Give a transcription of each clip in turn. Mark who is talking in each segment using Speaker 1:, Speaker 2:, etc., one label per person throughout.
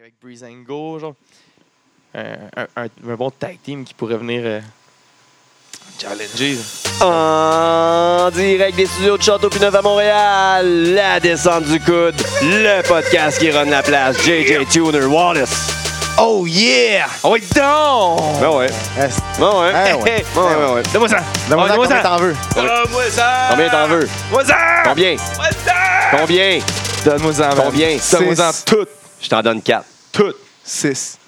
Speaker 1: avec Breezango, genre. Euh, un, un, un bon tag team qui pourrait venir euh, challenger. là.
Speaker 2: En direct des studios de Château Pinot à Montréal, la descente du coude, le podcast qui run la place, JJ Tuner Wallace.
Speaker 3: Oh yeah!
Speaker 2: Ah ouais, donc!
Speaker 3: Ben ouais. Est-
Speaker 2: Ben ouais.
Speaker 3: Ah ouais.
Speaker 2: Ben ouais, ben ouais. Donne-moi ça!
Speaker 3: Demande
Speaker 2: Donne-moi ça!
Speaker 3: combien t'en veux.
Speaker 2: Donne-moi ça! Combien t'en veux? Donne-moi ça! Combien? Donne-moi ça! Combien?
Speaker 1: Donne-moi en
Speaker 2: Combien?
Speaker 1: Donne-moi en
Speaker 3: Six.
Speaker 1: tout.
Speaker 2: Ben, Je t'en donne 4.
Speaker 3: 6.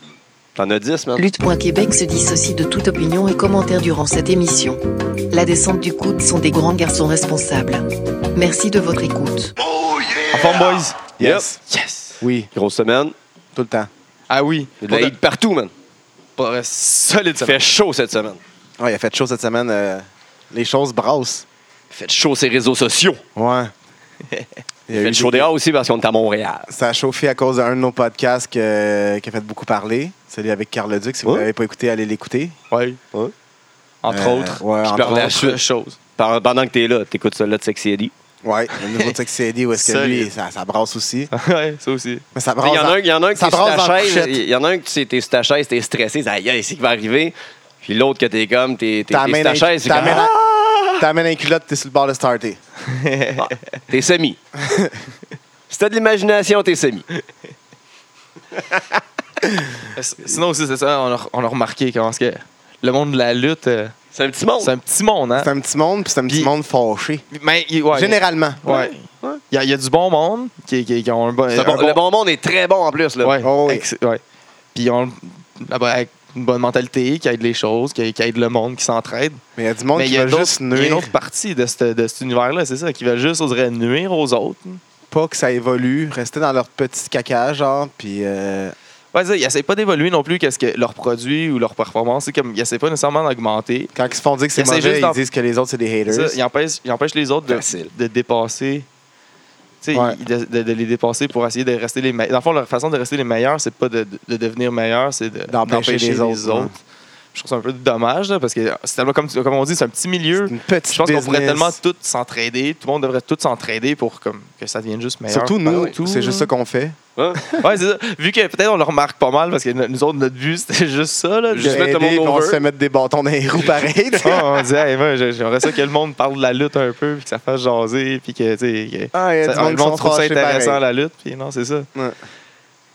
Speaker 2: T'en as 10, man.
Speaker 4: Lutte.Québec se dissocie de toute opinion et commentaire durant cette émission. La descente du coude sont des grands garçons responsables. Merci de votre écoute.
Speaker 1: En forme, boys.
Speaker 3: Yes.
Speaker 1: Yes.
Speaker 3: Oui,
Speaker 2: Grosse semaine.
Speaker 3: tout le temps.
Speaker 1: Ah oui.
Speaker 2: Il y a de la heat partout, man.
Speaker 1: Pour de- solide
Speaker 2: Ça fait chaud cette semaine.
Speaker 3: Ouais, Ah, il a fait chaud cette semaine. euh, les choses brassent.
Speaker 2: Faites chaud ces réseaux sociaux.
Speaker 3: Ouais. Il y a eu
Speaker 2: Faites chaud
Speaker 3: des-
Speaker 2: dehors aussi parce qu'on est à Montréal.
Speaker 3: Ça a chauffé à cause d'un de nos podcasts que- qui a fait beaucoup parler, celui avec Carl Leduc. Si vous
Speaker 2: Ouais.
Speaker 3: ne l'avez pas écouté, allez l'écouter.
Speaker 1: Oui.
Speaker 2: Ouais.
Speaker 1: Entre
Speaker 3: Euh,
Speaker 1: autres.
Speaker 3: Ouais,
Speaker 2: Je
Speaker 3: entre
Speaker 2: parlais à
Speaker 3: autres.
Speaker 2: Chut.
Speaker 1: Autre chose.
Speaker 2: Par- Pendant que t'es là, t'écoutes ça là de Sexy Eddie.
Speaker 3: Ouais, le nouveau Tech CD où est-ce que
Speaker 1: Solide.
Speaker 3: lui, ça, ça brasse aussi.
Speaker 1: ouais, ça aussi.
Speaker 3: Mais ça
Speaker 2: Ah. Il y
Speaker 3: brasse.
Speaker 2: en a
Speaker 3: en-
Speaker 2: un, y en a un qui
Speaker 3: ça
Speaker 2: est sur
Speaker 3: brasse
Speaker 2: ta
Speaker 3: dans la
Speaker 2: chaise,
Speaker 3: couchette.
Speaker 2: il y en a un que t'es t'es sur ta chaise, t'es stressé, t'es aïe, aïe, c'est qui va arriver. Puis l'autre que t'es comme, t'es t'es- t'es sur
Speaker 3: T'amènes
Speaker 2: ta
Speaker 3: un-
Speaker 2: chaise, c'est
Speaker 3: t'amènes
Speaker 2: comme,
Speaker 3: un- t'amènes un culotte, t'es sur le bord de starter.
Speaker 2: ah, t'es semi. si t'as de l'imagination, t'es semi.
Speaker 1: Sinon aussi, c'est ça, on a, on a remarqué comment est-ce que le monde de la lutte, euh,
Speaker 2: C'est un petit monde.
Speaker 1: c'est un petit monde,
Speaker 2: Ah.
Speaker 1: hein?
Speaker 3: C'est un petit monde, puis c'est un petit
Speaker 1: Puis-
Speaker 3: monde fâché.
Speaker 1: Mais, il- ouais,
Speaker 3: Généralement.
Speaker 1: Ouais.
Speaker 2: Ouais.
Speaker 1: Il y a- il y, a du bon monde qui, qui, qui ont un bon.
Speaker 2: C'est
Speaker 1: un
Speaker 2: bon.
Speaker 1: bon-
Speaker 2: Le bon monde est très bon en plus. Là.
Speaker 1: Ouais.
Speaker 3: Oh, oui.
Speaker 1: Ex- ouais. Puis ils ont là-bas, avec une bonne mentalité, qui aide les choses, qui, qui aide le monde, qui s'entraide.
Speaker 3: Mais il y a du monde
Speaker 1: Mais il
Speaker 3: qui
Speaker 1: y, a
Speaker 3: va
Speaker 1: d'autres-
Speaker 3: juste
Speaker 1: il y a une
Speaker 3: nuire.
Speaker 1: autre partie de, ce- de cet univers-là, c'est ça, qui veulent juste, on dirait, nuire aux autres.
Speaker 3: Pas que ça évolue, rester dans leur petit caca, genre, puis. euh,
Speaker 1: Ouais, c'est ça, ils n'essayent pas d'évoluer non plus qu'est-ce que leurs produits ou leurs performances. C'est comme, ils n'essayent pas nécessairement d'augmenter.
Speaker 3: Quand ils se font dire que c'est
Speaker 1: Essaie
Speaker 3: mauvais,
Speaker 1: juste
Speaker 3: ils
Speaker 1: d'en-
Speaker 3: disent que les autres, c'est des
Speaker 1: C'est
Speaker 3: haters.
Speaker 1: Ça, ils, empêchent, ils empêchent les autres de,
Speaker 2: Facile.
Speaker 1: de dépasser. Tu sais,
Speaker 3: Ouais.
Speaker 1: ils- de, de- de les dépasser pour essayer de rester les meilleurs. Dans le fond, leur façon de rester les meilleurs, c'est pas de, de- de devenir meilleur, c'est de-
Speaker 3: D'empêcher les autres, ouais.
Speaker 1: Je trouve ça un peu dommage, là, parce que c'est tellement, comme, tu- comme on dit, c'est un petit milieu.
Speaker 3: Une petite
Speaker 1: Je pense qu'on pourrait
Speaker 3: business.
Speaker 1: tellement tous s'entraider, tout le monde devrait tous s'entraider pour comme, que ça devienne juste meilleur.
Speaker 3: Surtout
Speaker 2: Ah
Speaker 3: nous,
Speaker 2: oui.
Speaker 1: Tout,
Speaker 3: c'est juste ça
Speaker 1: là.
Speaker 3: qu'on fait.
Speaker 2: Hein?
Speaker 1: Ouais, c'est ça. Vu que peut-être on le remarque pas mal, parce que no- nous autres, notre but, c'était juste ça. Là, de-
Speaker 2: Juste
Speaker 3: De
Speaker 2: mettre le
Speaker 3: aider,
Speaker 2: monde
Speaker 3: puis on
Speaker 2: over.
Speaker 3: se fait mettre des bâtons dans les roues pareil. tu sais.
Speaker 1: Ah, on disait, Hey, moi, j'ai- j'aimerais ça que le monde parle de la lutte un peu, puis que ça fasse jaser, puis que, tu sais, que-
Speaker 3: Ah, il y
Speaker 1: ça-
Speaker 3: a du monde
Speaker 1: le
Speaker 3: qui sont
Speaker 1: monde trouve ça
Speaker 3: fâchés
Speaker 1: intéressant
Speaker 3: pareil.
Speaker 1: la lutte, puis non, c'est ça.
Speaker 3: Ouais.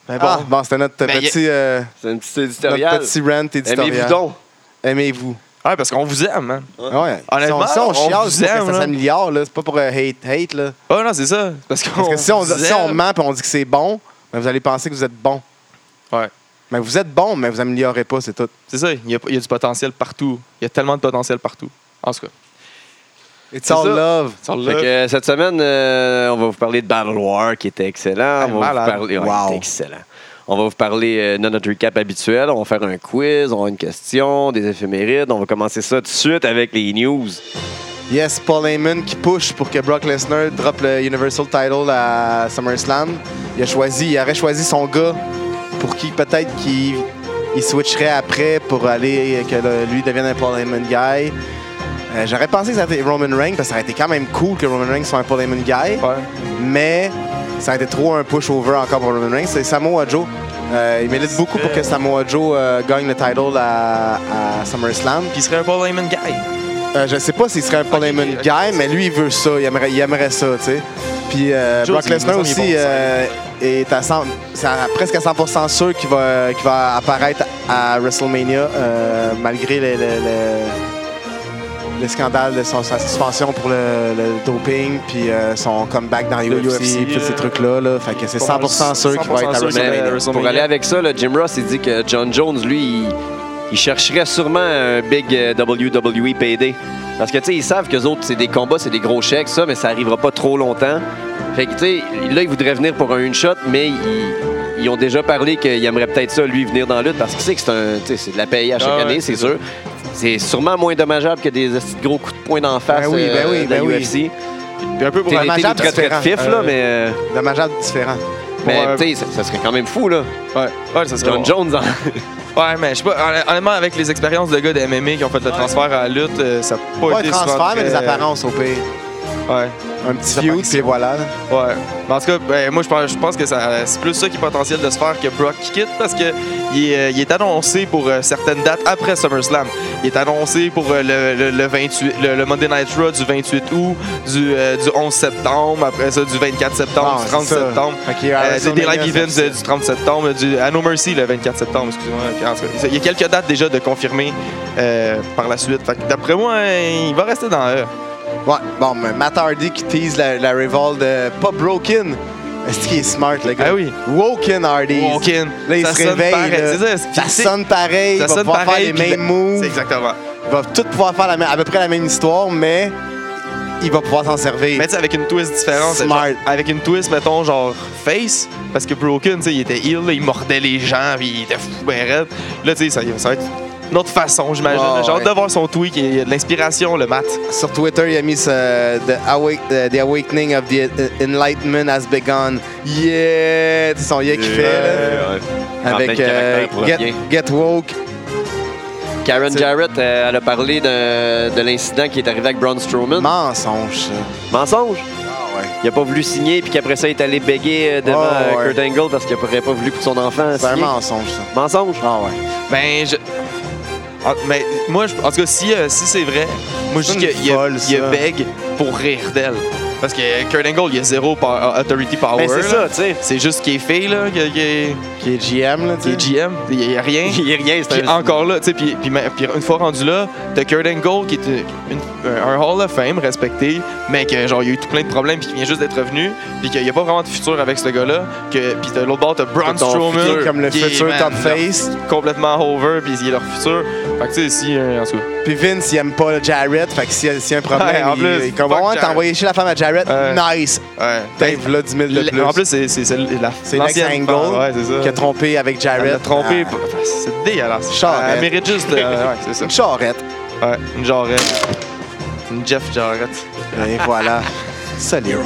Speaker 1: Mais bon,
Speaker 3: Ah, bon, c'était notre
Speaker 1: Mais y a-
Speaker 3: petit, euh,
Speaker 2: C'est un petit
Speaker 3: notre
Speaker 2: éditorial.
Speaker 3: petit rant éditorial.
Speaker 2: Aimez-vous donc.
Speaker 3: Aimez-vous.
Speaker 1: ouais, Ah, parce qu'on vous aime, hein.
Speaker 3: Ouais.
Speaker 1: Honnêtement,
Speaker 3: si on, si
Speaker 1: on
Speaker 3: on chiale,
Speaker 1: vous
Speaker 3: c'est parce
Speaker 1: aime, hein.
Speaker 3: que ça
Speaker 1: là.
Speaker 3: s'améliore, là. C'est pas pour euh, hate, hate, là.
Speaker 1: Ah non, c'est ça. Parce,
Speaker 3: Parce que si on,
Speaker 1: vous
Speaker 3: si on
Speaker 1: aime.
Speaker 3: ment et on dit que c'est bon, ben, vous allez penser que vous êtes bon.
Speaker 1: Ouais.
Speaker 3: Mais vous êtes bon, mais vous améliorez pas, c'est tout.
Speaker 1: C'est ça, il y, a, il y a du potentiel partout. Il y a tellement de potentiel partout. En tout cas,
Speaker 3: It's
Speaker 2: C'est
Speaker 3: all
Speaker 2: ça.
Speaker 3: love.
Speaker 1: ça,
Speaker 2: Fait
Speaker 1: là,
Speaker 2: que, euh, cette semaine, euh, on va vous parler de Battle War qui était
Speaker 1: Hey,
Speaker 2: excellent. On va vous
Speaker 1: malade.
Speaker 2: parler. ouais,
Speaker 3: Wow.
Speaker 2: il était excellent. On va vous parler euh, de notre recap habituel. On va faire un quiz, on aura une question, des éphémérides. On va commencer ça tout de suite avec les news.
Speaker 3: Yes, Paul Heyman qui push pour que Brock Lesnar drop le Universal Title à SummerSlam. Il a choisi, il aurait choisi son gars pour qui peut-être qu'il il switcherait après pour aller que le- lui devienne un Paul Heyman guy. Euh, J'aurais pensé que ça aurait été Roman Reigns parce que ça aurait été quand même cool que Roman Reigns soit un Paul Heyman guy.
Speaker 1: ouais.
Speaker 3: mais ça a été trop un push-over encore pour Roman Reigns. C'est Samoa Joe. Euh, il mérite beaucoup pour que Samoa Joe euh, gagne le title à, à SummerSlam.
Speaker 1: Puis il serait un Paul Heyman guy.
Speaker 3: Euh, je sais pas s'il serait un Paul Heyman
Speaker 1: ok.
Speaker 3: guy, mais lui, il veut ça. Il aimerait, il aimerait ça, tu sais. Puis euh,
Speaker 1: Joe,
Speaker 3: Brock
Speaker 1: c'est-
Speaker 3: Lesnar
Speaker 1: il est bon,
Speaker 3: aussi
Speaker 1: ça.
Speaker 3: euh, est à, 100 c'est à presque à 100% sûr qu'il va, qu'il va apparaître à WrestleMania euh, malgré le, le- le- le scandale de son, sa suspension pour le, le doping, puis euh, son comeback dans
Speaker 1: Le
Speaker 3: UFC,
Speaker 1: UFC,
Speaker 3: puis tous ces
Speaker 1: euh,
Speaker 3: trucs-là. là. Fait que c'est
Speaker 1: pas mal
Speaker 3: 100% sûr qu'il va être à
Speaker 1: 100% sûr
Speaker 3: euh,
Speaker 1: qu'il va
Speaker 3: WrestleMania.
Speaker 2: Mais
Speaker 1: être à
Speaker 2: pour
Speaker 1: WrestleMania.
Speaker 2: aller avec ça, là, Jim Ross il dit que John Jones, lui, il, il chercherait sûrement un big euh, WWE PD. Parce que, tu sais, ils savent que autres, c'est des combats, c'est des gros chèques, ça, mais ça arrivera pas trop longtemps. Fait que, tu sais, là, ils voudraient venir pour un une-shot, mais ils, ils ont déjà parlé qu'ils aimeraient peut-être ça, lui, venir dans la lutte, parce qu'il sait que c'est un, tu sais, c'est de la paye à chaque
Speaker 1: Ah ouais,
Speaker 2: année, c'est
Speaker 1: c'est
Speaker 2: sûr. C'est sûrement moins dommageable que des esti de gros coups de poing d'en face
Speaker 3: oui,
Speaker 2: euh,
Speaker 3: ben oui,
Speaker 2: de
Speaker 3: ben
Speaker 2: la
Speaker 3: oui.
Speaker 2: UFC.
Speaker 1: Puis un peu pour
Speaker 2: T'es-
Speaker 1: un-
Speaker 2: t'es
Speaker 3: dommageable,
Speaker 2: très, très,
Speaker 3: différent.
Speaker 2: fif, là,
Speaker 1: Euh,
Speaker 2: mais, euh,
Speaker 3: Dommageable différent.
Speaker 2: mais
Speaker 1: ouais.
Speaker 2: tu sais, ça, ça serait quand même fou, là.
Speaker 1: Ouais, ouais, ça serait
Speaker 2: John
Speaker 1: bon.
Speaker 2: Jones en,
Speaker 1: Ouais, mais je sais pas, honn- honnêtement, avec les expériences de gars de MMA qui ont fait le transfert à la lutte, euh, ça n'a pas
Speaker 3: Pas un
Speaker 1: été souvent
Speaker 3: transfert, mais des
Speaker 1: très-
Speaker 3: apparences au pire.
Speaker 1: Ouais, Ouais.
Speaker 3: Un petit
Speaker 1: Ça
Speaker 3: feud,
Speaker 1: paraît-
Speaker 3: puis voilà. là.
Speaker 1: Ouais. Mais en tout cas, ben, moi, je pense, je pense que ça- c'est plus ça qui est potentiel de se faire que Brock qui quitte parce que il est, euh, il est annoncé pour euh, certaines dates après SummerSlam. Il est annoncé pour euh, le, le- le 28, le, le Monday Night Raw du 28 août, du, euh, du 11 septembre, après ça, du 24 septembre,
Speaker 3: Ah,
Speaker 1: du 30
Speaker 3: c'est ça.
Speaker 1: septembre.
Speaker 3: Fait qu'il y a
Speaker 1: Euh,
Speaker 3: WrestleMania,
Speaker 1: des live events
Speaker 3: c'est-
Speaker 1: euh, du 30 septembre, du à No Mercy le 24 septembre, excusez-moi. Puis, en tout cas, Il y a quelques dates déjà de confirmées euh, par la suite. Fait que d'après moi, euh, il va rester dans E.
Speaker 3: Ouais, bon, mais Matt Hardy qui tease la, la revolt de pas broken. Est-ce qu'il est smart, le gars?
Speaker 1: Ah oui.
Speaker 3: Woken Hardy.
Speaker 1: Walk-in.
Speaker 3: Là, il
Speaker 1: ça
Speaker 3: se
Speaker 1: sonne
Speaker 3: réveille,
Speaker 1: pareil.
Speaker 3: là.
Speaker 1: C'est ça. c'est-
Speaker 3: Ça
Speaker 1: puis c'est-
Speaker 3: sonne pareil,
Speaker 1: ça
Speaker 3: il va
Speaker 1: sonne
Speaker 3: pouvoir
Speaker 1: pareil,
Speaker 3: faire les
Speaker 1: puis
Speaker 3: mêmes
Speaker 1: le-
Speaker 3: moves,
Speaker 1: C'est exactement.
Speaker 3: il va tout pouvoir faire la même- à peu près la même histoire, mais il va pouvoir s'en servir.
Speaker 1: Mais tu sais, avec une twist différente.
Speaker 3: Smart.
Speaker 1: genre, avec une twist, mettons, genre face, parce que Broken, tu sais, il était ill, il mordait les gens, puis il était fou, ben raide. Là, tu sais, ça, ça va être une autre façon, j'imagine.
Speaker 3: Ouais,
Speaker 1: là. J'ai hâte
Speaker 3: ouais.
Speaker 1: de voir son tweet, il y a de l'inspiration, le mat.
Speaker 3: Sur Twitter, il a mis ce- the, awake- the- the Awakening of the Enlightenment has begun. Yeah! C'est son yeah qui fait, là.
Speaker 2: Ouais,
Speaker 1: Ah,
Speaker 2: ouais.
Speaker 1: ben,
Speaker 2: Trentaine
Speaker 3: Avec
Speaker 2: de caractères
Speaker 3: euh,
Speaker 2: pour
Speaker 3: get,
Speaker 2: rien.
Speaker 3: Get Woke.
Speaker 2: Karen
Speaker 3: C'est-
Speaker 2: Jarrett, euh, elle a parlé de, de l'incident qui est arrivé avec Braun Strowman.
Speaker 3: Mensonge, ça.
Speaker 2: Mensonge.
Speaker 3: Ah ouais.
Speaker 2: Il a pas voulu signer, puis qu'après ça, il est allé béguer euh, devant
Speaker 3: Oh,
Speaker 2: euh,
Speaker 3: ouais.
Speaker 2: Kurt Angle parce qu'il aurait pas voulu que son enfant
Speaker 3: C'est un
Speaker 2: signe.
Speaker 3: mensonge, ça.
Speaker 2: Mensonge.
Speaker 3: Ah ouais.
Speaker 1: Ben, je. Ah, mais moi, je- en tout cas, si, euh, si c'est vrai, moi je
Speaker 3: C'est
Speaker 1: dis
Speaker 3: une
Speaker 1: qu'il y a,
Speaker 3: folle,
Speaker 1: il y a
Speaker 3: ça.
Speaker 1: beg pour rire d'elle. Parce que Kurt Angle, il y a zéro par- authority
Speaker 3: Ben,
Speaker 1: power.
Speaker 2: Mais Ben, c'est
Speaker 1: là.
Speaker 2: ça, tu sais.
Speaker 1: C'est juste qu'il est fille, là, qu'il qu'il est,
Speaker 3: Qui est GM, là, tu
Speaker 1: qu'il
Speaker 3: sais.
Speaker 1: est GM. Il n'y a rien.
Speaker 2: Il est rien, c'est
Speaker 1: Puis
Speaker 2: un...
Speaker 1: encore là, tu sais, puis, puis ma- puis une fois rendu là, t'as Kurt Angle qui est une- un un Hall of Fame respecté, mais que genre il y a eu tout plein de problèmes, puis qui vient juste d'être revenu, puis qu'il n'y a pas vraiment de futur avec ce gars-là, que puis de l'autre bord t'as Braun
Speaker 2: Ton
Speaker 1: Strowman,
Speaker 2: futur
Speaker 3: Comme le
Speaker 1: qui est,
Speaker 3: futur
Speaker 1: man,
Speaker 3: top
Speaker 1: leur-
Speaker 3: face.
Speaker 1: complètement over, puis il est leur futur. Fait que tu sais, si euh, en tout cas,
Speaker 3: Puis Vince, il aime pas le Jarrett. Fait que s'il y, a- s'il y a un problème,
Speaker 1: Ouais, en
Speaker 3: il,
Speaker 1: plus,
Speaker 3: il est comme,
Speaker 1: fuck
Speaker 3: Ouais,
Speaker 1: Jarrett.
Speaker 3: t'as envoyé chez la femme à Jarrett.
Speaker 1: Ouais.
Speaker 3: Nice.
Speaker 1: ouais.
Speaker 3: Dave, là, 10 000 de
Speaker 1: Ben, Le-
Speaker 3: plus.
Speaker 1: En plus, c'est c'est celle- la-
Speaker 3: c'est
Speaker 1: l'ancienne
Speaker 3: Lex Angle
Speaker 1: femme, ouais, c'est ça.
Speaker 3: qui a trompé avec
Speaker 1: Elle l'a
Speaker 3: Jarrett.
Speaker 1: trompé,
Speaker 3: Ah.
Speaker 1: p- c'est dégueulasse.
Speaker 3: Charrette.
Speaker 1: Elle mérite juste, de- ouais, c'est ça.
Speaker 3: Une charrette.
Speaker 1: Ouais, une jarrette, une Jeff Jarrette.
Speaker 3: Et voilà. Salut.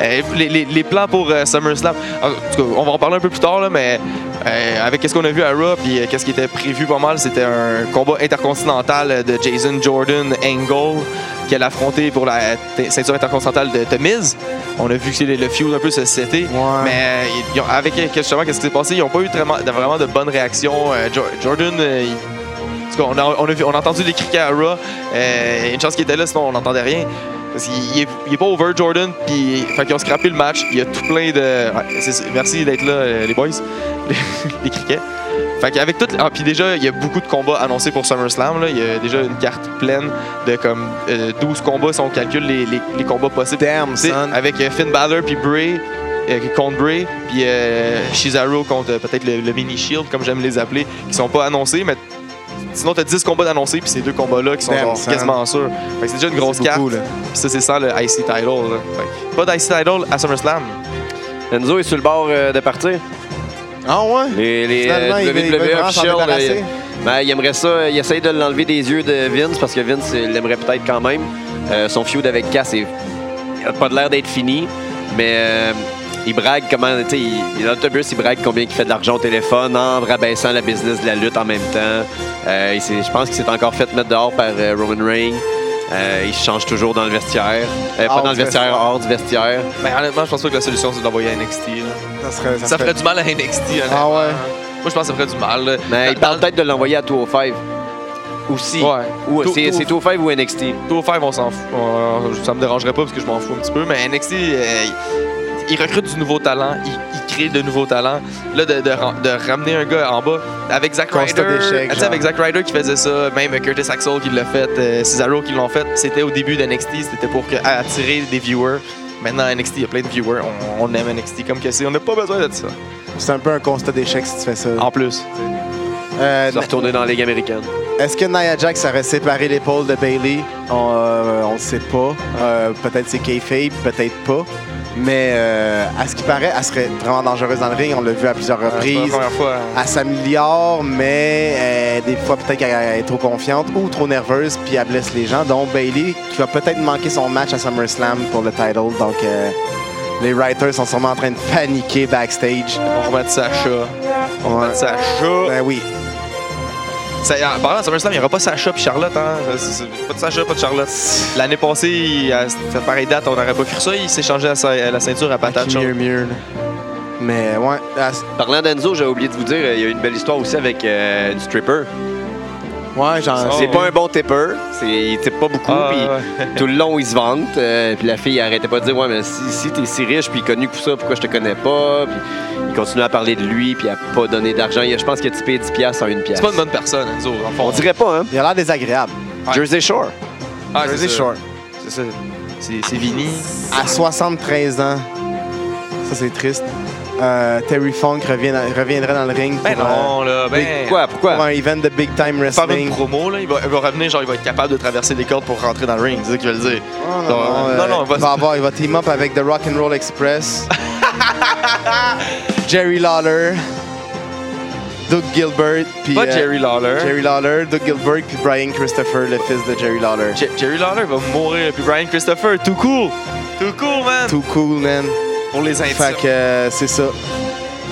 Speaker 1: Euh, les, les- les plans pour euh, SummerSlam, en tout cas, on va en parler un peu plus tard, là, mais euh, avec ce qu'on a vu à Raw, puis euh, qu'est-ce qui était prévu pas mal, c'était un combat intercontinental euh, de Jason Jordan Angle qui allait affronter pour la t- ceinture intercontinentale de, de Miz. On a vu que c'est le, le feud un peu se c'était.
Speaker 3: Ouais.
Speaker 1: Mais euh, ils- ils ont- avec euh, justement, qu'est-ce qui s'est passé, ils n'ont pas eu vraiment de, vraiment de bonnes réactions. Euh, Jo- Jordan, euh, il- en tout cas, on a, on a vu- on a entendu les criquets à Raw. Euh, une chance qu'il était là, sinon on n'entendait rien. Parce qu'il il est, il est pas over Jordan, puis fait qu'ils ont scrappé le match. Il y a tout plein de. ouais, c'est ça. merci d'être là, euh, les boys. les criquets. Fait qu'avec tout. Ah, puis déjà, il y a beaucoup de combats annoncés pour SummerSlam. Là. Il y a déjà une carte pleine de comme euh, 12 combats si on calcule les, les- les combats possibles.
Speaker 3: Damn,
Speaker 1: Tu sais,
Speaker 3: son.
Speaker 1: Avec euh, Finn Balor puis Bray, euh, contre Bray, puis euh, Cesaro contre euh, peut-être le, le Mini Shield, comme j'aime les appeler, qui sont pas annoncés, mais sinon t'as 10 combats d'annoncés, puis ces deux combats-là qui sont
Speaker 3: Damn,
Speaker 1: genre,
Speaker 3: son.
Speaker 1: quasiment sûrs. Fait que c'est déjà une grosse
Speaker 3: C'est
Speaker 1: carte.
Speaker 3: beaucoup,
Speaker 1: Puis
Speaker 3: là.
Speaker 1: ça, c'est sans le IC title. là. Fait que pas d'IC title à SummerSlam.
Speaker 2: Enzo est sur le bord euh, de partir.
Speaker 3: Ah ouais?
Speaker 2: Les, les
Speaker 3: Finalement,
Speaker 2: euh,
Speaker 3: il veut- il veut
Speaker 2: WWE
Speaker 3: vraiment s'en
Speaker 2: official, là,
Speaker 3: débarrasser.
Speaker 2: il- ben, il aimerait ça, euh, il essaye de l'enlever des yeux de Vince parce que Vince il l'aimerait peut-être quand même. Euh, son feud avec Cass est- il a pas de l'air d'être fini, mais euh, il brague comment, tu sais, il- il est dans l'autobus, il brague combien il fait de l'argent au téléphone en rabaissant la business de la lutte en même temps. Euh, il s'est- je pense qu'il s'est encore fait mettre dehors par euh, Roman Reigns. Euh, il se change toujours dans le vestiaire. Euh, pas
Speaker 3: Hors
Speaker 2: dans le
Speaker 3: du
Speaker 2: vestiaire,
Speaker 3: vestiaire.
Speaker 2: hors du vestiaire.
Speaker 1: Mais Ben, honnêtement, je pense pas que la solution, c'est de l'envoyer à NXT. là.
Speaker 3: Ça, serait,
Speaker 1: Ça, ferait du mal à NXT, honnêtement.
Speaker 3: Ah ouais.
Speaker 1: Moi, je pense que ça ferait du mal. là.
Speaker 2: Mais il
Speaker 1: Dans-
Speaker 2: parle peut-être de l'envoyer à 205. Aussi.
Speaker 1: Ouais.
Speaker 2: Ou,
Speaker 1: Two-
Speaker 2: c'est
Speaker 1: two-
Speaker 2: c'est 205 ou NXT.
Speaker 1: Tout au on s'en fout. On- ça me dérangerait pas parce que je m'en fous un petit peu. Mais NXT, euh, il recrute du nouveau talent, il, il crée de nouveaux talents. Là, de, de ram- de ramener un gars en bas avec Zack
Speaker 3: Constat
Speaker 1: Ryder.
Speaker 3: d'échec,
Speaker 1: tu sais,
Speaker 3: genre.
Speaker 1: avec Zack Ryder qui faisait ça, même Curtis Axel qui l'a fait, euh, Cesaro qui l'ont fait. C'était au début d'NXT, c'était pour que- à- attirer des viewers. Maintenant, NXT, il y a plein de viewers. On, on aime NXT comme que c'est. On n'a pas besoin de ça.
Speaker 3: C'est un peu un constat d'échec si tu fais ça.
Speaker 1: En plus. Ah,
Speaker 3: Euh,
Speaker 2: se retourner dans la Ligue américaine.
Speaker 3: Est-ce que Nia Jax aurait séparé l'épaule de Bailey On euh, on le sait pas. Euh, peut-être c'est kayfabe, peut-être pas. Mais euh, à ce qui paraît, elle serait vraiment dangereuse dans le ring. On l'a vu à plusieurs
Speaker 1: C'est pas la
Speaker 3: reprises.
Speaker 1: première fois. hein.
Speaker 3: Elle s'améliore, mais euh, des fois peut-être qu'elle est trop confiante ou trop nerveuse, puis elle blesse les gens. Donc Bailey qui va peut-être manquer son match à SummerSlam pour le title. Donc euh, les writers sont sûrement en train de paniquer backstage.
Speaker 1: On remet ça à chat. On
Speaker 3: Ouais.
Speaker 1: Oh. remet ça à chat.
Speaker 3: Ben oui.
Speaker 1: Ça, en parlant de SummerSlam, il n'y aura pas Sacha puis Charlotte. Hein? C'est- c'est- Pas de Sacha, pas de Charlotte. L'année passée, il- à cette pareille date, on n'aurait pas cru ça. Il s'est changé à, sa- à la ceinture à patate
Speaker 3: Qui
Speaker 1: chaude.
Speaker 3: mieux, mieux. là. Mais ouais, ah, c-
Speaker 2: Parlant d'Enzo, j'ai oublié de vous dire, euh, il y a eu une belle histoire aussi avec euh, du stripper.
Speaker 3: ouais, genre.
Speaker 1: Oh,
Speaker 2: c'est pas
Speaker 1: ouais.
Speaker 2: un bon tipper, c'est- il tippe pas beaucoup,
Speaker 1: Ah,
Speaker 2: puis
Speaker 1: ouais.
Speaker 2: tout le long il se vante. euh, puis la fille elle arrêtait pas de dire ouais mais si, si t'es si riche puis connu pour ça, pourquoi je te connais pas Puis il continuait à parler de lui puis à pas donner d'argent. Il a- Je pense qu'il a typé 10 piastres en une pièce.
Speaker 1: C'est pas une bonne personne, Enzo. En fond.
Speaker 2: On dirait pas hein.
Speaker 3: Il a l'air désagréable.
Speaker 1: Ouais.
Speaker 2: Jersey Shore.
Speaker 1: Ah, c'est
Speaker 3: Jersey
Speaker 1: ça.
Speaker 3: Shore.
Speaker 1: C'est ça. C'est c'est Vini.
Speaker 3: À 73 ans, ça c'est triste. Euh, Terry Funk revient- reviendrait dans le ring pour,
Speaker 1: Ben non, là. Ben,
Speaker 2: Mais quoi
Speaker 3: euh, pour
Speaker 2: Pourquoi
Speaker 3: un event de Big Time
Speaker 1: Faire une
Speaker 3: Wrestling.
Speaker 1: promo, là, il va, il va revenir, genre, il va être capable de traverser les cordes pour rentrer dans le ring. C'est ça qu'il veut dire.
Speaker 3: Oh, non,
Speaker 1: Non,
Speaker 3: non,
Speaker 1: non,
Speaker 3: euh,
Speaker 1: non,
Speaker 3: il
Speaker 1: vas-y.
Speaker 3: va avoir, il va team up avec The Rock and Roll Express, Jerry Lawler, Doug Gilbert, puis
Speaker 1: Pas
Speaker 3: euh,
Speaker 1: Jerry Lawler.
Speaker 3: Jerry Lawler, Doug Gilbert, puis Brian Christopher, le fils de Jerry Lawler.
Speaker 1: Je- Jerry Lawler va mourir. Puis Brian Christopher, tout cool. Tout cool, man.
Speaker 3: Too cool, man.
Speaker 1: Pour les intimes.
Speaker 3: Fait que euh, c'est ça.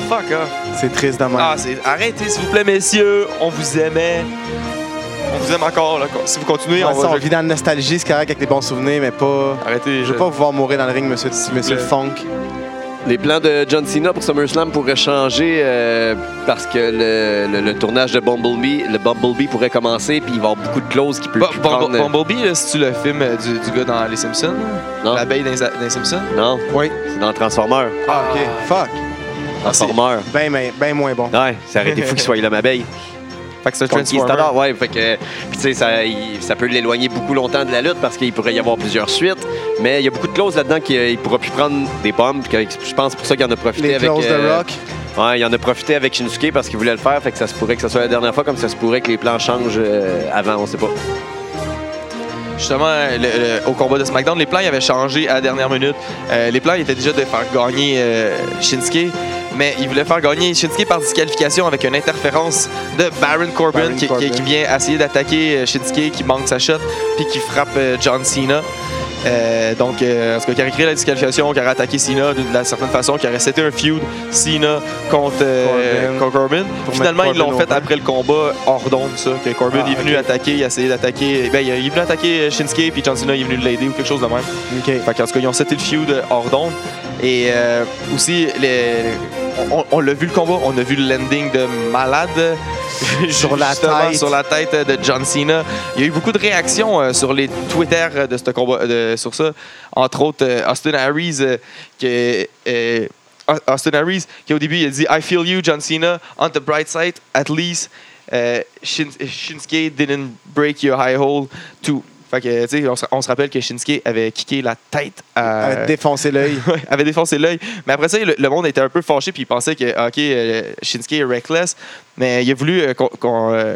Speaker 1: Fuck off.
Speaker 3: C'est triste de même.
Speaker 1: Ah, c'est... Arrêtez, s'il vous plaît, messieurs. On vous aimait. On vous aime encore. Là. Si vous continuez,
Speaker 3: Ouais,
Speaker 1: on
Speaker 3: ça,
Speaker 1: va...
Speaker 3: on vit dans la nostalgie, c'est correct avec les bons souvenirs, mais pas.
Speaker 1: Arrêtez. euh,
Speaker 3: Je veux pas vous voir mourir dans le ring, monsieur, monsieur
Speaker 1: plaît.
Speaker 3: Funk.
Speaker 2: Les plans de John Cena pour SummerSlam pourraient changer euh, parce que le, le- le tournage de Bumblebee, le Bumblebee pourrait commencer puis il va y avoir beaucoup de clauses qui peuvent
Speaker 1: Bon,
Speaker 2: plus
Speaker 1: Bumble-
Speaker 2: prendre.
Speaker 1: Bumblebee, là, c'est-tu le film euh, du, du gars dans Les Simpsons?
Speaker 2: Non.
Speaker 1: L'abeille dans, les a- dans les Simpsons?
Speaker 2: Non,
Speaker 3: Oui.
Speaker 2: c'est dans Transformer.
Speaker 3: Ah, ok. Fuck.
Speaker 2: Transformer.
Speaker 3: Ben, mais- ben moins bon.
Speaker 2: Ouais, c'est arrêté fou qu'il soit là, ma belle.
Speaker 1: Fait que c'est un Transformer.
Speaker 2: Conquistador, ouais. Fait que, puis tu sais, ça, il- ça peut l'éloigner beaucoup longtemps de la lutte parce qu'il pourrait y avoir plusieurs suites. Mais il y a beaucoup de clauses là-dedans qu'il ne pourra plus prendre des pommes. puis que Je pense pour ça qu'il en a profité
Speaker 3: Les
Speaker 2: avec.
Speaker 3: clauses de
Speaker 2: euh,
Speaker 3: rock.
Speaker 2: Ouais, il en a profité avec Shinsuke parce qu'il voulait le faire. Fait que ça se pourrait que ça soit la dernière fois, comme ça se pourrait que les plans changent euh, avant, on sait pas.
Speaker 1: Justement, euh, le- le- au combat de SmackDown, les plans ils avaient changé à la dernière minute. Euh, les plans ils étaient déjà de faire gagner euh, Shinsuke, mais ils voulaient faire gagner Shinsuke par disqualification avec une interférence de Baron Corbin,
Speaker 3: Baron
Speaker 1: qui, qui-
Speaker 3: Corbin.
Speaker 1: qui vient essayer d'attaquer euh, Shinsuke, qui manque sa shot, puis qui frappe euh, John Cena. Euh, donc, euh, en tout cas, qui aurait créé la disqualification, qui aurait attaqué Cena d'une d'une certaine façon, qui aurait cité un feud Cena contre euh,
Speaker 3: Corbin.
Speaker 1: contre Corbin.
Speaker 3: Pour
Speaker 1: Finalement,
Speaker 3: mettre
Speaker 1: ils l'ont
Speaker 3: Corbin
Speaker 1: fait
Speaker 3: over.
Speaker 1: après le combat hors d'onde, ça, que Corbin
Speaker 3: Ah,
Speaker 1: est venu
Speaker 3: ok.
Speaker 1: attaquer, il a essayé d'attaquer. Ben, il est venu attaquer Shinsuke, puis John Cena est venu l'aider ou quelque chose de même.
Speaker 3: Ok.
Speaker 1: Fait qu'en tout cas, ils ont cité le feud hors d'onde. Et euh, aussi, les- on, on l'a vu le combat, on a vu le landing de malade
Speaker 3: Sur la
Speaker 1: Justement,
Speaker 3: tête.
Speaker 1: sur la tête euh, de John Cena. Il y a eu beaucoup de réactions euh, sur les Twitter euh, de ce combat, de- sur ça. Entre autres, euh, Austin Harris, euh, que, euh, Austin Harris, qui au début il a dit I feel you, John Cena. On the bright side, at least euh, Shin- Shinsuke didn't break your high hole too. Fait que, tu sais, on, se- on se rappelle que Shinsuke avait kické la tête à.
Speaker 3: Euh, défoncer l'œil.
Speaker 1: Ouais, avait défoncé l'œil. Mais après ça, le, le monde était un peu fâché puis il pensait que OK, euh, Shinsuke est reckless, mais il a voulu euh, qu'on qu'on, euh,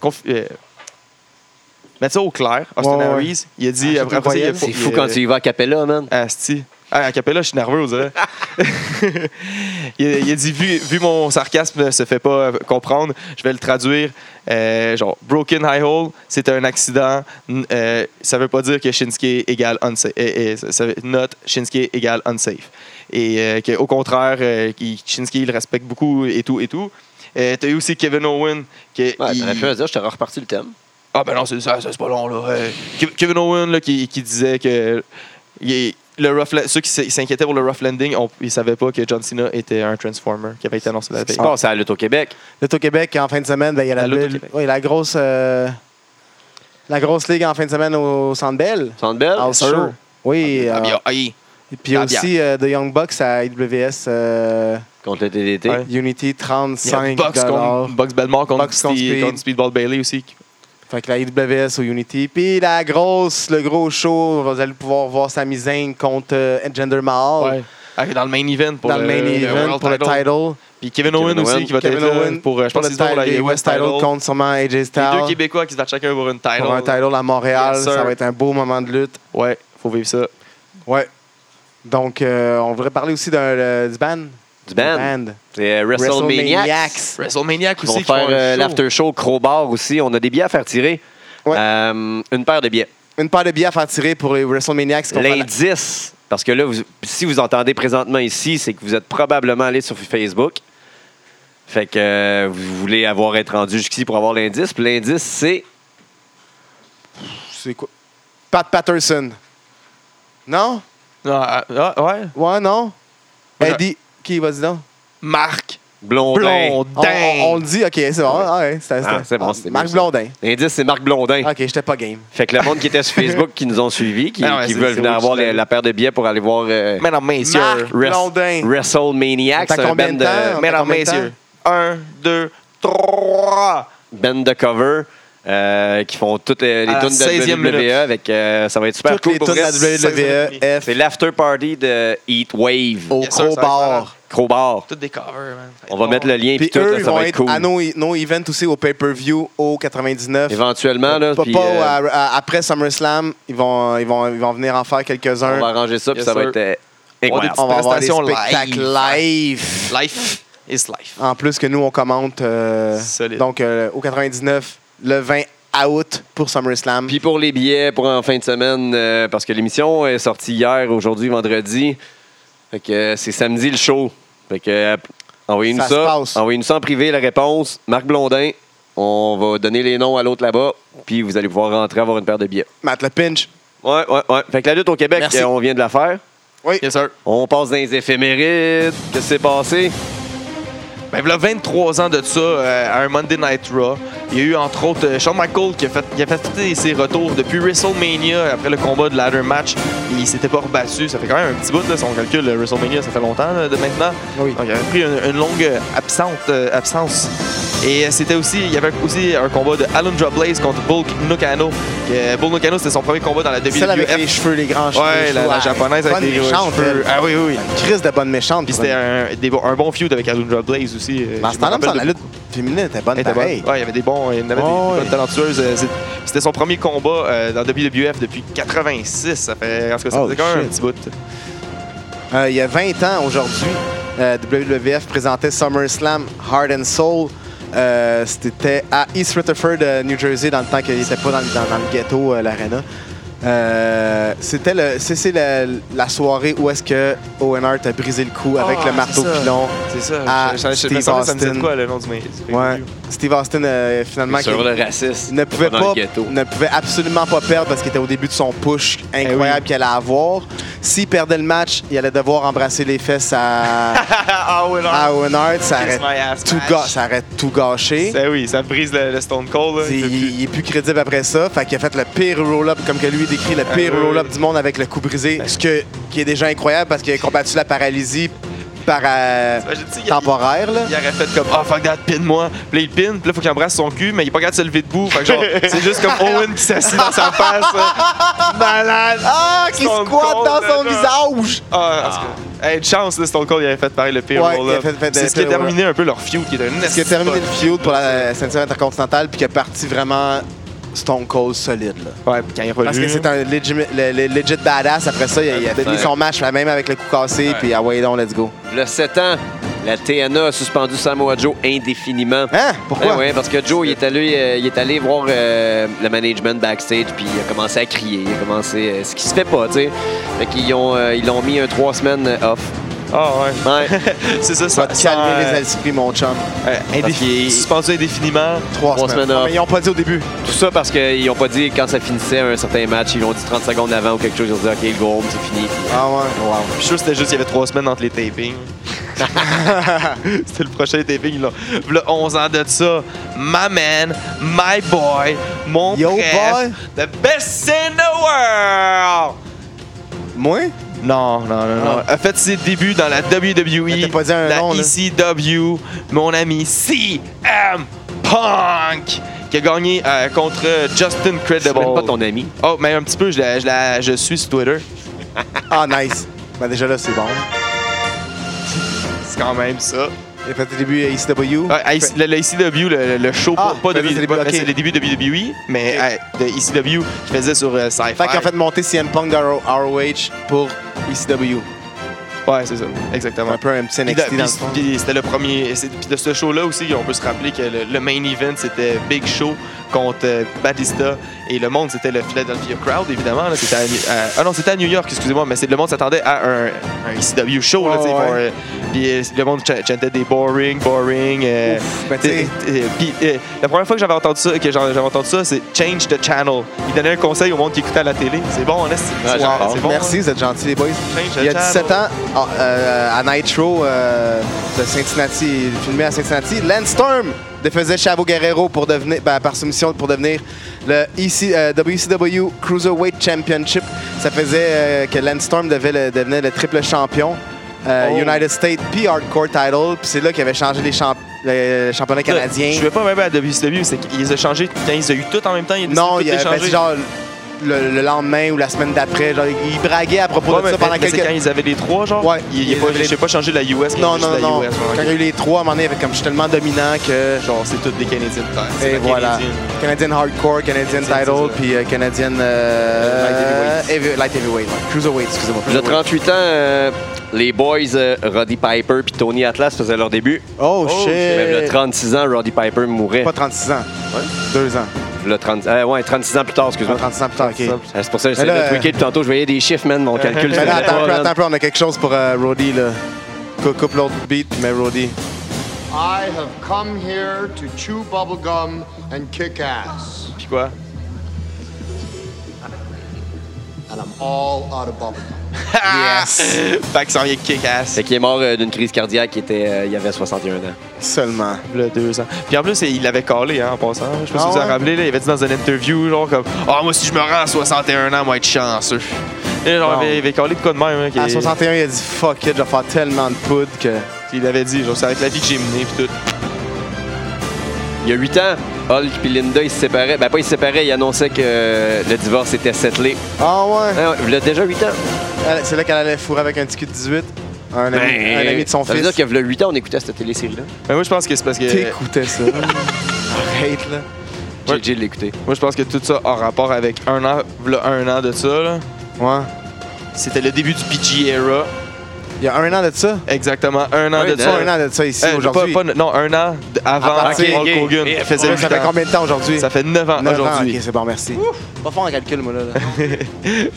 Speaker 1: conf- euh, mettre ça au clair. Austin
Speaker 3: Ouais, ouais.
Speaker 1: Harris, il a dit
Speaker 3: Ah,
Speaker 1: après, après ça, il a
Speaker 2: C'est
Speaker 1: il
Speaker 2: fou
Speaker 1: a-
Speaker 2: quand tu y vas à Capella, man.
Speaker 1: Asti. Ah, à Capella, je suis nerveux, on dirait. il, a- il a dit vu, vu mon sarcasme ne se fait pas euh, comprendre, je vais le traduire. euh, genre, broken high hole, c'est un accident. N- euh, ça veut pas dire que Shinsuke égale unsafe. not Shinsuke égale unsafe. Et euh, que, au contraire, euh, qu'il- Shinsuke, il le respecte beaucoup et tout et tout. Euh, T'as eu aussi Kevin Owen. Qui,
Speaker 2: Ouais,
Speaker 1: il-
Speaker 2: t'aurais pu me dire, je t'aurais reparti le thème.
Speaker 1: ah ben non, c'est ça, ça, c'est pas long là. Euh, Kev- Kevin Owen là, qui, qui disait que il est- le rough la- ceux qui s'in- s'inquiétaient pour le rough landing, on- ils savaient pas que John Cena était un Transformer qui avait été annoncé la
Speaker 2: C'est
Speaker 1: veille.
Speaker 2: pas à la lutte au Québec.
Speaker 3: Lutte au Québec, en fin de semaine, ben, il y a la,
Speaker 1: La lutte au
Speaker 3: belle-
Speaker 1: Québec.
Speaker 3: oui, la grosse. euh, la grosse ligue en fin de semaine au Centre Bell.
Speaker 2: Centre Bell?
Speaker 3: House
Speaker 1: sûr.
Speaker 3: Show. Oui.
Speaker 1: Ah,
Speaker 3: euh,
Speaker 1: bien, aïe.
Speaker 3: et puis
Speaker 1: ah, bien.
Speaker 3: aussi euh, The Young Bucks à IWS euh,
Speaker 2: Contre le TDT.
Speaker 1: Ouais.
Speaker 3: Unity
Speaker 1: Il y a
Speaker 3: 35
Speaker 1: Box contre Box Belmore contre,
Speaker 3: Box contre
Speaker 1: Steve-
Speaker 3: Speed.
Speaker 1: contre Speedball Bailey aussi.
Speaker 3: Fait que la IWS au Unity. Puis la grosse, le gros show, vous allez pouvoir voir Sami Zayn contre euh, Gender Mahal
Speaker 1: Ah, Dans le main event pour
Speaker 3: dans le
Speaker 1: le,
Speaker 3: main event
Speaker 1: world
Speaker 3: pour le
Speaker 1: title.
Speaker 3: title.
Speaker 1: Puis Kevin,
Speaker 2: Kevin
Speaker 1: Owen aussi
Speaker 2: Owen.
Speaker 1: qui va
Speaker 3: Kevin
Speaker 1: être là
Speaker 3: Owen
Speaker 1: pour euh, je
Speaker 3: pour
Speaker 1: pense
Speaker 3: le
Speaker 1: qu'ils ont
Speaker 3: title,
Speaker 1: la
Speaker 3: les
Speaker 1: US
Speaker 3: West
Speaker 1: title.
Speaker 3: title contre sûrement AJ Styles.
Speaker 1: Les deux Québécois qui se battent chacun pour une title.
Speaker 3: Pour un title à Montréal,
Speaker 1: Yes, sir.
Speaker 3: ça va être un beau moment de lutte.
Speaker 1: Ouais, faut vivre ça.
Speaker 3: Ouais. Donc, euh, on voudrait parler aussi d'un, euh, du ban.
Speaker 2: Du band. C'est euh, WrestleManiacs.
Speaker 1: WrestleManiac
Speaker 2: Ils
Speaker 1: aussi
Speaker 2: vont
Speaker 1: qui font
Speaker 2: faire euh,
Speaker 1: un show.
Speaker 2: l'after show crowbar aussi. On a des billets à faire tirer.
Speaker 3: Ouais.
Speaker 2: Euh, une paire de billets.
Speaker 3: Une paire de billets à faire tirer pour les WrestleManiacs. qu'on fait la-
Speaker 2: L'indice, parce que là, vous- si vous entendez présentement ici, c'est que vous êtes probablement allé sur Facebook. Fait que euh, vous voulez avoir être rendu jusqu'ici pour avoir l'indice. Puis l'indice, c'est.
Speaker 3: C'est quoi? Pat Patterson. Non?
Speaker 1: Non, ah, ah, ouais.
Speaker 3: Ouais, non?
Speaker 1: Ouais.
Speaker 3: Eddie. Qui, vas-y donc?
Speaker 1: Marc
Speaker 2: Blondin.
Speaker 3: On,
Speaker 1: Blondin.
Speaker 3: on- on le dit, ok, c'est bon. Ah, ouais, c'était-
Speaker 2: Ah,
Speaker 3: c'était-
Speaker 2: c'est bon, c'était
Speaker 3: Marc
Speaker 2: bien.
Speaker 3: Blondin.
Speaker 2: L'indice, c'est Marc Blondin.
Speaker 3: Ok, j'étais pas game.
Speaker 2: Fait que le monde qui était sur Facebook, qui nous ont suivis, qui,
Speaker 1: Ah ouais,
Speaker 2: qui
Speaker 1: c'est-
Speaker 2: veulent
Speaker 1: c'est
Speaker 2: venir
Speaker 1: où
Speaker 2: avoir
Speaker 1: tu
Speaker 2: la,
Speaker 1: l'as-
Speaker 2: la paire de billets pour aller voir euh,
Speaker 1: Mesdames, messieurs.
Speaker 3: Marc Blondin.
Speaker 2: WrestleManiacs,
Speaker 3: On t'a
Speaker 2: un
Speaker 3: combien
Speaker 2: band
Speaker 3: de temps?
Speaker 2: de,
Speaker 1: Mesdames,
Speaker 3: combien de temps?
Speaker 1: messieurs. Un, deux, trois.
Speaker 2: band de cover. euh, qui font toutes les, les
Speaker 1: À la
Speaker 2: tunes de
Speaker 1: 16e
Speaker 2: WWE
Speaker 1: minute.
Speaker 2: avec euh, ça va être super
Speaker 3: Ah, Toutes
Speaker 2: cool
Speaker 3: les
Speaker 2: pour
Speaker 3: tunes de
Speaker 2: vrai.
Speaker 3: la WWE,
Speaker 2: c'est
Speaker 3: F,
Speaker 2: l'after party de Heat Wave
Speaker 3: au
Speaker 1: Yes, sir,
Speaker 3: gros
Speaker 1: ça va être malade.
Speaker 3: bar.
Speaker 2: Crowbar
Speaker 1: Toutes des covers, man. Ça va
Speaker 2: on
Speaker 1: être
Speaker 2: va
Speaker 1: bon.
Speaker 2: mettre le lien puis
Speaker 3: Puis
Speaker 2: tout
Speaker 3: eux,
Speaker 2: là,
Speaker 3: ils
Speaker 2: ça
Speaker 3: vont
Speaker 2: va être
Speaker 3: être
Speaker 2: cool
Speaker 3: à nos, nos events aussi au pay-per-view au 99.
Speaker 2: éventuellement là,
Speaker 3: Pas-
Speaker 2: puis,
Speaker 3: pas
Speaker 2: euh,
Speaker 3: à- à- après SummerSlam, ils vont, ils, vont, ils vont venir en
Speaker 2: on
Speaker 3: faire
Speaker 2: va
Speaker 3: quelques-uns.
Speaker 2: arranger ça puis
Speaker 1: Yes,
Speaker 2: ça va
Speaker 1: sir.
Speaker 2: être euh,
Speaker 1: On va
Speaker 2: incroyable
Speaker 3: On va avoir des
Speaker 1: Prestations
Speaker 3: spectacles live.
Speaker 1: Life is life.
Speaker 3: En plus que nous, on commente. euh,
Speaker 1: Solide.
Speaker 3: donc, euh, au 99, le 20 août pour SummerSlam.
Speaker 2: Puis pour les billets pour en fin de semaine, euh, parce que l'émission est sortie hier, aujourd'hui, vendredi. Fait que euh, c'est samedi le show. Fait que euh, envoyez-nous
Speaker 3: Ça
Speaker 2: ça.
Speaker 3: se passe.
Speaker 2: Envoyez-nous ça en privé la réponse. Marc Blondin, on va donner les noms à l'autre là-bas. Puis vous allez pouvoir rentrer avoir une paire de billets.
Speaker 3: Matt Le Pinch.
Speaker 2: Ouais, ouais, ouais. Fait que la lutte au Québec,
Speaker 3: Merci.
Speaker 2: euh, on vient de la faire.
Speaker 3: Oui.
Speaker 1: Yes, sir.
Speaker 2: On passe dans les éphémérides. Qu'est-ce qui s'est passé?
Speaker 1: Ben, voilà 23 ans de ça, euh, à un Monday Night Raw. Il y a eu entre autres euh, Shawn Michaels qui a fait, il a fait tous ses retours depuis WrestleMania après le combat de ladder match. Il s'était pas rebattu. Ça fait quand même un petit bout, là, si on calcule le WrestleMania, ça fait longtemps là, de maintenant.
Speaker 3: Oui.
Speaker 1: Donc, il avait pris une, une longue euh, absente, euh, absence. Et euh, c'était aussi, il y avait aussi un combat de Alundra Blaze contre Bulk Nakano. Que euh, Bulk Nakano, c'était son premier combat dans la
Speaker 3: Celle avec les
Speaker 1: WWF.
Speaker 3: cheveux, les grands cheveux.
Speaker 1: Ouais, la, la japonaise avec les gros cheveux. Ah oui, oui, oui.
Speaker 3: Crise de bonne méchante.
Speaker 1: Puis c'était un, des bons- un bon feud avec Alundra Blaze aussi. euh,
Speaker 3: Dans
Speaker 1: je
Speaker 3: ce
Speaker 1: me
Speaker 3: temps-là,
Speaker 1: rappelle
Speaker 3: me semble,
Speaker 1: de-
Speaker 3: la lutte féminine était bonne
Speaker 1: elle était bonne.
Speaker 3: pareil.
Speaker 1: Ouais, il y avait des bons, il y en avait des-
Speaker 3: Ouais.
Speaker 1: des bonnes talentueuses. euh, c'est- C'était son premier combat euh, dans WWF depuis 86. Ça fait, en tout cas, ça
Speaker 3: Oh,
Speaker 1: faisait quand même
Speaker 3: shit.
Speaker 1: un petit bout.
Speaker 3: Euh, il y a 20 ans aujourd'hui, euh, WWF présentait SummerSlam Heart and Soul. Euh, C'était à East Rutherford, euh, New Jersey, dans le temps qu'il n'était pas dans, le- dans- dans le ghetto, euh, l'arena. Euh, C'était le, c'est- c'est le- la soirée où est-ce que Owen Hart a brisé le cou avec
Speaker 1: Ah,
Speaker 3: le marteau
Speaker 1: c'est ça.
Speaker 3: pilon.
Speaker 1: C'est ça.
Speaker 3: Ah,
Speaker 1: je, je- je- je
Speaker 3: Steve
Speaker 1: me semblait que ça me disait de
Speaker 3: Austin.
Speaker 1: quoi le nom du mail?
Speaker 3: Ouais. Steve Austin, euh, finalement, qui-
Speaker 2: Sur le racisme.
Speaker 3: ne pouvait,
Speaker 2: dans
Speaker 3: pas,
Speaker 2: le ghetto.
Speaker 3: ne pouvait absolument pas perdre parce qu'il était au début de son push incroyable
Speaker 1: Eh oui.
Speaker 3: qu'il allait avoir. S'il perdait le match, il allait devoir embrasser les fesses à,
Speaker 1: ah ouais, non.
Speaker 3: à Owen Hart. Ça
Speaker 1: Kiss
Speaker 3: aurait,
Speaker 1: my ass,
Speaker 3: tout
Speaker 1: match.
Speaker 3: ga- ça aurait tout gâché.
Speaker 1: Ça, Ben oui, ça brise le, le Stone Cold. là.
Speaker 3: C'est-
Speaker 1: Il peut plus.
Speaker 3: Il, il est plus crédible après ça. Fait qu'il a fait le pire roll-up, comme que lui décrit, le pire
Speaker 1: Eh oui. Eh.
Speaker 3: roll-up du monde avec le coup brisé, ce que- qui est déjà incroyable parce qu'il a combattu la paralysie par, euh,
Speaker 1: T'imagines, tu sais, il-
Speaker 3: temporaire. Là.
Speaker 1: Il aurait fait comme Oh fuck that, pin-moi. Puis là, il pin, puis là, faut qu'il embrasse son cul, mais il est pas capable de se lever debout. Fait que genre, c'est juste comme Owen qui s'assit dans sa face. euh, Malade!
Speaker 3: Ah, qui
Speaker 1: Stone
Speaker 3: squatte
Speaker 1: Cold,
Speaker 3: dans son
Speaker 1: là.
Speaker 3: visage!
Speaker 1: Ah, en tout cas, hey, une chance, là, Stone Cold, il avait fait pareil le pire
Speaker 3: Ouais,
Speaker 1: roll-up.
Speaker 3: il a fait- fait
Speaker 1: C'est
Speaker 3: le
Speaker 1: ce qui a
Speaker 3: pire roll-up.
Speaker 1: terminé un peu leur feud, qui est un
Speaker 3: Parce qu'il a terminé le feud pour la ceinture intercontinentale puis qu'il est parti vraiment Stone Cold solide. Là.
Speaker 1: Ouais, puis quand il est revenu.
Speaker 3: Parce que c'est un legit, le- le- legit badass. Après ça, il a, il a donné
Speaker 2: Ouais.
Speaker 3: son match, même avec le coup cassé,
Speaker 2: Ouais.
Speaker 3: puis ah ouais, donc, let's go.
Speaker 2: Le 7 ans, la TNA a suspendu Samoa Joe indéfiniment.
Speaker 3: Hein? Pourquoi?
Speaker 2: Ben ouais, parce que Joe, il est allé, euh, il est allé voir euh, le management backstage, puis il a commencé à crier, il a commencé, euh, ce qui se fait pas, tu sais. Fait qu'ils ont, euh, ils l'ont mis un trois semaines euh, off.
Speaker 1: Ah, ouais.
Speaker 2: Ouais.
Speaker 1: C'est ça,
Speaker 3: Tu vas
Speaker 1: ça.
Speaker 3: te calmer
Speaker 1: euh,
Speaker 3: les esprits, mon chum.
Speaker 2: Parce qu'il-
Speaker 1: Suspendu indéfiniment.
Speaker 3: Trois,
Speaker 2: Trois
Speaker 3: semaines. Ah,
Speaker 2: semaines off.
Speaker 3: mais ils n'ont pas dit au début.
Speaker 2: Tout ça parce qu'ils ont pas dit quand ça finissait un certain match, ils l'ont dit 30 secondes avant ou quelque chose, ils ont dit ok, le go home, c'est fini. Puis,
Speaker 3: Ah ouais.
Speaker 1: Je suis sûr que c'était juste qu'il y avait trois semaines entre les tapings. c'était le prochain taping, là. V'là 11 ans de ça. My man, my boy, mon
Speaker 3: Yo,
Speaker 1: pref,
Speaker 3: boy.
Speaker 1: the best in the world!
Speaker 3: Moi?
Speaker 1: Non, non, non, non. A fait ses débuts dans la
Speaker 3: Ah. Mais
Speaker 1: WWE,
Speaker 3: t'as pas dit un
Speaker 1: la
Speaker 3: nom, là.
Speaker 1: ECW, mon ami CM Punk, qui a gagné euh, contre Justin
Speaker 2: C'est
Speaker 1: Credible.
Speaker 2: même pas ton ami.
Speaker 1: Oh, mais un petit peu, je, la, je, la- je suis sur Twitter.
Speaker 3: Ah, nice. Ben déjà là, c'est bon.
Speaker 1: C'est quand même ça.
Speaker 3: Il a fait le début à E ECW.
Speaker 1: Ouais, à E IC- Ah, le, le ECW, le, le show,
Speaker 3: Ah,
Speaker 1: pas, pas
Speaker 3: faisait ses
Speaker 1: WWE,
Speaker 3: débuts,
Speaker 1: pas-
Speaker 3: ok.
Speaker 1: c'est les débuts de WWE, mais euh, de ECW qui faisait sur euh, Sci-Fi.
Speaker 3: Fait qu'il a fait monter CM Punk de ROH pour E ECW.
Speaker 1: Ouais, c'est ça, exactement.
Speaker 3: Un peu un petit
Speaker 1: Puis de-
Speaker 3: NXT dans le
Speaker 1: puis-
Speaker 3: fond.
Speaker 1: puis c'était le premier. c'est- Puis de ce show-là aussi, on peut se rappeler que le, le main event, c'était Big Show contre euh, Batista. Et le monde, c'était le Philadelphia Crowd, évidemment. là. C'était à New- à- ah non, c'était à New York, excusez-moi, mais c'est le monde s'attendait à un, un ECW show. là,
Speaker 3: Ouais,
Speaker 1: tu sais, ils font,
Speaker 3: Oh, ouais.
Speaker 1: euh, puis euh, le monde ch- chantait des boring, boring. euh,
Speaker 3: Ouf, ben, tu
Speaker 1: t'sais,
Speaker 3: sais,
Speaker 1: euh, puis, euh, la première fois que j'avais entendu ça, que j'en- j'avais entendu ça, c'est change the channel. Il donnait un conseil au monde qui écoutait à la télé. C'est bon, on est.
Speaker 2: Ouais,
Speaker 1: c'est
Speaker 2: j'adore.
Speaker 1: c'est bon,
Speaker 3: Merci,
Speaker 1: hein?
Speaker 3: vous êtes gentils, les boys.
Speaker 1: Change the
Speaker 3: Il y a
Speaker 1: channel.
Speaker 3: 17 ans, ah, euh, à Nitro euh, de Cincinnati, filmé à Cincinnati, Lance Storm défaisait Chavo Guerrero pour devenir, ben, par soumission pour devenir le EC, euh, WCW Cruiserweight Championship. Ça faisait euh, que Lance Storm devait le- devenait le triple champion. euh,
Speaker 1: Oh.
Speaker 3: United States puis Hardcore Title. Puis c'est là qu'il avait changé les champ- le championnat canadien.
Speaker 1: Euh, Je ne vais pas même à WCW, c'est qu'ils ont changé quand ils ont eu tout en même temps. Ils ont
Speaker 3: Non, il
Speaker 1: décidé
Speaker 3: y
Speaker 1: de tout
Speaker 3: avait
Speaker 1: échanger.
Speaker 3: genre le, le lendemain ou la semaine d'après. Genre, il braguait à propos
Speaker 1: Ouais,
Speaker 3: de
Speaker 1: mais
Speaker 3: ça pendant
Speaker 1: mais c'est
Speaker 3: quelques...
Speaker 1: quand ils avaient les trois, genre.
Speaker 3: Ouais.
Speaker 1: Il n'y
Speaker 3: Ils
Speaker 1: a pas,
Speaker 3: avaient les-
Speaker 1: j'ai pas changé la US. ils ont
Speaker 3: Non,
Speaker 1: juste
Speaker 3: non,
Speaker 1: la
Speaker 3: non.
Speaker 1: US, genre,
Speaker 3: Quand il y a eu les trois, à un moment donné, il y avait comme je suis tellement dominant que.
Speaker 1: Genre, c'est toutes des Canadiens de terre. C'est
Speaker 3: Et
Speaker 1: la
Speaker 3: voilà.
Speaker 1: Canadienne.
Speaker 3: Canadian Hardcore, Canadian
Speaker 1: Canadienne,
Speaker 3: Title,
Speaker 1: c'est ça.
Speaker 3: puis euh, Canadian.
Speaker 1: Euh,
Speaker 3: Euh,
Speaker 1: Light
Speaker 3: heavy- Light Heavyweight. ouais. Cruiserweight, excusez-moi.
Speaker 2: Il y a
Speaker 3: Cruiserweight.
Speaker 2: 38 ans, euh, les boys euh, Roddy Piper puis Tony Atlas faisaient leur début.
Speaker 3: Oh,
Speaker 1: Oh,
Speaker 2: Même le
Speaker 3: shit.
Speaker 2: 36 ans, Roddy Piper mourait.
Speaker 3: Pas 36 ans. Deux ans.
Speaker 2: Le 30, euh, ouais, 36 ans plus tard,
Speaker 3: Pas
Speaker 2: excuse-moi.
Speaker 3: 36 ans plus tard, ok.
Speaker 2: Ah, C'est pour ça que j'essayais
Speaker 3: Mais là, Euh,
Speaker 2: de tweaker depuis tantôt. Je voyais des chiffres, man. Mon calcul,
Speaker 3: Mais là,
Speaker 2: c'était
Speaker 3: attends un
Speaker 2: pas,
Speaker 3: peu,
Speaker 2: man.
Speaker 3: attends un peu, on a quelque chose pour euh, Roddy, là. Cou- Coupe l'autre beat, mais Roddy.
Speaker 5: I have come here to chew bubblegum and kick ass.
Speaker 1: Puis quoi?
Speaker 5: And I'm all out of bubblegum.
Speaker 3: Yes!
Speaker 1: Fait qu'il s'en vient kick-ass.
Speaker 2: Fait qu'il est mort euh, d'une crise cardiaque. qui était, euh, il avait 61 ans.
Speaker 3: Seulement.
Speaker 1: Là, deux ans. Puis en plus, il l'avait calé hein, en passant. Je sais pas si
Speaker 3: Ah
Speaker 1: vous vous en
Speaker 3: ouais?
Speaker 1: rappelez, là, il avait dit dans une interview, genre comme Ah, moi, si je me rends à 61 ans, moi, être chanceux. Et genre,
Speaker 3: Bon.
Speaker 1: il avait- il avait calé de quoi de même. hein, qu'il-
Speaker 3: À 61, il a dit fuck it, je vais faire tellement de poudre que.
Speaker 1: Il avait dit, genre, c'est avec la vie que j'ai menée, puis tout.
Speaker 2: Il y a 8 ans, Hulk puis Linda, ils se séparaient. Ben, pas ils se séparaient, ils annonçaient que euh, le divorce était settlé.
Speaker 3: Ah ouais!
Speaker 2: Ah, ouais, il y a déjà 8 ans.
Speaker 3: Elle- C'est là qu'elle allait fourrer avec un ticket de 18. Un ami, un ami de son
Speaker 2: Ben, ça
Speaker 3: fils.
Speaker 2: veut dire que le 8 ans, on écoutait cette télésérie-là.
Speaker 1: Mais moi, je pense que c'est parce que.
Speaker 3: T'écoutais ça. Arrête, là.
Speaker 1: Ouais.
Speaker 2: J'ai de l'écouter.
Speaker 1: Moi, je pense que tout ça a rapport avec un an, v'là un an de ça, là.
Speaker 3: Ouais.
Speaker 1: C'était le début du PG era.
Speaker 3: Il y a un an de ça.
Speaker 1: Exactement, un an
Speaker 2: Un
Speaker 1: de
Speaker 2: an.
Speaker 1: ça.
Speaker 3: Pas un an de ça ici
Speaker 1: Euh,
Speaker 3: aujourd'hui.
Speaker 1: pas- pas- non, un an d- avant
Speaker 3: Ah, ok,
Speaker 1: Hulk
Speaker 2: ok.
Speaker 1: Hogan.
Speaker 2: Et
Speaker 1: Il faisait
Speaker 3: Ouais,
Speaker 1: huit
Speaker 3: Ça fait
Speaker 1: ans.
Speaker 3: combien de temps aujourd'hui?
Speaker 1: Ça fait 9 ans
Speaker 3: Neuf ans,
Speaker 1: aujourd'hui.
Speaker 3: Ok, c'est bon, merci. Pas fort en calcul, moi, là.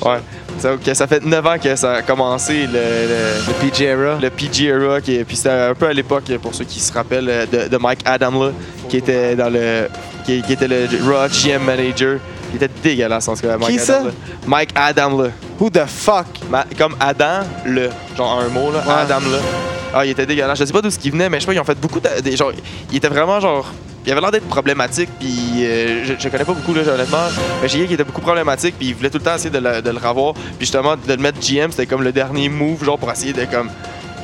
Speaker 1: Ouais. Ça, que ça fait 9 ans que ça a commencé le, le,
Speaker 3: Le PJ era.
Speaker 1: le PG era. Qui, puis c'était un peu à l'époque, pour ceux qui se rappellent, euh, de, de Mike Adam, là, qui était dans le. Qui, qui était le Raw GM manager. Il était dégueulasse en ce cas Mike
Speaker 3: Qui
Speaker 1: Adam,
Speaker 3: ça?
Speaker 1: là. Mike Adam, là.
Speaker 3: Who the fuck?
Speaker 1: Ma- comme Adam, le. Genre un mot, là.
Speaker 3: Ouais.
Speaker 1: Adam, là. Ah, il était dégueulasse. Je sais pas d'où ce qu'il venait, mais je sais pas, ils ont fait beaucoup de. des- genre, il était vraiment genre. Il avait l'air d'être problématique, puis euh, je, je connais pas beaucoup, là, honnêtement. Mais j'ai dit qu'il était beaucoup problématique, puis il voulait tout le temps essayer de le, de le revoir. Puis justement, de le mettre GM, c'était comme le dernier move, genre, pour essayer de comme.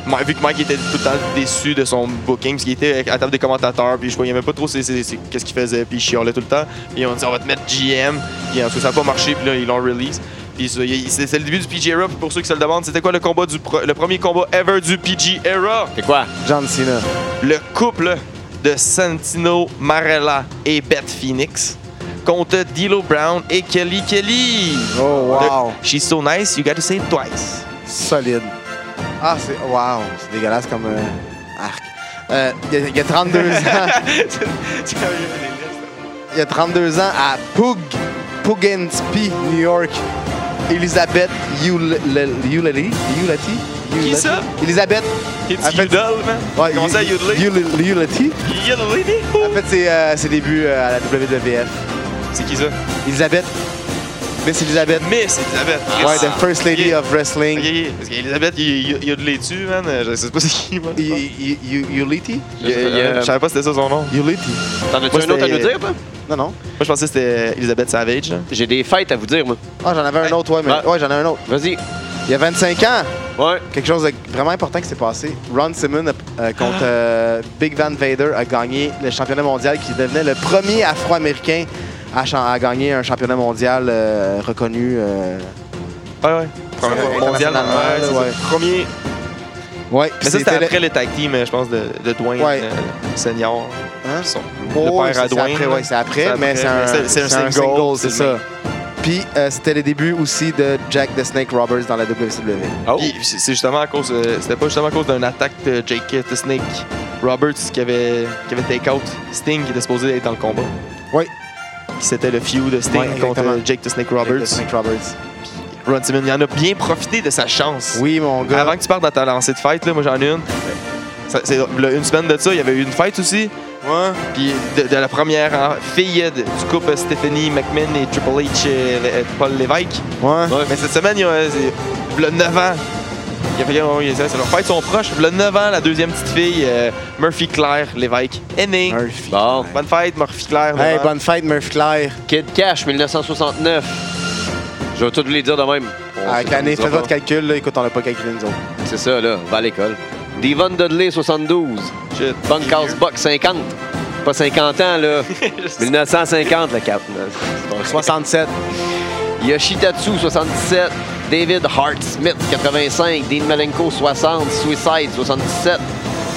Speaker 1: Ma- Vu que Mike était tout le temps déçu de son booking, parce qu'il était à la table des commentateurs, puis je voyais même pas trop c'est- c'est- c'est- qu'est-ce qu'il faisait, puis il chialait tout le temps. Puis on dit on va te mettre GM, puis en tout cas, ça a pas marché, puis là ils l'ont release. Puis ça, il- c'est c'est le début du PG Era, puis pour ceux qui se le demandent, c'était quoi le combat du pro- le premier combat ever du PG Era
Speaker 2: C'est quoi?
Speaker 3: John Cena.
Speaker 1: Le couple de Santino Marella et Beth Phoenix contre D'Lo Brown et Kelly Kelly.
Speaker 3: Oh, wow.
Speaker 1: The- She's so nice, you gotta say it twice.
Speaker 3: Solide. Ah, c'est. Wow. C'est dégueulasse comme euh, arc. Euh, Il y, a- il y a 32 ans. il y a 32 ans à Pug, Pugansby, New York. Elisabeth Eul- Le- Eulali- Eulati? Eulati?
Speaker 1: ça?
Speaker 3: Elisabeth.
Speaker 1: It's
Speaker 3: Elle fait-
Speaker 1: Udall, man.
Speaker 3: Ouais,
Speaker 1: Comment ça, Yudley?
Speaker 3: Eul- Eulati.
Speaker 1: Yudley?
Speaker 3: En fait, c'est euh, ses débuts euh, à la WWF.
Speaker 1: C'est qui ça?
Speaker 3: Elisabeth. Miss Elisabeth.
Speaker 1: Miss Elisabeth. Ah,
Speaker 3: Ouais, the first lady
Speaker 1: Yeah.
Speaker 3: of wrestling.
Speaker 1: Ok, ok. Parce qu'Elisabeth, il y a- il y a de l'étu, man. Je sais pas c'est qui, moi.
Speaker 3: Y- y- y- Eulati?
Speaker 1: Je sais pas. Je savais pas c'était ça son nom. Moi,
Speaker 3: Eulati.
Speaker 2: T'en as-tu
Speaker 1: Moi,
Speaker 2: un autre à nous
Speaker 1: c'était-
Speaker 2: dire, toi?
Speaker 3: Non, non.
Speaker 1: je pensais que c'était Elisabeth Savage. là.
Speaker 2: J'ai des fêtes à vous dire, moi.
Speaker 3: Ah, j'en avais un
Speaker 2: Hey.
Speaker 3: autre, ouais, mais.
Speaker 2: Ouais.
Speaker 3: Ouais, j'en ai un autre.
Speaker 2: Vas-y.
Speaker 3: Il y a 25 ans,
Speaker 2: Ouais.
Speaker 3: quelque chose de vraiment important qui s'est passé. Ron Simmons a- euh, contre euh, Big Van Vader a gagné le championnat mondial qui devenait le premier afro-américain à, chan- à gagner un championnat mondial euh, reconnu. euh.
Speaker 1: Ouais, ouais. Premier
Speaker 3: Ouais,
Speaker 1: mondial.
Speaker 3: international,
Speaker 1: ouais, c'est ça.
Speaker 3: ouais.
Speaker 1: Premier.
Speaker 3: Ouais,
Speaker 1: Mais
Speaker 3: puis
Speaker 1: ça, c'était
Speaker 3: le-
Speaker 1: après le tag team, je pense, de, de Dwayne
Speaker 3: Ouais.
Speaker 1: euh, Senior.
Speaker 3: Hein?
Speaker 1: Son-
Speaker 3: Oh,
Speaker 1: le père à
Speaker 3: c'est
Speaker 1: Dwayne.
Speaker 3: après, ouais, c'est après,
Speaker 1: C'est
Speaker 3: mais
Speaker 1: après,
Speaker 3: c'est
Speaker 1: mais
Speaker 3: un,
Speaker 1: c'est- c'est un
Speaker 3: c'est un
Speaker 1: single,
Speaker 3: single,
Speaker 1: c'est
Speaker 3: c'est
Speaker 1: le
Speaker 3: ça. Puis euh, c'était les débuts aussi de Jack the Snake Roberts dans la WCW.
Speaker 2: Oh.
Speaker 1: Puis c'est c'est justement à cause. euh, C'était pas justement à cause d'une attaque de Jake the Snake Roberts qui avait, qui avait take out Sting qui était supposé être dans le combat.
Speaker 3: Ouais.
Speaker 1: qui c'était le feud de Sting
Speaker 3: Ouais,
Speaker 1: contre
Speaker 3: exactement.
Speaker 1: Jake the Snake Roberts.
Speaker 3: Snake Roberts.
Speaker 1: Ron Simmons, il en a bien profité de sa chance.
Speaker 3: Oui, mon gars.
Speaker 1: Avant que tu partes dans ta lancée de fight, là, moi j'en ai une. Ça- c'est- là, une semaine de ça, il y avait eu une fight aussi.
Speaker 3: Ouais.
Speaker 1: Puis de, de la première hein, fille de- du couple Stephanie McMahon et Triple H et le- et Paul Lévesque.
Speaker 3: Ouais.
Speaker 1: Mais cette semaine, il y a c'est- le 9 ans. Il y a quelqu'un qui ça, c'est leur fête, ils sont proches. Le 9 ans, la deuxième petite fille, euh, Murphy Claire Lévesque, est née.
Speaker 3: Murphy.
Speaker 2: Bon.
Speaker 1: Bonne fête, Murphy Claire.
Speaker 3: Hey,
Speaker 1: 9 ans.
Speaker 3: bonne fête, Murphy Claire.
Speaker 2: Kid Cash, 1969. Je vais tout les dire de même. On
Speaker 3: Avec
Speaker 2: sait-
Speaker 3: l'année,
Speaker 2: on sait
Speaker 3: faites
Speaker 2: pas.
Speaker 3: votre calcul, là. Écoute, on l'a pas calculé, nous autres.
Speaker 2: C'est ça, là. Va à l'école. Devon Dudley, 72.
Speaker 1: Shit.
Speaker 2: Bunkhouse Buck, 50. Pas 50 ans, là. 1950, le cap. là.
Speaker 3: 67.
Speaker 2: Yoshitatsu, 77. David Hart Smith, 85. Dean Malenko, 60. Suicide, 77.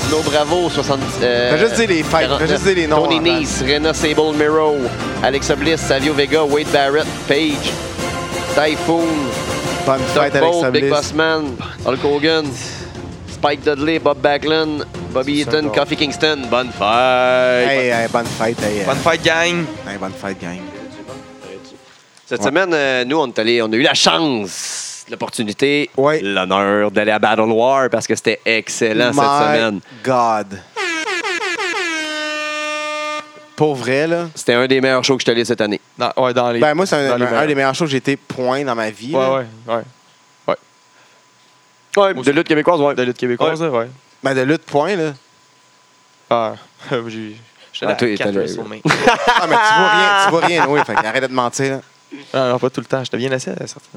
Speaker 2: Snow Bravo, 60. euh,
Speaker 3: Fais juste dire les fights, fais juste dire les noms hein,
Speaker 2: Tony
Speaker 3: en masse.
Speaker 2: Nese, Rena Sable Miro, Alexa Bliss, Savio Vega, Wade Barrett, Page, Typhoon,
Speaker 3: Bonne
Speaker 2: Doug
Speaker 3: fête, Alexa
Speaker 2: Bolt, Big Boss
Speaker 3: Bliss.
Speaker 2: Man, Hulk Hogan, Spike Dudley, Bob Backlund, Bobby Eaton, Kofi Kingston. Bonne fête!
Speaker 3: Hey, hey, bonne fête, hey, hey.
Speaker 1: Bonne fête, gang.
Speaker 3: Hey, bonne fête, gang.
Speaker 2: Cette
Speaker 3: Ouais.
Speaker 2: semaine, euh, nous, on, est allés- on a eu la chance, l'opportunité,
Speaker 3: Ouais.
Speaker 2: l'honneur d'aller à Battle War parce que c'était excellent cette
Speaker 3: My
Speaker 2: semaine.
Speaker 3: God. Pour vrai, là.
Speaker 2: C'était un des meilleurs shows que je suis allé cette année.
Speaker 1: Dans, ouais, dans les,
Speaker 3: Ben, moi, c'est un,
Speaker 1: dans les
Speaker 3: un
Speaker 1: meilleurs.
Speaker 3: des meilleurs shows que j'ai été point dans ma vie. là.
Speaker 1: Ouais, ouais, ouais.
Speaker 2: Ouais, de lutte québécoise, ouais.
Speaker 1: De lutte québécoise, ouais. ouais.
Speaker 3: Ben, de lutte, point, là.
Speaker 1: Ah, j'ai. J'étais
Speaker 2: Ah,
Speaker 1: là
Speaker 2: toi,
Speaker 1: à
Speaker 2: t'es
Speaker 1: quatre
Speaker 2: allé-
Speaker 1: WrestleMania.
Speaker 3: Ah, mais tu vois rien, tu vois rien, oui. Fait arrête de mentir, là.
Speaker 1: Non, non, pas tout le temps. J'étais bien assis à la sortie.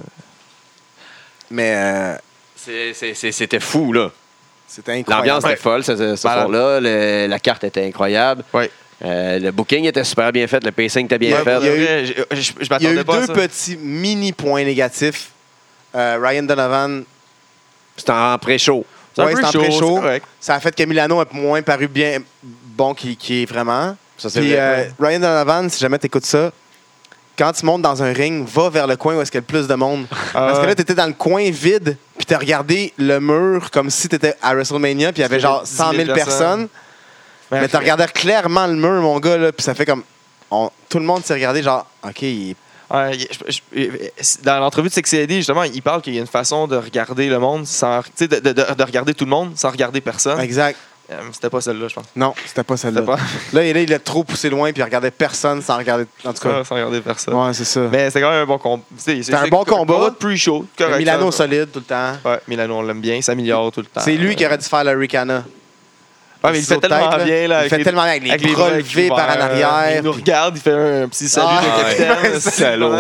Speaker 3: Mais euh,
Speaker 2: C'est- c'est- c'est- C'était fou, là.
Speaker 3: c'était incroyable.
Speaker 2: L'ambiance était folle ce, ce
Speaker 1: Malade.
Speaker 2: soir-là. Le- La carte était incroyable.
Speaker 1: Ouais. ben,
Speaker 2: Euh, le booking était super bien fait. Le pacing était bien
Speaker 3: Ouais,
Speaker 2: fait.
Speaker 3: il y a eu-
Speaker 1: Je je- je
Speaker 3: Il y a
Speaker 1: m'attendais
Speaker 3: eu
Speaker 1: pas à
Speaker 3: deux
Speaker 1: ça.
Speaker 3: petits mini points négatifs. Euh, Ryan Donovan,
Speaker 2: C'était en pré-show.
Speaker 1: C'est un
Speaker 3: ouais,
Speaker 1: peu
Speaker 3: c'est en
Speaker 1: chaud,
Speaker 3: pré-show.
Speaker 1: c'est correct.
Speaker 3: ça a fait que Milano a moins paru bien bon qu'il qu'il est vraiment.
Speaker 2: Ça, c'est
Speaker 3: Puis
Speaker 2: vrai,
Speaker 3: euh,
Speaker 2: ouais.
Speaker 3: Ryan Donovan, si jamais t'écoutes ça, quand tu montes dans un ring, va vers le coin où est-ce qu'il y a le plus de monde. Parce que
Speaker 1: ouais.
Speaker 3: là, t'étais dans le coin vide, puis t'as regardé le mur comme si t'étais à WrestleMania, puis il y avait
Speaker 1: Parce
Speaker 3: genre
Speaker 1: qu'il
Speaker 3: 100
Speaker 1: y avait
Speaker 3: 000
Speaker 1: 10 000
Speaker 3: personnes.
Speaker 1: Ouais,
Speaker 3: Mais t'as regardé clairement le mur, mon gars, là, puis ça fait comme. on- tout le monde s'est regardé, genre, OK, il est
Speaker 1: Ouais, il- je- je- dans l'entrevue de Sexy Eddie, justement, il parle qu'il y a une façon de regarder le monde sans. Tu sais, de, de- de- de regarder tout le monde sans regarder personne.
Speaker 3: Exact.
Speaker 1: Euh, C'était pas celle-là, je pense.
Speaker 3: Non, c'était pas celle-là.
Speaker 1: C'était pas
Speaker 3: Là, il, là, il a trop poussé loin puis il regardait personne sans regarder. En tout cas,
Speaker 1: sans regarder personne.
Speaker 3: ouais, c'est ça.
Speaker 1: Mais c'est quand même un bon combat.
Speaker 3: C'est un bon combat.
Speaker 1: de pre-show. correct,
Speaker 3: Milano
Speaker 1: ça.
Speaker 3: solide tout le temps.
Speaker 1: Ouais, Milano, on l'aime bien, il s'améliore tout le temps.
Speaker 3: C'est lui qui aurait dû faire la Ricana.
Speaker 1: Ouais, Ah, mais il fait
Speaker 3: Sur tête,
Speaker 1: tellement
Speaker 3: là.
Speaker 1: bien. Là,
Speaker 3: Il fait
Speaker 1: les-
Speaker 3: tellement bien avec les bras
Speaker 1: bras
Speaker 3: levés
Speaker 1: ouverts,
Speaker 3: par en arrière,
Speaker 1: Il nous
Speaker 3: puis-
Speaker 1: regarde, il fait un petit salut
Speaker 3: Ah,
Speaker 1: de
Speaker 2: ouais.
Speaker 1: capitaine.
Speaker 2: Un salaud.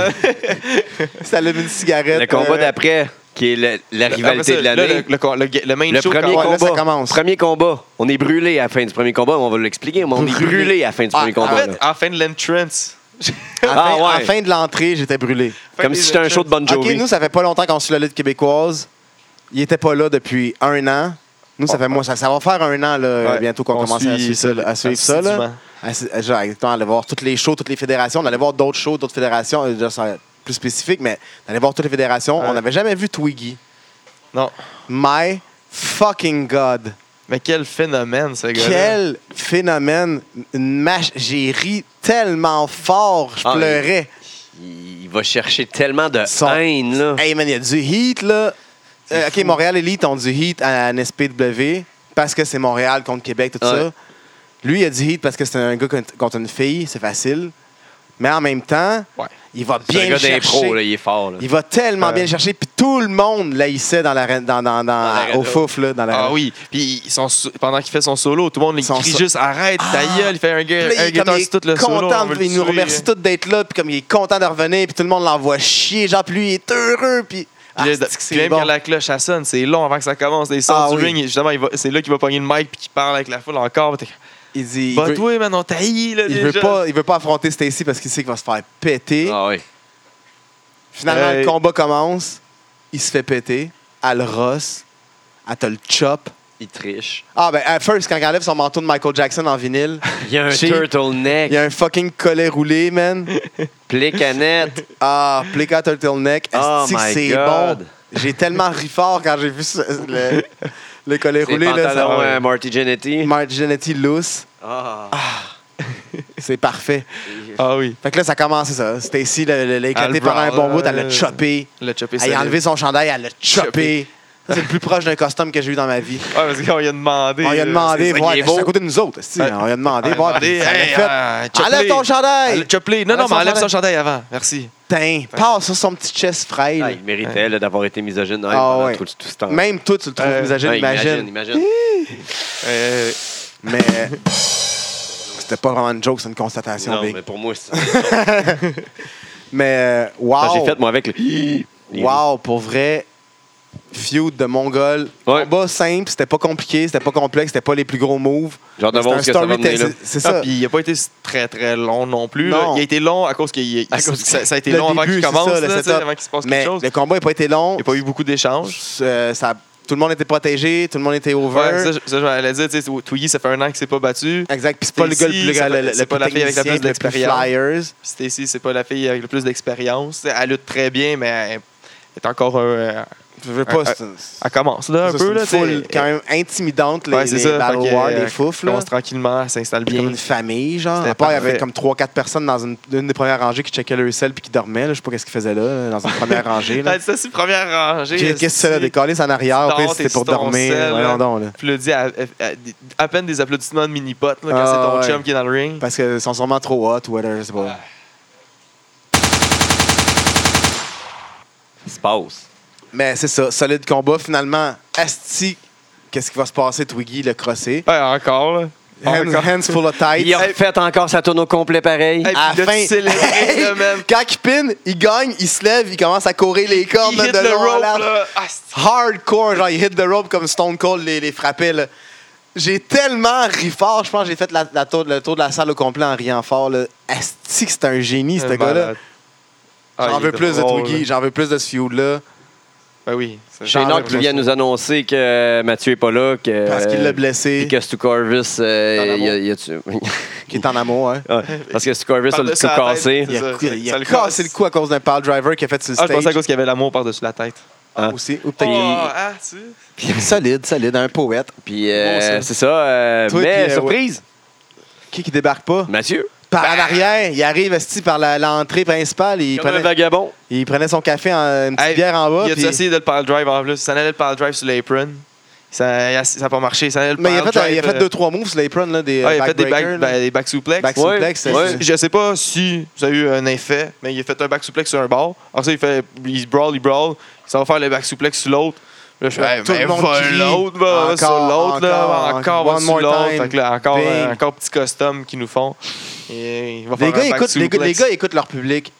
Speaker 3: Ça allume une cigarette.
Speaker 2: Le combat
Speaker 3: euh,
Speaker 2: d'après, qui est le- la rivalité
Speaker 1: Après ça,
Speaker 2: de l'année.
Speaker 1: là, Le, le, le- le main
Speaker 2: Le
Speaker 1: show,
Speaker 2: premier
Speaker 1: quand-
Speaker 3: ouais, là,
Speaker 2: combat.
Speaker 3: ça commence.
Speaker 2: Premier combat. On est brûlé à la fin du premier combat. On va l'expliquer, mais on est
Speaker 3: Brûlé.
Speaker 2: brûlé à la fin du
Speaker 3: Ah,
Speaker 2: premier
Speaker 3: en
Speaker 1: En
Speaker 2: combat. là.
Speaker 1: fait, en fin de l'entrance.
Speaker 3: à la
Speaker 2: Ah,
Speaker 3: fin- à la
Speaker 2: ouais.
Speaker 3: fin de l'entrée, j'étais brûlé.
Speaker 2: Comme si c'était un show de Bon
Speaker 3: OK,
Speaker 2: Jovi.
Speaker 3: nous, ça fait pas longtemps qu'on suit la lutte québécoise. Il était pas là depuis un an. Nous, ça fait moi, ça, ça va faire un an là,
Speaker 1: Ouais.
Speaker 3: bientôt qu'on
Speaker 1: On
Speaker 3: commence à
Speaker 1: suit
Speaker 3: suivre ça. là, à suivre ça là.
Speaker 1: assidûment.
Speaker 3: À- à- Genre, exactement, aller voir toutes les shows, toutes les fédérations. On allait voir d'autres shows, d'autres fédérations. euh, genre, ça va être plus spécifique, mais on allait voir toutes les fédérations.
Speaker 1: Ouais.
Speaker 3: On n'avait jamais vu Twiggy.
Speaker 1: Non.
Speaker 3: My fucking God.
Speaker 1: Mais quel phénomène, ce gars-là.
Speaker 3: Quel phénomène. Une mach- J'ai ri tellement fort, je
Speaker 2: Ah, oui.
Speaker 3: pleurais.
Speaker 2: Il va chercher tellement de
Speaker 3: Son-
Speaker 2: haine, là.
Speaker 3: Hey man, il y a du heat là. Euh, ok, Montréal Elite ont du heat à NSPW parce que c'est Montréal contre Québec, tout
Speaker 2: Ouais.
Speaker 3: ça. Lui, il a du heat parce que c'est un gars contre- contre une fille, c'est facile. Mais en même temps,
Speaker 1: Ouais. Ah
Speaker 3: il va
Speaker 2: C'est
Speaker 3: bien
Speaker 2: un
Speaker 3: le
Speaker 2: gars d'impro, là,
Speaker 3: chercher.
Speaker 2: il est fort. là.
Speaker 3: Il va tellement
Speaker 1: Ouais.
Speaker 3: bien le chercher, puis tout le monde l'haïssait dans la, reine- dans, dans, dans-
Speaker 2: l'arène,
Speaker 3: au
Speaker 2: là.
Speaker 3: fouf, là, dans la
Speaker 1: Ah
Speaker 3: reine.
Speaker 1: oui, puis ils sont sou- pendant qu'il fait son solo, tout le monde il
Speaker 3: Son
Speaker 1: crie
Speaker 3: so- Ah!
Speaker 1: juste arrête, ta gueule, il fait un
Speaker 3: Puis
Speaker 1: gars,
Speaker 3: là, il
Speaker 1: un
Speaker 3: est comme-
Speaker 1: guitar
Speaker 3: il
Speaker 1: sur
Speaker 3: est
Speaker 1: tout le solo.
Speaker 3: content,
Speaker 1: on veut le
Speaker 3: il nous
Speaker 1: tuer.
Speaker 3: remercie tous d'être là, puis comme il est content de revenir, puis tout le monde l'envoie chier, genre, puis lui, il est heureux, puis... Ah,
Speaker 1: Puis là,
Speaker 3: c'est-tu que
Speaker 1: puis
Speaker 3: c'est
Speaker 1: même
Speaker 3: bon.
Speaker 1: quand la cloche elle sonne, c'est long avant que ça commence. Il sort
Speaker 3: Ah
Speaker 1: du
Speaker 3: oui.
Speaker 1: ring, et justement, il va- c'est là qu'il va pogner le mic puis qu'il parle avec la foule encore. T'es-
Speaker 3: Il dit... il
Speaker 1: Bah
Speaker 3: veut-
Speaker 1: toi, man, on taillit là.
Speaker 3: Il
Speaker 1: déjà.
Speaker 3: veut pas, il veut pas affronter Stacy parce qu'il sait qu'il va se faire péter.
Speaker 2: Ah oui.
Speaker 3: Finalement,
Speaker 1: Hey.
Speaker 3: le combat commence. Il se fait péter. Elle le rosse. Elle te le chop.
Speaker 2: Il triche.
Speaker 3: Ah, ben, à first, quand elle enlève son manteau de Michael Jackson en vinyle,
Speaker 2: Il y a un
Speaker 3: Cheap.
Speaker 2: turtleneck,
Speaker 3: il y a un fucking collet roulé, man.
Speaker 2: plé canette.
Speaker 3: Ah, Plika Turtleneck.
Speaker 2: Oh
Speaker 3: Esti que
Speaker 2: my
Speaker 3: c'est
Speaker 2: God.
Speaker 3: bon. J'ai tellement ri fort quand j'ai vu ce- le, le collet
Speaker 2: Les
Speaker 3: roulé. Là, ça
Speaker 2: pantalons
Speaker 3: va.
Speaker 1: hein.
Speaker 2: euh, Marty Jannetty.
Speaker 3: Marge Jannetty loose.
Speaker 2: Ah.
Speaker 3: C'est parfait.
Speaker 1: Ah oui.
Speaker 3: Fait que là, ça a commencé ça. Stacy l'a l'a- l'a éclaté
Speaker 1: Elle
Speaker 3: pendant un bon
Speaker 1: braille.
Speaker 3: bout, elle l'a chopé.
Speaker 1: Le chopé,
Speaker 3: Elle a enlevé son chandail, elle l'a chopé. Ça, C'est le plus proche d'un costume que j'ai eu dans ma vie.
Speaker 1: Ouais, Ah, parce qu'on lui a demandé.
Speaker 3: On lui a
Speaker 1: là,
Speaker 3: demandé,
Speaker 1: c'est ça qui
Speaker 3: voir,
Speaker 1: est
Speaker 3: c'est
Speaker 1: beau.
Speaker 3: à côté de nous autres. esti.
Speaker 1: Ouais.
Speaker 3: On lui a demandé,
Speaker 1: On lui a
Speaker 3: voir,
Speaker 1: demandé,
Speaker 3: ça l'a
Speaker 1: hey,
Speaker 3: fait.
Speaker 1: euh, chopé.
Speaker 3: Enlève ton
Speaker 1: Elle
Speaker 3: chandail!
Speaker 1: l'a chopé. Non, non, mais
Speaker 3: Enlève son
Speaker 1: enlève son chandail
Speaker 3: chandail.
Speaker 1: avant. Merci.
Speaker 3: Putain, passe sur son petit chest frêle.
Speaker 2: Ah, il méritait là, d'avoir été misogyne hein,
Speaker 3: Ah,
Speaker 2: pendant
Speaker 3: ouais.
Speaker 2: tout, tout ce temps.
Speaker 3: Même toi, tu le trouves
Speaker 1: Euh,
Speaker 3: misogyne,
Speaker 2: Ouais,
Speaker 3: imagine.
Speaker 2: imagine.
Speaker 1: Euh,
Speaker 3: Mais c'était pas vraiment une joke, c'est une constatation.
Speaker 2: Non,
Speaker 3: Vic.
Speaker 2: mais pour moi, c'est
Speaker 3: Mais, euh,
Speaker 2: ça.
Speaker 3: wow!
Speaker 2: J'ai fait, moi, avec le.
Speaker 3: Wow, pour vrai, feud de Mongol.
Speaker 2: Ouais.
Speaker 3: Combat simple, c'était pas compliqué, c'était pas complexe, c'était pas les plus gros moves.
Speaker 2: Genre de
Speaker 3: C'était
Speaker 2: monstre que ça va
Speaker 3: storytelling,
Speaker 2: mener, là.
Speaker 3: c'est- C'est
Speaker 1: ah,
Speaker 3: ça.
Speaker 1: Puis il a pas été très, très long non plus. là.
Speaker 3: Non.
Speaker 1: Il a été long à cause qu'il il-
Speaker 2: À cause que-
Speaker 1: ça, ça a été
Speaker 3: Le
Speaker 1: long avant qu'il
Speaker 3: début, c'est
Speaker 1: commence,
Speaker 3: ça,
Speaker 1: là,
Speaker 3: le
Speaker 1: tu sais,
Speaker 3: setup.
Speaker 1: avant qu'il se passe
Speaker 3: Mais
Speaker 1: quelque chose.
Speaker 3: le combat n'a pas été long.
Speaker 1: Il n'y a pas eu beaucoup d'échanges.
Speaker 3: Euh, ça- tout le monde était protégé, tout le monde était over.
Speaker 1: Ouais, ça, je- ça, j'allais dire, tu sais, Twiggy, ça fait un an qu'il s'est pas battu.
Speaker 3: Exact. Puis c'est pas le gars le
Speaker 1: Stacy,
Speaker 3: plus,
Speaker 1: ça
Speaker 3: le,
Speaker 1: fait-
Speaker 3: le,
Speaker 1: c'est pas la fille avec la plus
Speaker 3: technicien, le
Speaker 1: d'expérience.
Speaker 3: flyers.
Speaker 1: Puis Stacy, c'est pas la fille avec le plus d'expérience. Elle lutte très bien, mais elle est encore. un-
Speaker 3: Je veux pas.
Speaker 1: Ah,
Speaker 3: c'est-
Speaker 1: Elle commence là un
Speaker 3: ça,
Speaker 1: peu.
Speaker 3: c'est
Speaker 1: là,
Speaker 3: une
Speaker 1: tu sais.
Speaker 3: foule quand même intimidante, les,
Speaker 1: Ouais, c'est
Speaker 3: les
Speaker 1: ça.
Speaker 3: Battle
Speaker 1: Fait que,
Speaker 3: War,
Speaker 1: euh,
Speaker 3: les foufs.
Speaker 1: commence
Speaker 3: là.
Speaker 1: tranquillement, elle s'installe
Speaker 3: Puis
Speaker 1: bien.
Speaker 3: comme une famille, genre.
Speaker 1: C'était
Speaker 3: À part, il y
Speaker 1: parfait.
Speaker 3: avait comme 3-4 personnes dans une, une des premières rangées qui checkaient leur sel puis qui dormaient. là. Je sais pas qu'est-ce qu'ils faisaient là, euh, dans une première rangée. là.
Speaker 1: Elle dit, ça, c'est première rangée.
Speaker 3: Qu'est- Qu'est-ce que c'est là,
Speaker 1: des
Speaker 3: décoller en arrière?
Speaker 1: Tu
Speaker 3: Au pire,
Speaker 1: dors,
Speaker 3: c'était
Speaker 1: t'es
Speaker 3: pour
Speaker 1: sur ton
Speaker 3: dormir.
Speaker 1: sel,
Speaker 3: Ouais,
Speaker 1: là.
Speaker 3: non, non, là.
Speaker 1: Applaudis à, à- à- à peine des applaudissements de mini-pot là, quand
Speaker 3: Ah,
Speaker 1: c'est ton
Speaker 3: ouais.
Speaker 1: chum qui est dans le ring.
Speaker 3: Parce qu'ils sont sûrement trop hot ou whatever, c'est pas.
Speaker 2: Il se passe.
Speaker 3: Mais c'est ça, solide combat. Finalement, Asti, qu'est-ce qui va se passer, Twiggy, le crossé?
Speaker 1: Ouais, encore. Là.
Speaker 3: Hands,
Speaker 1: Encore.
Speaker 3: hands full of tight.
Speaker 2: Il a fait encore sa tourne au complet pareil.
Speaker 1: Hey,
Speaker 3: à
Speaker 1: puis
Speaker 3: la
Speaker 1: là,
Speaker 3: fin-
Speaker 1: tu célébrais là, même.
Speaker 3: Quand il pin, il gagne, il se lève, il commence à courir les cordes
Speaker 1: Il
Speaker 3: man,
Speaker 1: hit
Speaker 3: de
Speaker 1: le
Speaker 3: long en
Speaker 1: rope,
Speaker 3: large.
Speaker 1: là. Ah, c'est-
Speaker 3: hardcore, genre il hit the rope comme Stone Cold les, les frappait. là. J'ai tellement ri fort, je pense que j'ai fait la, la tour, le tour de la salle au complet en riant fort. Là. Asti que c'est un génie, ce
Speaker 1: Un
Speaker 3: gars-là.
Speaker 1: Euh, malade. Ah,
Speaker 3: J'en
Speaker 1: il
Speaker 3: veux
Speaker 1: est
Speaker 3: plus
Speaker 1: drôle,
Speaker 3: de Twiggy,
Speaker 1: là.
Speaker 3: j'en veux plus de ce feud-là.
Speaker 1: Ben oui. c'est-
Speaker 2: Chez
Speaker 3: Charles
Speaker 2: Nock qui vient nous annoncer que euh, Mathieu n'est pas là. Que,
Speaker 3: Parce qu'il
Speaker 1: Euh,
Speaker 3: l'a blessé.
Speaker 2: Et que Stu Corvus. euh,
Speaker 1: Dans l'amour.
Speaker 2: il a- il a tué-
Speaker 3: Qui est en amour, hein.
Speaker 2: Ah, Parce que Stu Corvus a
Speaker 1: Par-dessus
Speaker 2: le
Speaker 1: la
Speaker 2: tout
Speaker 1: tête,
Speaker 2: cassé.
Speaker 1: c'est
Speaker 3: Il a,
Speaker 1: ça,
Speaker 3: cou- il a
Speaker 1: ça le casse.
Speaker 3: cassé le coup à cause d'un pile driver qu'il a fait sur le
Speaker 1: Ah, je pensais à
Speaker 3: stage.
Speaker 1: cause qu'il y avait l'amour par-dessus la tête.
Speaker 2: Ah.
Speaker 3: Aussi. Ou
Speaker 1: Oh,
Speaker 3: peut-être-
Speaker 1: ah, tu-
Speaker 3: Solide, solide, un poète.
Speaker 2: Puis euh,
Speaker 1: Bon, ça.
Speaker 2: c'est ça. euh,
Speaker 3: Toi,
Speaker 2: mais
Speaker 3: puis, euh,
Speaker 2: surprise,
Speaker 3: Qui qui débarque pas?
Speaker 2: Mathieu.
Speaker 3: Par en arrière, il arrive esti, par la- l'entrée principale. Il
Speaker 2: Comme un
Speaker 3: prenait,
Speaker 2: vagabond.
Speaker 3: il prenait son café, en, une petite
Speaker 1: Hey,
Speaker 3: bière en bas.
Speaker 1: Il a
Speaker 3: puis-
Speaker 1: essayé de le pile drive en plus. Ça allait le pile drive sur l'apron. Ça n'a pas marché. Ça allait le
Speaker 3: Mais il
Speaker 1: pile
Speaker 3: a fait,
Speaker 1: drive,
Speaker 3: il a fait
Speaker 1: euh,
Speaker 3: deux, trois moves sur l'apron, là, des euh,
Speaker 1: Ah, il a fait des back,
Speaker 3: backbreakers, là.
Speaker 1: ben, des back suplex.
Speaker 3: Back
Speaker 2: Ouais,
Speaker 3: suplex, c'est-
Speaker 2: ouais.
Speaker 3: c'est-
Speaker 1: Je sais pas si ça a eu un effet, mais il a fait un back suplex sur un bord. Après ça, il fait il se brawl, il brawl. Il s'en va faire le back suplex sur l'autre. Là, je fais, hey,
Speaker 3: Tout le
Speaker 1: mais
Speaker 3: monde
Speaker 1: va
Speaker 3: crie.
Speaker 1: l'autre, va va sur
Speaker 3: Encore,
Speaker 1: l'autre, là,
Speaker 3: encore,
Speaker 1: encore, va
Speaker 3: one
Speaker 1: sur
Speaker 3: more
Speaker 1: l'autre.
Speaker 3: time.
Speaker 1: Fait que là, encore,
Speaker 3: Bing.
Speaker 1: euh, encore petit custom qu'ils nous font. Et il va
Speaker 3: Les
Speaker 1: faire
Speaker 3: gars,
Speaker 1: un back
Speaker 3: écoutent, les, gars, les
Speaker 1: suplex.
Speaker 3: gars écoutent leur public.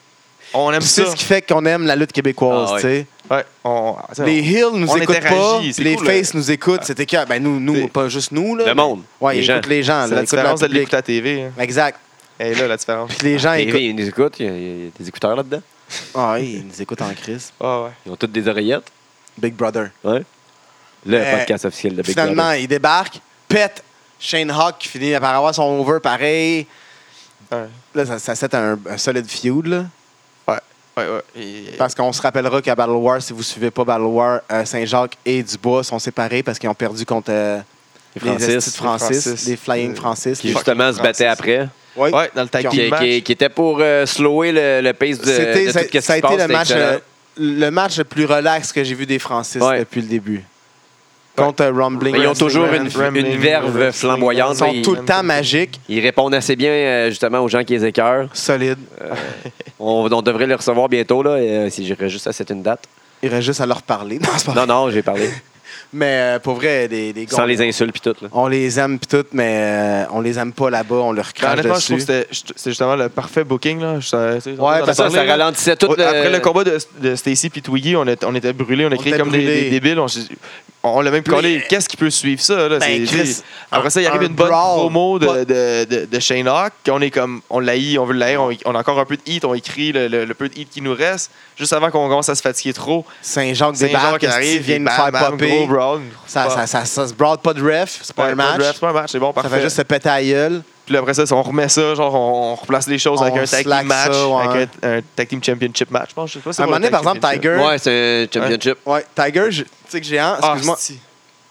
Speaker 1: on aime
Speaker 3: Puis C'est
Speaker 1: ça.
Speaker 3: ce qui fait qu'on aime la lutte québécoise,
Speaker 2: Ah, ouais.
Speaker 3: tu sais.
Speaker 1: Ouais, on, ah, tu sais,
Speaker 3: Les Hills nous
Speaker 1: on
Speaker 3: écoutent pas,
Speaker 1: interagit, c'est
Speaker 3: les
Speaker 1: cool,
Speaker 3: Faces nous écoutent,
Speaker 1: Ah.
Speaker 3: c'était que ben nous nous
Speaker 1: C'est-
Speaker 3: pas juste nous là.
Speaker 2: Le monde,
Speaker 3: Ouais,
Speaker 2: les
Speaker 3: ils
Speaker 2: gens.
Speaker 3: écoutent les gens,
Speaker 1: on- c'est
Speaker 3: là,
Speaker 1: la
Speaker 3: ils écoutent leur
Speaker 1: différence de
Speaker 3: public.
Speaker 1: l'écouter à TV. hein.
Speaker 3: Exact.
Speaker 1: Elle est là, la différence.
Speaker 3: Puis les gens
Speaker 2: TV,
Speaker 3: écoutent.
Speaker 2: ils nous écoutent. Il y a- il y a des écouteurs là-dedans.
Speaker 3: Ah oui, ils nous écoutent en crise.
Speaker 1: Ah ouais.
Speaker 2: Ils ont toutes des oreillettes.
Speaker 3: Big Brother.
Speaker 2: Ouais. Le
Speaker 3: Euh,
Speaker 2: podcast officiel de Big
Speaker 3: Finalement,
Speaker 2: Brother.
Speaker 3: ils débarquent, pètent Shane Hawk qui finit par avoir son over pareil.
Speaker 1: Ouais.
Speaker 3: Là, ça, ça c'est un, un solide feud, là.
Speaker 1: Ouais, ouais. Et-
Speaker 3: Parce qu'on se rappellera qu'à Battle War, si vous suivez pas Battle War, euh, Saint-Jacques et Dubois sont séparés parce qu'ils ont perdu contre euh,
Speaker 2: Et
Speaker 3: les
Speaker 2: Francis,
Speaker 3: Estis de Francis,
Speaker 1: Francis.
Speaker 3: les Flying
Speaker 1: Euh,
Speaker 3: Francis.
Speaker 2: Qui
Speaker 1: fucking
Speaker 2: justement se battait
Speaker 1: Francis.
Speaker 2: après.
Speaker 3: Ouais.
Speaker 1: Ouais, dans le tag
Speaker 3: Qui-
Speaker 2: Qui,
Speaker 1: team match.
Speaker 2: qui- qui était pour euh, slower le, le pace de,
Speaker 3: C'était-
Speaker 2: euh, de
Speaker 3: ça,
Speaker 2: tout ce qui
Speaker 3: ça a
Speaker 2: se
Speaker 3: été
Speaker 2: passe,
Speaker 3: le
Speaker 2: c'était
Speaker 3: match,
Speaker 2: excellent.
Speaker 3: euh, le match le plus relax que j'ai vu des Francis
Speaker 2: Ouais.
Speaker 3: depuis le début. Contre euh, Rumbling.
Speaker 2: Mais ils ont
Speaker 3: Wrestling.
Speaker 2: toujours
Speaker 1: Ram-
Speaker 2: une,
Speaker 1: Ram-
Speaker 2: une verve
Speaker 1: Ram-
Speaker 3: Ils
Speaker 2: flamboyante.
Speaker 3: sont
Speaker 2: Ils,
Speaker 3: tout le temps magiques,
Speaker 2: ils répondent assez bien euh, justement aux gens qui les écœurent.
Speaker 3: solides.
Speaker 2: On, on devrait les recevoir bientôt, là, et, euh, si j'irais juste à cette une date.
Speaker 3: Il reste juste à leur parler. Non, c'est pas
Speaker 2: Non,
Speaker 3: vrai.
Speaker 2: non, j'ai parlé.
Speaker 3: Mais euh, pour vrai, des, des
Speaker 2: Sans les insultes puis tout. Là.
Speaker 3: On les aime pis tout, mais euh, on les aime pas là-bas, on leur
Speaker 1: Ben,
Speaker 3: crache
Speaker 1: honnêtement, je
Speaker 3: dessus.
Speaker 1: trouve que c'était- je- c'est justement le parfait booking. Là. Je- tu sais, on
Speaker 3: Ouais,
Speaker 1: en a
Speaker 3: parce
Speaker 2: Ça,
Speaker 1: parlé,
Speaker 2: ça
Speaker 1: là.
Speaker 2: ralentissait tout
Speaker 1: Au-
Speaker 2: le...
Speaker 1: Après le combat de, de Stacy puis Twiggy, on, est- on était brûlés, on a
Speaker 3: On
Speaker 1: crié
Speaker 3: était
Speaker 1: comme des,
Speaker 3: brûlés.
Speaker 1: des débiles. On, s'est- on l'a même
Speaker 3: Puis-
Speaker 1: collé. Qu'est-ce qui peut suivre ça? Là?
Speaker 3: Ben,
Speaker 1: C'est-
Speaker 3: Chris,
Speaker 1: c'est- Après ça, il
Speaker 3: un-
Speaker 1: arrive
Speaker 3: un
Speaker 1: une bonne
Speaker 3: brawl.
Speaker 1: promo de,
Speaker 3: Pas-
Speaker 1: de, de, de Shane Hawk. qu'on On est comme, on l'a on veut le l'haïr, on, on a encore un peu de hit, on écrit le, le- le peu de hit qui nous reste. Juste avant qu'on commence à se fatiguer trop,
Speaker 3: Saint-Jacques
Speaker 1: c'est
Speaker 3: débarque,
Speaker 1: qui
Speaker 3: qui
Speaker 1: arrive,
Speaker 3: vient nous
Speaker 1: bam,
Speaker 3: faire
Speaker 1: bam,
Speaker 3: popper.
Speaker 1: gros brawl.
Speaker 3: Ça, ça, ça, ça se brawl pas de ref, c'est pas
Speaker 1: Ouais,
Speaker 3: un match.
Speaker 1: draft, C'est pas un match, c'est bon,
Speaker 3: Ça fait
Speaker 1: parfait.
Speaker 3: juste se péter à la gueule.
Speaker 1: Puis là, après ça, si on remet ça, genre on, on replace les choses avec
Speaker 3: On
Speaker 1: un tag
Speaker 3: slack
Speaker 1: team match,
Speaker 3: ça, ouais.
Speaker 1: avec un, un tag team championship match, je pense. Je sais pas si c'est
Speaker 3: À un
Speaker 1: pour
Speaker 3: moment
Speaker 1: le
Speaker 3: donné, par
Speaker 1: tag
Speaker 3: exemple,
Speaker 1: championship.
Speaker 2: Ouais, c'est
Speaker 3: Tiger.
Speaker 2: un championship.
Speaker 3: Ouais, Tiger, je- tu sais que géant,
Speaker 1: Ah,
Speaker 3: excuse-moi.
Speaker 1: si.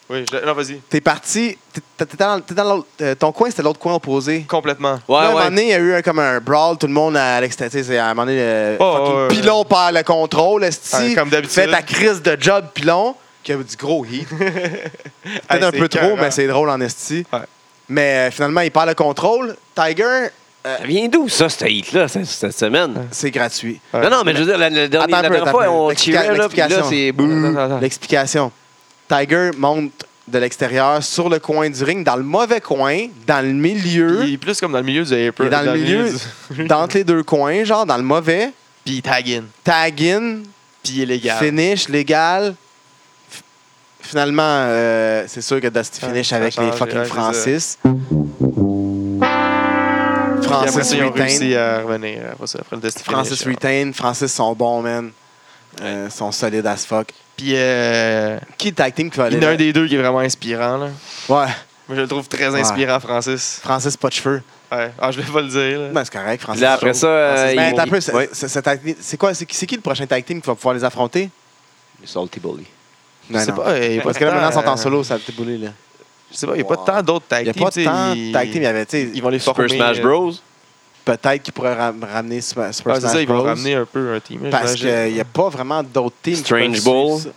Speaker 1: Oui, je- non, vas-y.
Speaker 3: T'es parti, t'es- t'étais dans, t'étais dans l'autre- euh, ton coin, c'était l'autre coin opposé.
Speaker 1: Complètement.
Speaker 2: Ouais,
Speaker 3: Là, à un
Speaker 2: ouais.
Speaker 3: moment donné, il y a eu un, comme un brawl, tout le monde à l'extérieur. tu sais, c'est- À un moment donné, le
Speaker 1: Oh,
Speaker 3: fucking
Speaker 1: ouais, ouais.
Speaker 3: pilon perd le contrôle.
Speaker 1: Ah,
Speaker 3: Esti,
Speaker 1: comme d'habitude.
Speaker 3: fait ta crise de job pilon, qui a du gros hit. Peut-être
Speaker 1: Hey, c'est
Speaker 3: un peu trop,
Speaker 1: écœurant.
Speaker 3: mais c'est drôle en esti.
Speaker 1: Ouais.
Speaker 3: Mais euh, finalement, il perd le contrôle. Tiger,
Speaker 2: Ça vient d'où, ça, ce hit-là, cette, cette semaine?
Speaker 3: c'est gratuit.
Speaker 1: Ouais.
Speaker 2: Non, non, mais je veux dire, la, la dernière,
Speaker 3: Attends un
Speaker 2: la
Speaker 3: peu,
Speaker 2: dernière
Speaker 3: attends
Speaker 2: fois,
Speaker 3: un peu.
Speaker 2: on
Speaker 3: L'explica-
Speaker 2: cheerait, là, puis là,
Speaker 3: l'explication.
Speaker 2: c'est...
Speaker 1: Attends,
Speaker 2: bouh.
Speaker 1: attends, attends.
Speaker 3: L'explication. Tiger monte de l'extérieur sur le coin du ring, dans le mauvais coin, dans le milieu.
Speaker 1: Il est plus comme dans le milieu du apron.
Speaker 3: Il est dans le milieu,
Speaker 1: du-
Speaker 3: d'entre les deux coins, genre dans le mauvais.
Speaker 1: Puis il tag in.
Speaker 3: Tag in,
Speaker 1: Puis il est légal.
Speaker 3: finish légal. F- Finalement, euh, c'est sûr que Dusty
Speaker 1: Ouais,
Speaker 3: finish
Speaker 1: ça
Speaker 3: avec les
Speaker 1: change,
Speaker 3: fucking
Speaker 1: ouais, c'est
Speaker 3: Francis.
Speaker 1: Puis après
Speaker 3: Francis
Speaker 1: ça, ils ont réussi
Speaker 3: retain.
Speaker 1: à hein. revenir. euh, Après ça, après le Dusty
Speaker 3: Francis
Speaker 1: Finish.
Speaker 3: retain. Francis sont bons, man. Euh, sont solides as fuck.
Speaker 1: Puis euh,
Speaker 3: Qui est le tag team qui va
Speaker 1: il
Speaker 3: aller?
Speaker 1: y en a un
Speaker 3: là?
Speaker 1: des deux qui est vraiment inspirant. Là.
Speaker 3: Ouais,
Speaker 1: Moi, je le trouve très
Speaker 3: Ouais.
Speaker 1: inspirant, Francis.
Speaker 3: Francis pas de cheveux.
Speaker 1: Ouais. Ah, je vais pas le dire. là.
Speaker 3: Ben, c'est correct, Francis.
Speaker 2: Là, après ça, euh,
Speaker 3: Mais attends un peu,
Speaker 2: ils-
Speaker 3: c'est-
Speaker 2: ouais.
Speaker 3: c'est- c'est tag team- c'est quoi? C'est qui c'est qui le prochain tag team qui va pouvoir les affronter? Ben,
Speaker 2: Les Salty Bully.
Speaker 1: Je sais pas. il y a pas
Speaker 3: Parce
Speaker 1: de
Speaker 3: que là,
Speaker 1: temps,
Speaker 3: maintenant, ils sont en
Speaker 1: euh,
Speaker 3: solo, ça a été boulé, là.
Speaker 1: Je sais pas, il n'y a pas
Speaker 3: Wow.
Speaker 1: tant d'autres tag
Speaker 3: Il n'y a
Speaker 1: teams.
Speaker 3: pas
Speaker 1: tu sais,
Speaker 3: tant de
Speaker 1: ils-
Speaker 3: tag team. Il y avait, tu
Speaker 1: Ils
Speaker 3: sais,
Speaker 1: vont les former. euh,
Speaker 2: Super
Speaker 3: euh,
Speaker 2: Smash Bros.
Speaker 3: peut-être qu'ils pourraient ram- ramener Super, Super
Speaker 1: Ah, c'est
Speaker 3: Smash
Speaker 1: ça, ils vont
Speaker 3: Bros.
Speaker 1: ramener un peu un team. là,
Speaker 3: Parce
Speaker 1: j'imagine.
Speaker 3: qu'il n'y a pas vraiment d'autres teams. qui
Speaker 2: Strange
Speaker 3: peuvent suivre
Speaker 2: Bull.
Speaker 3: ça.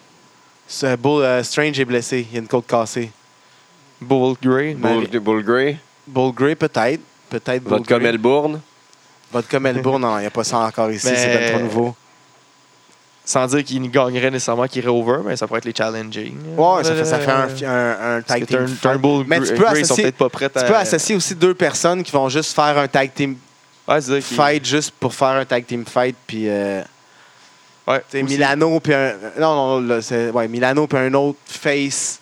Speaker 3: Ce Bull, euh, Strange est blessé. Il a une côte cassée.
Speaker 1: Bull Grey.
Speaker 3: Mais-
Speaker 2: Bull, Bull Grey.
Speaker 3: Bull Grey, peut-être. Peut-être Bull
Speaker 2: Votre comme
Speaker 3: Grey.
Speaker 2: Elbourne.
Speaker 3: Vodka Melbourne, non, il n'y a pas ça encore ici.
Speaker 1: Mais-
Speaker 3: C'est bien trop nouveau.
Speaker 1: Sans dire qu'ils ne gagneraient nécessairement, qu'ils iraient over, mais ça pourrait être les challenging.
Speaker 3: Ouais, ça fait, ça fait un, un, un
Speaker 1: Parce
Speaker 3: tag
Speaker 1: que
Speaker 3: team.
Speaker 1: Turn- Turnbull
Speaker 3: Mais
Speaker 1: Gre-
Speaker 3: tu peux
Speaker 1: Gray sont
Speaker 3: associer-
Speaker 1: peut-être pas prêts
Speaker 3: Tu
Speaker 1: à.
Speaker 3: peux associer aussi deux personnes qui vont juste faire un tag team
Speaker 1: Ouais, c'est ça.
Speaker 3: fight juste pour faire un tag team fight puis euh,
Speaker 1: Ouais,
Speaker 3: tu sais,
Speaker 1: aussi.
Speaker 3: Milano puis un non non là, c'est ouais Milano puis un autre face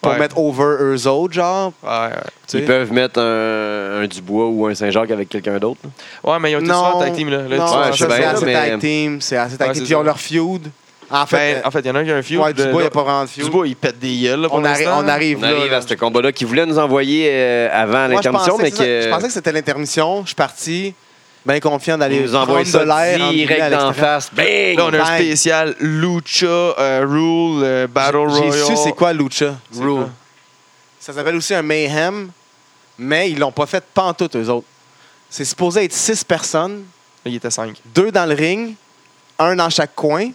Speaker 3: pour
Speaker 1: Ouais.
Speaker 3: mettre over eux autres genre
Speaker 1: Ouais, ouais.
Speaker 3: tu
Speaker 2: Ils
Speaker 3: sais.
Speaker 2: peuvent mettre un, un Dubois ou un Saint-Jacques avec quelqu'un d'autre. là.
Speaker 1: Ouais, mais ils ont tous
Speaker 3: non
Speaker 1: fait tag team là. là
Speaker 3: non
Speaker 1: tu vois,
Speaker 2: Ouais,
Speaker 3: ça
Speaker 2: je
Speaker 1: en
Speaker 2: sais
Speaker 3: c'est
Speaker 1: fait,
Speaker 2: bien,
Speaker 1: là,
Speaker 3: assez
Speaker 2: mais-
Speaker 3: tag team c'est assez tag
Speaker 1: Ouais,
Speaker 3: team
Speaker 1: c'est
Speaker 3: puis ils ont
Speaker 1: ça.
Speaker 3: leur feud en fait
Speaker 1: ben,
Speaker 3: euh,
Speaker 1: en fait, il y en a un qui a un feud.
Speaker 3: ouais,
Speaker 1: de-
Speaker 3: Dubois il n'y a pas vraiment de feud
Speaker 1: Dubois, il pète des gueules là, pour
Speaker 3: on, arri-
Speaker 1: l'instant.
Speaker 3: on arrive
Speaker 2: On
Speaker 3: là,
Speaker 2: arrive
Speaker 3: là.
Speaker 2: à ce combat-là qu'ils voulaient nous envoyer euh, avant
Speaker 3: Moi, je
Speaker 2: l'intermission,
Speaker 3: pensais
Speaker 2: mais
Speaker 3: que c'est ça. je
Speaker 2: que
Speaker 3: pensais que c'était l'intermission je suis parti bien confiant d'aller
Speaker 2: ils nous envoyaient
Speaker 3: prendre
Speaker 2: ça
Speaker 3: de l'air en guillemets, à
Speaker 2: direct d'en
Speaker 3: l'extérieur.
Speaker 2: face. Bang!
Speaker 1: Là, on a un
Speaker 3: Bang.
Speaker 1: spécial Lucha euh, Rule euh, Battle Royale.
Speaker 3: J'ai su c'est quoi Lucha
Speaker 1: C'est
Speaker 3: Rule.
Speaker 1: quoi?
Speaker 3: Ça s'appelle aussi un Mayhem, mais ils l'ont pas fait pantoute, eux autres. C'est supposé être six personnes,
Speaker 1: Il était 5.
Speaker 3: deux dans le ring, un dans chaque coin.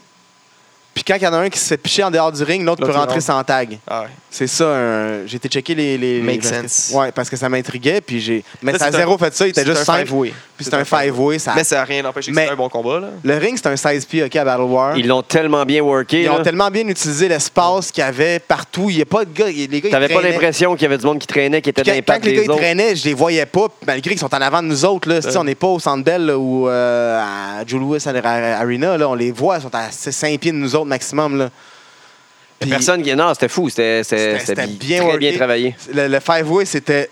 Speaker 3: Puis quand il y en a un qui se fait picher en dehors du ring, l'autre peut
Speaker 1: L'autre, il
Speaker 3: rentrer
Speaker 1: rentre.
Speaker 3: sans tag.
Speaker 1: Ah ouais.
Speaker 3: C'est ça, un- j'ai été checker les... les
Speaker 1: Make
Speaker 3: les- parce que-
Speaker 1: sense.
Speaker 3: Ouais, parce que ça m'intriguait, puis j'ai... Mais
Speaker 1: Ça,
Speaker 3: ça,
Speaker 1: c'est
Speaker 3: zéro fait ça, il était
Speaker 1: c'est
Speaker 3: juste
Speaker 1: un
Speaker 3: cinq.
Speaker 1: five-way.
Speaker 3: Puis c'est un five-way, ça...
Speaker 1: Mais ça n'a rien empêché que
Speaker 3: Ah. Mais-
Speaker 1: c'était un bon combat. là.
Speaker 3: Le ring, c'est un 16 pieds, OK, à Battle War.
Speaker 2: Ils l'ont tellement bien worké.
Speaker 3: Ils ont
Speaker 2: là.
Speaker 3: tellement bien utilisé l'espace qu'il y avait partout. Il n'y a pas de gars... Les gars, ils
Speaker 2: T'avais pas
Speaker 3: traînaient.
Speaker 2: l'impression qu'il y avait du monde qui traînait, qui était
Speaker 3: Puis
Speaker 2: dans
Speaker 3: Quand, quand
Speaker 2: l'impact
Speaker 3: les gars
Speaker 2: des
Speaker 3: ils
Speaker 2: autres.
Speaker 3: traînaient, je les voyais pas, puis malgré qu'ils sont en avant de nous autres. Là, tu sais, On n'est pas au Centre Bell là, ou euh, à Joe Louis Arena. Là, on les voit, ils sont à 5 pieds de nous autres maximum. Là. Puis
Speaker 2: Personne qui. Non, c'était fou. C'était c'était-
Speaker 3: c'était-
Speaker 2: c'était
Speaker 3: c'était
Speaker 2: bi- très bien
Speaker 3: worké.
Speaker 2: travaillé.
Speaker 3: Le, le five-way, c'était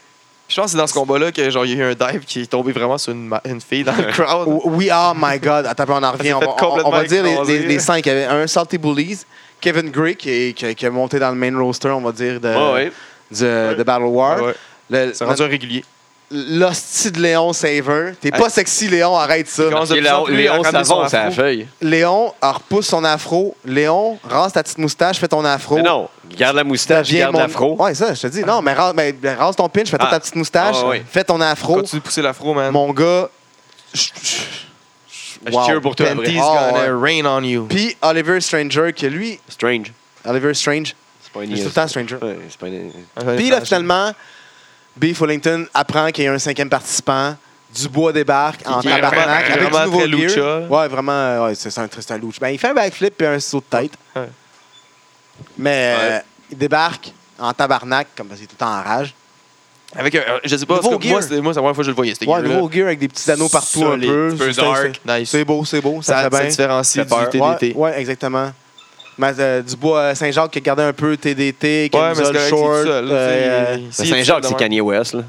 Speaker 1: Je pense que c'est dans ce combat-là que genre il y a eu un dive qui est tombé vraiment sur une, ma- une fille dans le crowd.
Speaker 3: « We are my God ». Attends, on en revient.
Speaker 1: Ça
Speaker 3: On,
Speaker 1: s'est
Speaker 3: va-
Speaker 1: fait
Speaker 3: on- on va
Speaker 1: complètement
Speaker 3: dire les,
Speaker 1: écraser,
Speaker 3: les- les
Speaker 1: là.
Speaker 3: cinq. Il y avait un Salty Bullies, Kevin Gray qui est, qui, qui est monté dans le main roster, on va dire, de,
Speaker 2: Ouais, ouais.
Speaker 3: du- de Battle War.
Speaker 1: Ouais, ouais.
Speaker 3: Le-
Speaker 1: C'est rendu un régulier.
Speaker 3: L'hostie de Léon Saver. T'es
Speaker 1: Hey.
Speaker 3: pas sexy, Léon, arrête ça.
Speaker 1: Quand-
Speaker 2: Puis Léon Léon Savon, c'est la feuille.
Speaker 3: Léon elle repousse son afro. Léon, rase ta petite moustache, fais ton afro.
Speaker 2: Mais non, garde la moustache,
Speaker 3: Viens
Speaker 2: garde
Speaker 3: mon-
Speaker 2: l'afro.
Speaker 3: Ouais, ça, je te dis. Non, mais rase, mais rase ton pinch, fais toi
Speaker 2: Ah.
Speaker 3: ta petite moustache,
Speaker 2: Ah, ouais.
Speaker 3: fais ton afro.
Speaker 1: Continue de pousser l'afro, man.
Speaker 3: Mon gars.
Speaker 2: Je cheer pour toi après.
Speaker 1: Panties
Speaker 3: Ah,
Speaker 1: gonna rain on you.
Speaker 3: Puis Oliver Stranger, que lui,
Speaker 2: Strange.
Speaker 3: Oliver Strange,
Speaker 2: C'est pas
Speaker 3: il
Speaker 2: une
Speaker 3: est tout le temps Stranger.
Speaker 2: Ouais, c'est pas une-
Speaker 3: Puis là, finalement, B. Fullington apprend qu'il y a un cinquième participant. Dubois débarque en
Speaker 1: qui est
Speaker 3: tabarnak
Speaker 1: vraiment-
Speaker 3: avec du
Speaker 1: vraiment
Speaker 3: nouveau
Speaker 1: très
Speaker 3: gear.
Speaker 1: lucha.
Speaker 3: Ouais, vraiment, euh, ouais, c'est c'est un, c'est un louche. Ben, il fait un backflip et un saut de tête.
Speaker 1: Ouais.
Speaker 3: Mais euh, il débarque en tabarnak, comme parce qu'il est tout le temps en rage.
Speaker 1: Avec un, je sais pas,
Speaker 3: Nouveau
Speaker 1: parce que moi,
Speaker 3: gear.
Speaker 1: c'était- moi, c'est la première fois que je le voyais, c'était
Speaker 3: Ouais, nouveau gear avec des petits anneaux partout
Speaker 1: Solide,
Speaker 3: un peu.
Speaker 1: un peu
Speaker 3: C'est-
Speaker 1: dark,
Speaker 3: c'est-
Speaker 1: nice.
Speaker 3: C'est beau, c'est beau, ça,
Speaker 1: Ça,
Speaker 3: fait
Speaker 1: ça
Speaker 3: bien.
Speaker 1: différencie
Speaker 2: Fait
Speaker 1: du
Speaker 2: peur.
Speaker 1: TDT.
Speaker 3: Ouais, ouais, exactement. Mais, euh, Dubois euh, Saint-Jacques qui a gardé un peu TDT, qui
Speaker 1: Ouais,
Speaker 3: a
Speaker 1: mais c'est correct, il est
Speaker 3: short.
Speaker 1: tout seul, là,
Speaker 3: euh,
Speaker 1: tu sais,
Speaker 2: Le
Speaker 1: s'il est
Speaker 2: Saint-Jacques,
Speaker 1: tout seul
Speaker 2: c'est
Speaker 1: de même.
Speaker 2: Kanye West. Là.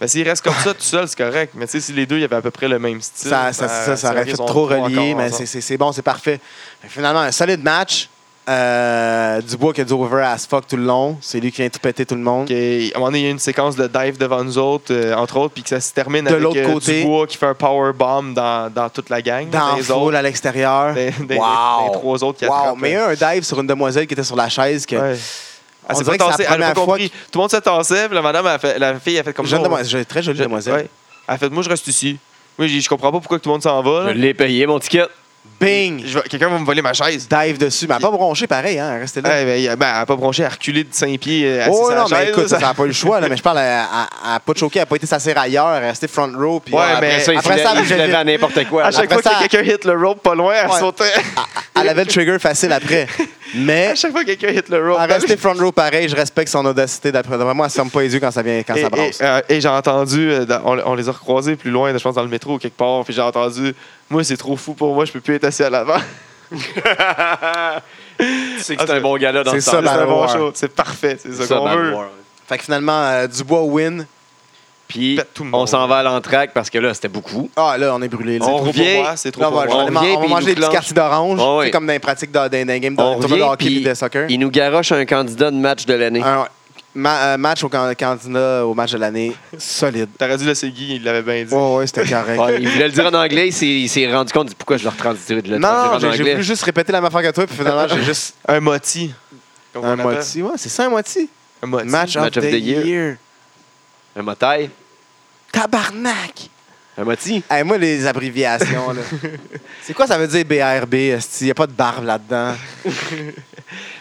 Speaker 1: Ben, s'il reste comme ça tout seul, c'est correct. Mais tu sais, si les deux, il y avait à peu près le même style.
Speaker 3: Ça, ça, ça, ça, aurait
Speaker 1: ils
Speaker 3: fait
Speaker 1: sont
Speaker 3: trop
Speaker 1: trois
Speaker 3: relié,
Speaker 1: encore
Speaker 3: mais c'est-
Speaker 1: ensemble.
Speaker 3: c'est c'est bon, c'est parfait. Mais finalement, un solide match. Euh, Dubois qui a du over as fuck tout le long. C'est lui qui vient tout péter tout le monde.
Speaker 1: Ok, À un moment donné, il y a une séquence de dive devant nous autres, euh, entre autres, puis que ça se termine
Speaker 3: De
Speaker 1: avec
Speaker 3: l'autre
Speaker 1: euh,
Speaker 3: côté.
Speaker 1: Dubois qui fait un power bomb dans, dans toute la gang.
Speaker 3: Dans la
Speaker 1: les
Speaker 3: foule à l'extérieur.
Speaker 1: Des- des- des- des trois autres qui
Speaker 3: wow.
Speaker 1: attrapent, euh,
Speaker 3: Mais il y a un dive sur une demoiselle qui était sur la chaise. Que,
Speaker 1: Ouais. Elle
Speaker 3: On
Speaker 1: s'est
Speaker 3: dirait
Speaker 1: pas
Speaker 3: que c'est
Speaker 1: tassée, elle a
Speaker 3: la
Speaker 1: pas
Speaker 3: première fois
Speaker 1: compris. Tout le monde se tassait, puis la madame, a fait- la fille, a fait comme
Speaker 3: Jeune
Speaker 1: Moi,
Speaker 3: demoiselle, j'ai- très jolie
Speaker 1: je-
Speaker 3: demoiselle.
Speaker 1: ouais. Elle a fait, moi, je reste ici. Oui, j'ai- je comprends pas pourquoi que tout le monde s'en va. là.
Speaker 2: Je l'ai payé, mon ticket.
Speaker 3: Bing!
Speaker 1: Je vais- Quelqu'un va me voler ma chaise.
Speaker 3: Dive dessus. Mais elle n'a pas bronché pareil, hein? Restez là.
Speaker 1: Ouais, ben, il- ben, elle a pas bronché, elle a reculé de 5 pieds. euh, assise
Speaker 3: oh
Speaker 1: à la
Speaker 3: non, mais
Speaker 1: chaise,
Speaker 3: écoute,
Speaker 1: là,
Speaker 3: ça n'a pas eu le choix, là, mais je parle, elle n'a pas choqué, elle n'a pas été s'asseoir ailleurs, elle est restée front row. Puis
Speaker 1: Ouais,
Speaker 3: elle-
Speaker 1: mais-
Speaker 2: Après ça, il
Speaker 3: Ben, Après
Speaker 2: filait-
Speaker 3: ça,
Speaker 2: il
Speaker 3: je-
Speaker 2: filait à n'importe quoi.
Speaker 1: À chaque fois
Speaker 3: après ça-
Speaker 1: que quelqu'un hit le rope pas loin, elle
Speaker 3: Ouais.
Speaker 1: sautait.
Speaker 3: elle avait le trigger facile après. Mais
Speaker 1: À chaque fois que quelqu'un hit le rope.
Speaker 3: elle restait front row pareil, je respecte son audacité d'après d'après moi, elle ne ferme pas les yeux quand ça, vient, quand
Speaker 1: Et,
Speaker 3: ça brasse.
Speaker 1: et, euh, et j'ai entendu, euh, dans- on, on les a recroisés plus loin, je pense dans le métro ou quelque part, puis j'ai entendu, moi c'est trop fou pour moi, je peux plus être assis à l'avant.
Speaker 2: Tu sais
Speaker 1: que c'est un
Speaker 2: bon gars là
Speaker 3: dans le
Speaker 1: C'est
Speaker 3: temps.
Speaker 1: un
Speaker 3: Battle
Speaker 1: bon
Speaker 3: War.
Speaker 1: show, c'est parfait, c'est ça,
Speaker 2: ben,
Speaker 3: ben,
Speaker 1: qu'on veut.
Speaker 3: Fait que finalement, euh, Dubois win.
Speaker 2: Puis
Speaker 1: Pète tout le
Speaker 2: on
Speaker 1: monde.
Speaker 2: s'en va à l'entraque parce que là, c'était beaucoup.
Speaker 3: Ah là, on est brûlé. là.
Speaker 1: C'est
Speaker 2: On
Speaker 1: trop
Speaker 2: revient.
Speaker 1: pour moi, c'est trop
Speaker 3: Là, on
Speaker 1: pour
Speaker 3: va,
Speaker 2: on
Speaker 3: je vais
Speaker 1: moi.
Speaker 3: aller
Speaker 2: revient,
Speaker 3: man- on va
Speaker 2: puis
Speaker 3: manger
Speaker 2: il
Speaker 3: des
Speaker 2: nous
Speaker 3: petits
Speaker 2: clenche.
Speaker 3: quartiers d'orange,
Speaker 2: Ah oui.
Speaker 3: c'est comme dans les pratiques de- d'un d'un game de,
Speaker 2: On
Speaker 3: tournoi de
Speaker 2: revient,
Speaker 3: hockey
Speaker 2: puis
Speaker 3: et de soccer. Ah,
Speaker 2: Il nous garoche un candidat de match de l'année.
Speaker 3: Un ma- euh, match au can- candidat au match de l'année, solide.
Speaker 1: T'aurais dû laisser Guy, il l'avait bien dit.
Speaker 3: Ouais, ouais, c'était correct.
Speaker 2: Ouais, il voulait le dire en anglais, il s'est- il s'est rendu compte pourquoi je le retransliterais de le
Speaker 3: Non,
Speaker 2: traduire en
Speaker 3: j'ai- j'ai
Speaker 2: anglais.
Speaker 3: voulu juste répéter la même affaire que toi, puis finalement, j'ai juste
Speaker 1: Un moti. comme
Speaker 3: un
Speaker 1: on appelle.
Speaker 3: moitié. Ouais, c'est ça, un moitié.
Speaker 1: Un moti.
Speaker 3: Match,
Speaker 2: Match
Speaker 3: of, the, year.
Speaker 2: Un motaille,
Speaker 3: Tabarnak!
Speaker 2: un moti.
Speaker 3: Hey, moi, les abréviations, là. c'est quoi ça veut dire BRB? Il n'y a pas de barbe là-dedans.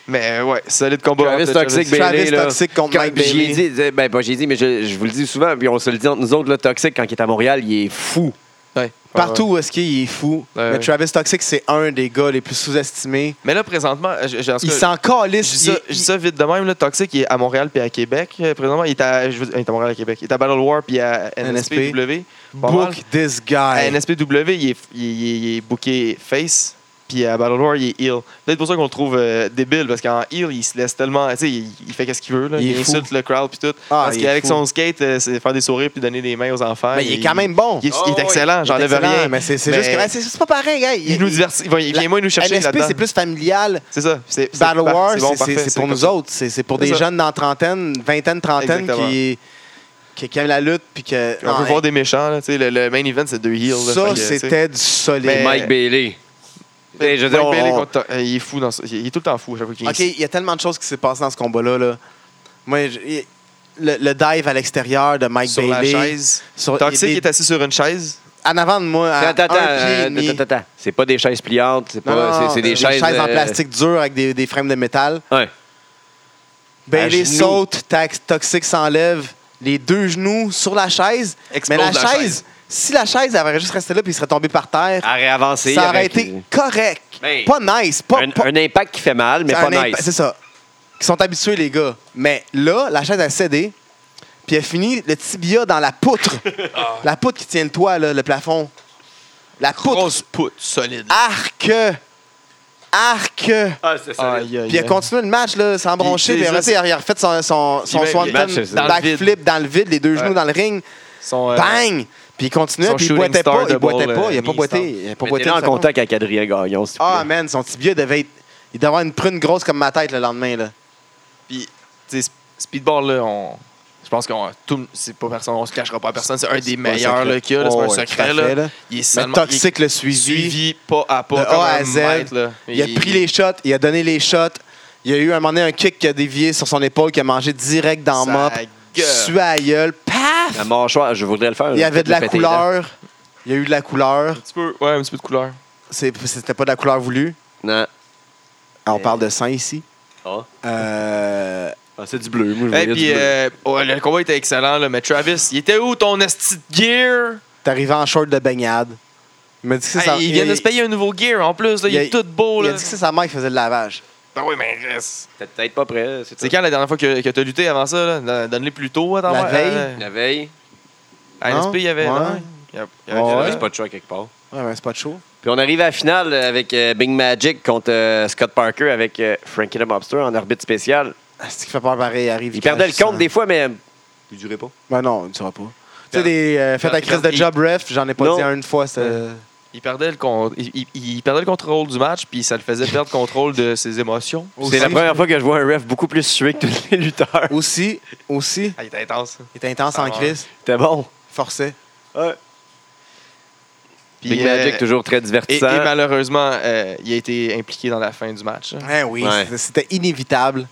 Speaker 1: Mais euh, ouais, solide combat.
Speaker 2: Travis
Speaker 1: entre
Speaker 2: Toxic,
Speaker 1: Travis-
Speaker 2: Bailey,
Speaker 3: Travis
Speaker 2: là.
Speaker 3: Toxic contre
Speaker 2: Quand-
Speaker 3: Mike
Speaker 2: puis j'ai
Speaker 3: Bailey.
Speaker 2: dit, je- ben pas j'ai dit, mais je, je vous le dis souvent, puis on se le dit entre nous autres, là, Toxic, quand il est à Montréal, il est fou.
Speaker 1: Ouais.
Speaker 3: Partout où est-ce qu'il est fou.
Speaker 1: Ouais,
Speaker 3: mais
Speaker 1: ouais.
Speaker 3: Travis Toxic, c'est un des gars les plus sous-estimés.
Speaker 1: Mais là, présentement, je- je- en tout
Speaker 3: Il
Speaker 1: cas,
Speaker 3: s'en
Speaker 1: Je
Speaker 3: calisse.
Speaker 1: dis ça,
Speaker 3: il-
Speaker 1: je dis ça vite de même. Là, Toxic il est à Montréal puis à Québec. euh, Présentement, il est à, je veux dire, il est à Montréal et à Québec. Il est à Battle War puis à
Speaker 3: NSPW.
Speaker 1: NSPW.
Speaker 3: il
Speaker 1: Pas mal.
Speaker 3: Book this
Speaker 1: À
Speaker 3: guy.
Speaker 1: NSPW, il est, il, il- il est booké face. Puis à Battle War, il est heel. Peut-être pour ça qu'on le trouve euh, débile, parce qu'en heel, il se laisse tellement. Tu sais, il, il fait qu'est-ce qu'il veut, là.
Speaker 3: Il
Speaker 1: Il,
Speaker 3: est fou.
Speaker 1: insulte le crowd, puis tout.
Speaker 3: Ah,
Speaker 1: parce
Speaker 3: il est
Speaker 1: qu'avec
Speaker 3: fou.
Speaker 1: son skate, euh, c'est faire des sourires, puis donner des mains aux enfants.
Speaker 3: Mais il est quand même bon.
Speaker 1: Il est, il est
Speaker 2: Oh,
Speaker 1: excellent,
Speaker 3: Il est
Speaker 1: j'enlève
Speaker 3: excellent,
Speaker 1: rien.
Speaker 3: Mais c'est c'est
Speaker 1: Mais
Speaker 3: juste que ouais, c'est c'est pas pareil, gars.
Speaker 1: Il nous divertit. Il, va- il
Speaker 3: La-
Speaker 1: vient moins nous chercher
Speaker 3: NSP,
Speaker 1: là-dedans.
Speaker 3: c'est plus familial.
Speaker 1: C'est ça. c'est- c'est-
Speaker 3: Battle
Speaker 1: par-
Speaker 3: War,
Speaker 1: c'est bon,
Speaker 3: c'est-
Speaker 1: parfait,
Speaker 3: c'est pour
Speaker 1: comme
Speaker 3: nous
Speaker 1: ça.
Speaker 3: autres. C'est c'est pour
Speaker 1: C'est
Speaker 3: des
Speaker 1: ça.
Speaker 3: jeunes dans la trentaine, vingtaine, trentaine
Speaker 1: Exactement.
Speaker 3: qui, qui, qui aiment la lutte. Puis que,
Speaker 1: On
Speaker 3: non,
Speaker 1: veut voir des méchants. Là, tu sais, le, le main event, c'est deux heels. là, fait
Speaker 3: Ça,
Speaker 1: que, tu sais.
Speaker 3: c'était du solide.
Speaker 1: Mais-
Speaker 2: Mike Bailey. Ben, je veux dire,
Speaker 1: Mike
Speaker 2: on-
Speaker 1: Bailey
Speaker 2: on-
Speaker 1: contre- euh, il est fou. Dans, ce- il est tout le temps fou à chaque fois qu'il est
Speaker 3: OK,
Speaker 1: ici.
Speaker 3: il y a tellement de choses qui s'est passé dans ce combat-là. Là. Moi, je- il- le, le dive à l'extérieur de Mike
Speaker 1: Sur
Speaker 3: Bailey.
Speaker 1: la chaise.
Speaker 3: sur-
Speaker 1: Toxic
Speaker 3: il
Speaker 1: est assis sur une chaise.
Speaker 3: En avant de moi, à
Speaker 2: Attends, attends,
Speaker 3: un pied et
Speaker 2: euh,
Speaker 3: demi.
Speaker 2: attends, attends. C'est pas des chaises pliantes, c'est
Speaker 3: Non,
Speaker 2: pas.
Speaker 3: non,
Speaker 2: c'est-
Speaker 3: non,
Speaker 2: C'est des, chaises.
Speaker 3: en
Speaker 2: euh,
Speaker 3: plastique dur avec des, des frames de métal.
Speaker 2: Ouais.
Speaker 3: Bailey
Speaker 2: genoux.
Speaker 3: saute, tax, toxique s'enlève, les deux genoux sur la chaise.
Speaker 1: Explose
Speaker 3: mais la,
Speaker 1: la
Speaker 3: chaise,
Speaker 1: chaise.
Speaker 3: si la chaise elle avait juste resté là puis il serait tombé par terre,
Speaker 2: Arrêt avancé.
Speaker 3: ça aurait
Speaker 2: avec-
Speaker 3: été correct.
Speaker 2: Ah, Ben,
Speaker 3: pas nice. Pas,
Speaker 2: un,
Speaker 3: pas-
Speaker 2: un impact qui fait mal, mais
Speaker 3: un
Speaker 2: pas
Speaker 3: impa- C'est
Speaker 2: nice.
Speaker 3: ça. Ils sont habitués, les gars. Mais là, la chaise a cédé. Puis elle finit le tibia dans la poutre. la poutre qui tient le toit, là, le plafond. La poutre.
Speaker 1: poutre, solide.
Speaker 3: Arc. Arc.
Speaker 2: Ah, c'est
Speaker 1: Aïe, aïe,
Speaker 3: Puis il a
Speaker 1: aïe.
Speaker 3: continué le match là, sans broncher.
Speaker 1: tu
Speaker 3: Puis
Speaker 1: sais,
Speaker 3: après,
Speaker 1: ça,
Speaker 3: il a il a refait son, son, son
Speaker 1: Puis
Speaker 3: swanton
Speaker 1: même,
Speaker 2: le match, c'est
Speaker 3: dans
Speaker 1: dans le
Speaker 3: backflip dans le vide, les deux genoux
Speaker 1: Ouais.
Speaker 3: dans le ring.
Speaker 1: Son, euh,
Speaker 3: Bang! Puis il continuait,
Speaker 1: son
Speaker 3: puis il
Speaker 1: shooting
Speaker 3: boitait
Speaker 1: star
Speaker 3: pas. Il
Speaker 1: double,
Speaker 3: boitait pas. Il a
Speaker 1: euh,
Speaker 3: pas
Speaker 1: knee
Speaker 3: boité.
Speaker 1: stand.
Speaker 3: Il a pas boité.
Speaker 2: Mettez-le en
Speaker 3: une seconde.
Speaker 2: contact avec Adrien Gagnon, s'il vous
Speaker 3: Ah,
Speaker 2: plaît.
Speaker 3: man, son tibia devait être. Il devait avoir une prune grosse comme ma tête le lendemain. Là.
Speaker 1: Puis, tu sais, Sp- Speedball, là, on. Je pense qu'on tout- c'est pas personne, on se cachera pas à personne. C'est un des
Speaker 3: pas un
Speaker 1: meilleurs
Speaker 3: secret.
Speaker 1: là, qu'il y a. là, C'est
Speaker 3: Oh,
Speaker 1: pas un
Speaker 3: ouais,
Speaker 1: secret.
Speaker 3: tout à fait, là.
Speaker 1: Là. Il est
Speaker 3: Mais
Speaker 1: seulement
Speaker 3: toxique le
Speaker 1: il est
Speaker 3: suivi.
Speaker 1: suivi pas à pas.
Speaker 3: de
Speaker 1: comme
Speaker 3: A à
Speaker 1: un
Speaker 3: Z.
Speaker 1: maître, là.
Speaker 3: Il a pris les shots, il a donné les shots. Il y a eu un moment donné un kick qui a dévié sur son épaule, qui a mangé direct dans
Speaker 1: Sa
Speaker 3: le mop.
Speaker 1: gueule.
Speaker 3: Sué à la gueule. Paf!
Speaker 2: La mâchoire, je voudrais le faire.
Speaker 3: Il y
Speaker 2: je
Speaker 3: avait
Speaker 2: vais
Speaker 3: de la
Speaker 2: peut-être le péter, là.
Speaker 3: couleur. Il y a eu de la couleur.
Speaker 1: Un petit peu, ouais, un petit peu de couleur.
Speaker 3: C'est- C'était pas de la couleur voulue.
Speaker 2: Non.
Speaker 3: Ah, on parle de sang ici.
Speaker 2: Ah.
Speaker 3: Euh,
Speaker 2: Ah, c'est du bleu. Moi, je
Speaker 1: Et
Speaker 2: voyais du
Speaker 1: puis,
Speaker 2: bleu.
Speaker 1: euh, ouais, le combat était excellent, là, mais Travis, il était où ton esti de gear?
Speaker 3: T'es arrivé en short de baignade. Il m'a dit que c'est
Speaker 1: Hey,
Speaker 3: sa-
Speaker 1: il vient de se payer un nouveau gear en plus, là, il,
Speaker 3: il a-
Speaker 1: est tout beau.
Speaker 3: Il
Speaker 1: Là.
Speaker 3: a dit que c'est sa mère qui faisait le lavage.
Speaker 1: Ben oui, mais reste.
Speaker 2: T'es peut-être pas prêt.
Speaker 1: C'est quand la dernière fois que, que tu as lutté avant ça? là? Donne-les plus tôt. Attends,
Speaker 3: La
Speaker 1: ouais,
Speaker 3: veille?
Speaker 1: euh,
Speaker 2: La veille,
Speaker 1: à NSP, il y avait.
Speaker 3: Ouais.
Speaker 1: non? Il y a- il y a-
Speaker 3: Ah, Ouais.
Speaker 1: il y
Speaker 2: ouais.
Speaker 1: avait-
Speaker 2: c'est pas de choix quelque part.
Speaker 3: Ouais, mais c'est pas de chaud.
Speaker 2: Puis on arrive à la finale avec euh, Big Magic contre euh, Scott Parker avec euh, Frankie the Mobster en orbite spéciale.
Speaker 3: Ah, C'est qui fait peur pareil. Il arrive.
Speaker 2: Il perdait le
Speaker 3: crache
Speaker 2: compte
Speaker 3: sang.
Speaker 2: des fois, mais. Il durait pas.
Speaker 3: Ben non, tu sauras pas. Tu sais, des euh, faites à crise de job ref, j'en ai pas
Speaker 2: Non.
Speaker 3: dit une fois. c'est-
Speaker 1: Il perdait, le con- il, il- il perdait le contrôle du match, puis ça le faisait perdre contrôle de ses émotions.
Speaker 2: C'est la
Speaker 3: Aussi-
Speaker 2: première fois que je vois un ref beaucoup plus sué que tous les lutteurs.
Speaker 3: Aussi, aussi,
Speaker 1: Ah, il était intense.
Speaker 3: il était intense
Speaker 1: Ah
Speaker 3: en
Speaker 1: ouais.
Speaker 3: crise,
Speaker 2: C'était bon.
Speaker 3: forcé.
Speaker 1: Puis,
Speaker 2: Big
Speaker 1: euh,
Speaker 2: Magic, toujours très
Speaker 1: Et, et
Speaker 2: divertissant.
Speaker 1: malheureusement, euh, il a été impliqué dans la fin du match. là.
Speaker 3: Ouais, oui,
Speaker 2: Ouais.
Speaker 3: c'était- c'était inévitable.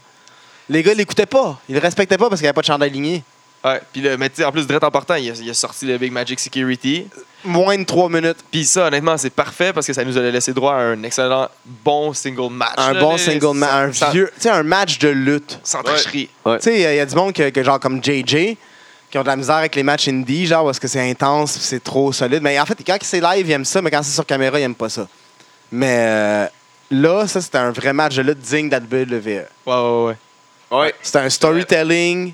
Speaker 3: Les gars, ils l'écoutaient pas. Ils le respectaient pas parce qu'il n'y avait pas de chandail ligné.
Speaker 1: Ouais, puis le, mais tu sais, en plus, direct en partant, il a, il a sorti le Big Magic Security.
Speaker 3: Moins de trois minutes.
Speaker 1: Puis ça, honnêtement, c'est parfait parce que ça nous a laissé droit à un excellent, bon single match.
Speaker 3: Un
Speaker 1: là,
Speaker 3: bon
Speaker 1: les-
Speaker 3: single match. Un
Speaker 1: sans-
Speaker 3: vieux. Tu sais, un match de lutte.
Speaker 1: Sans tricherie.
Speaker 2: Ouais.
Speaker 3: Tu sais, il y a- il y a du monde que, que genre comme JJ qui ont de la misère avec les matchs indie, genre parce que c'est intense, puis c'est trop solide. Mais en fait, quand c'est live, ils aiment ça, mais quand c'est sur caméra, ils aiment pas ça. Mais euh, là, ça, c'était un vrai match de lutte digne d'AWE.
Speaker 1: Ouais, ouais, ouais.
Speaker 2: Ouais.
Speaker 3: C'était un storytelling.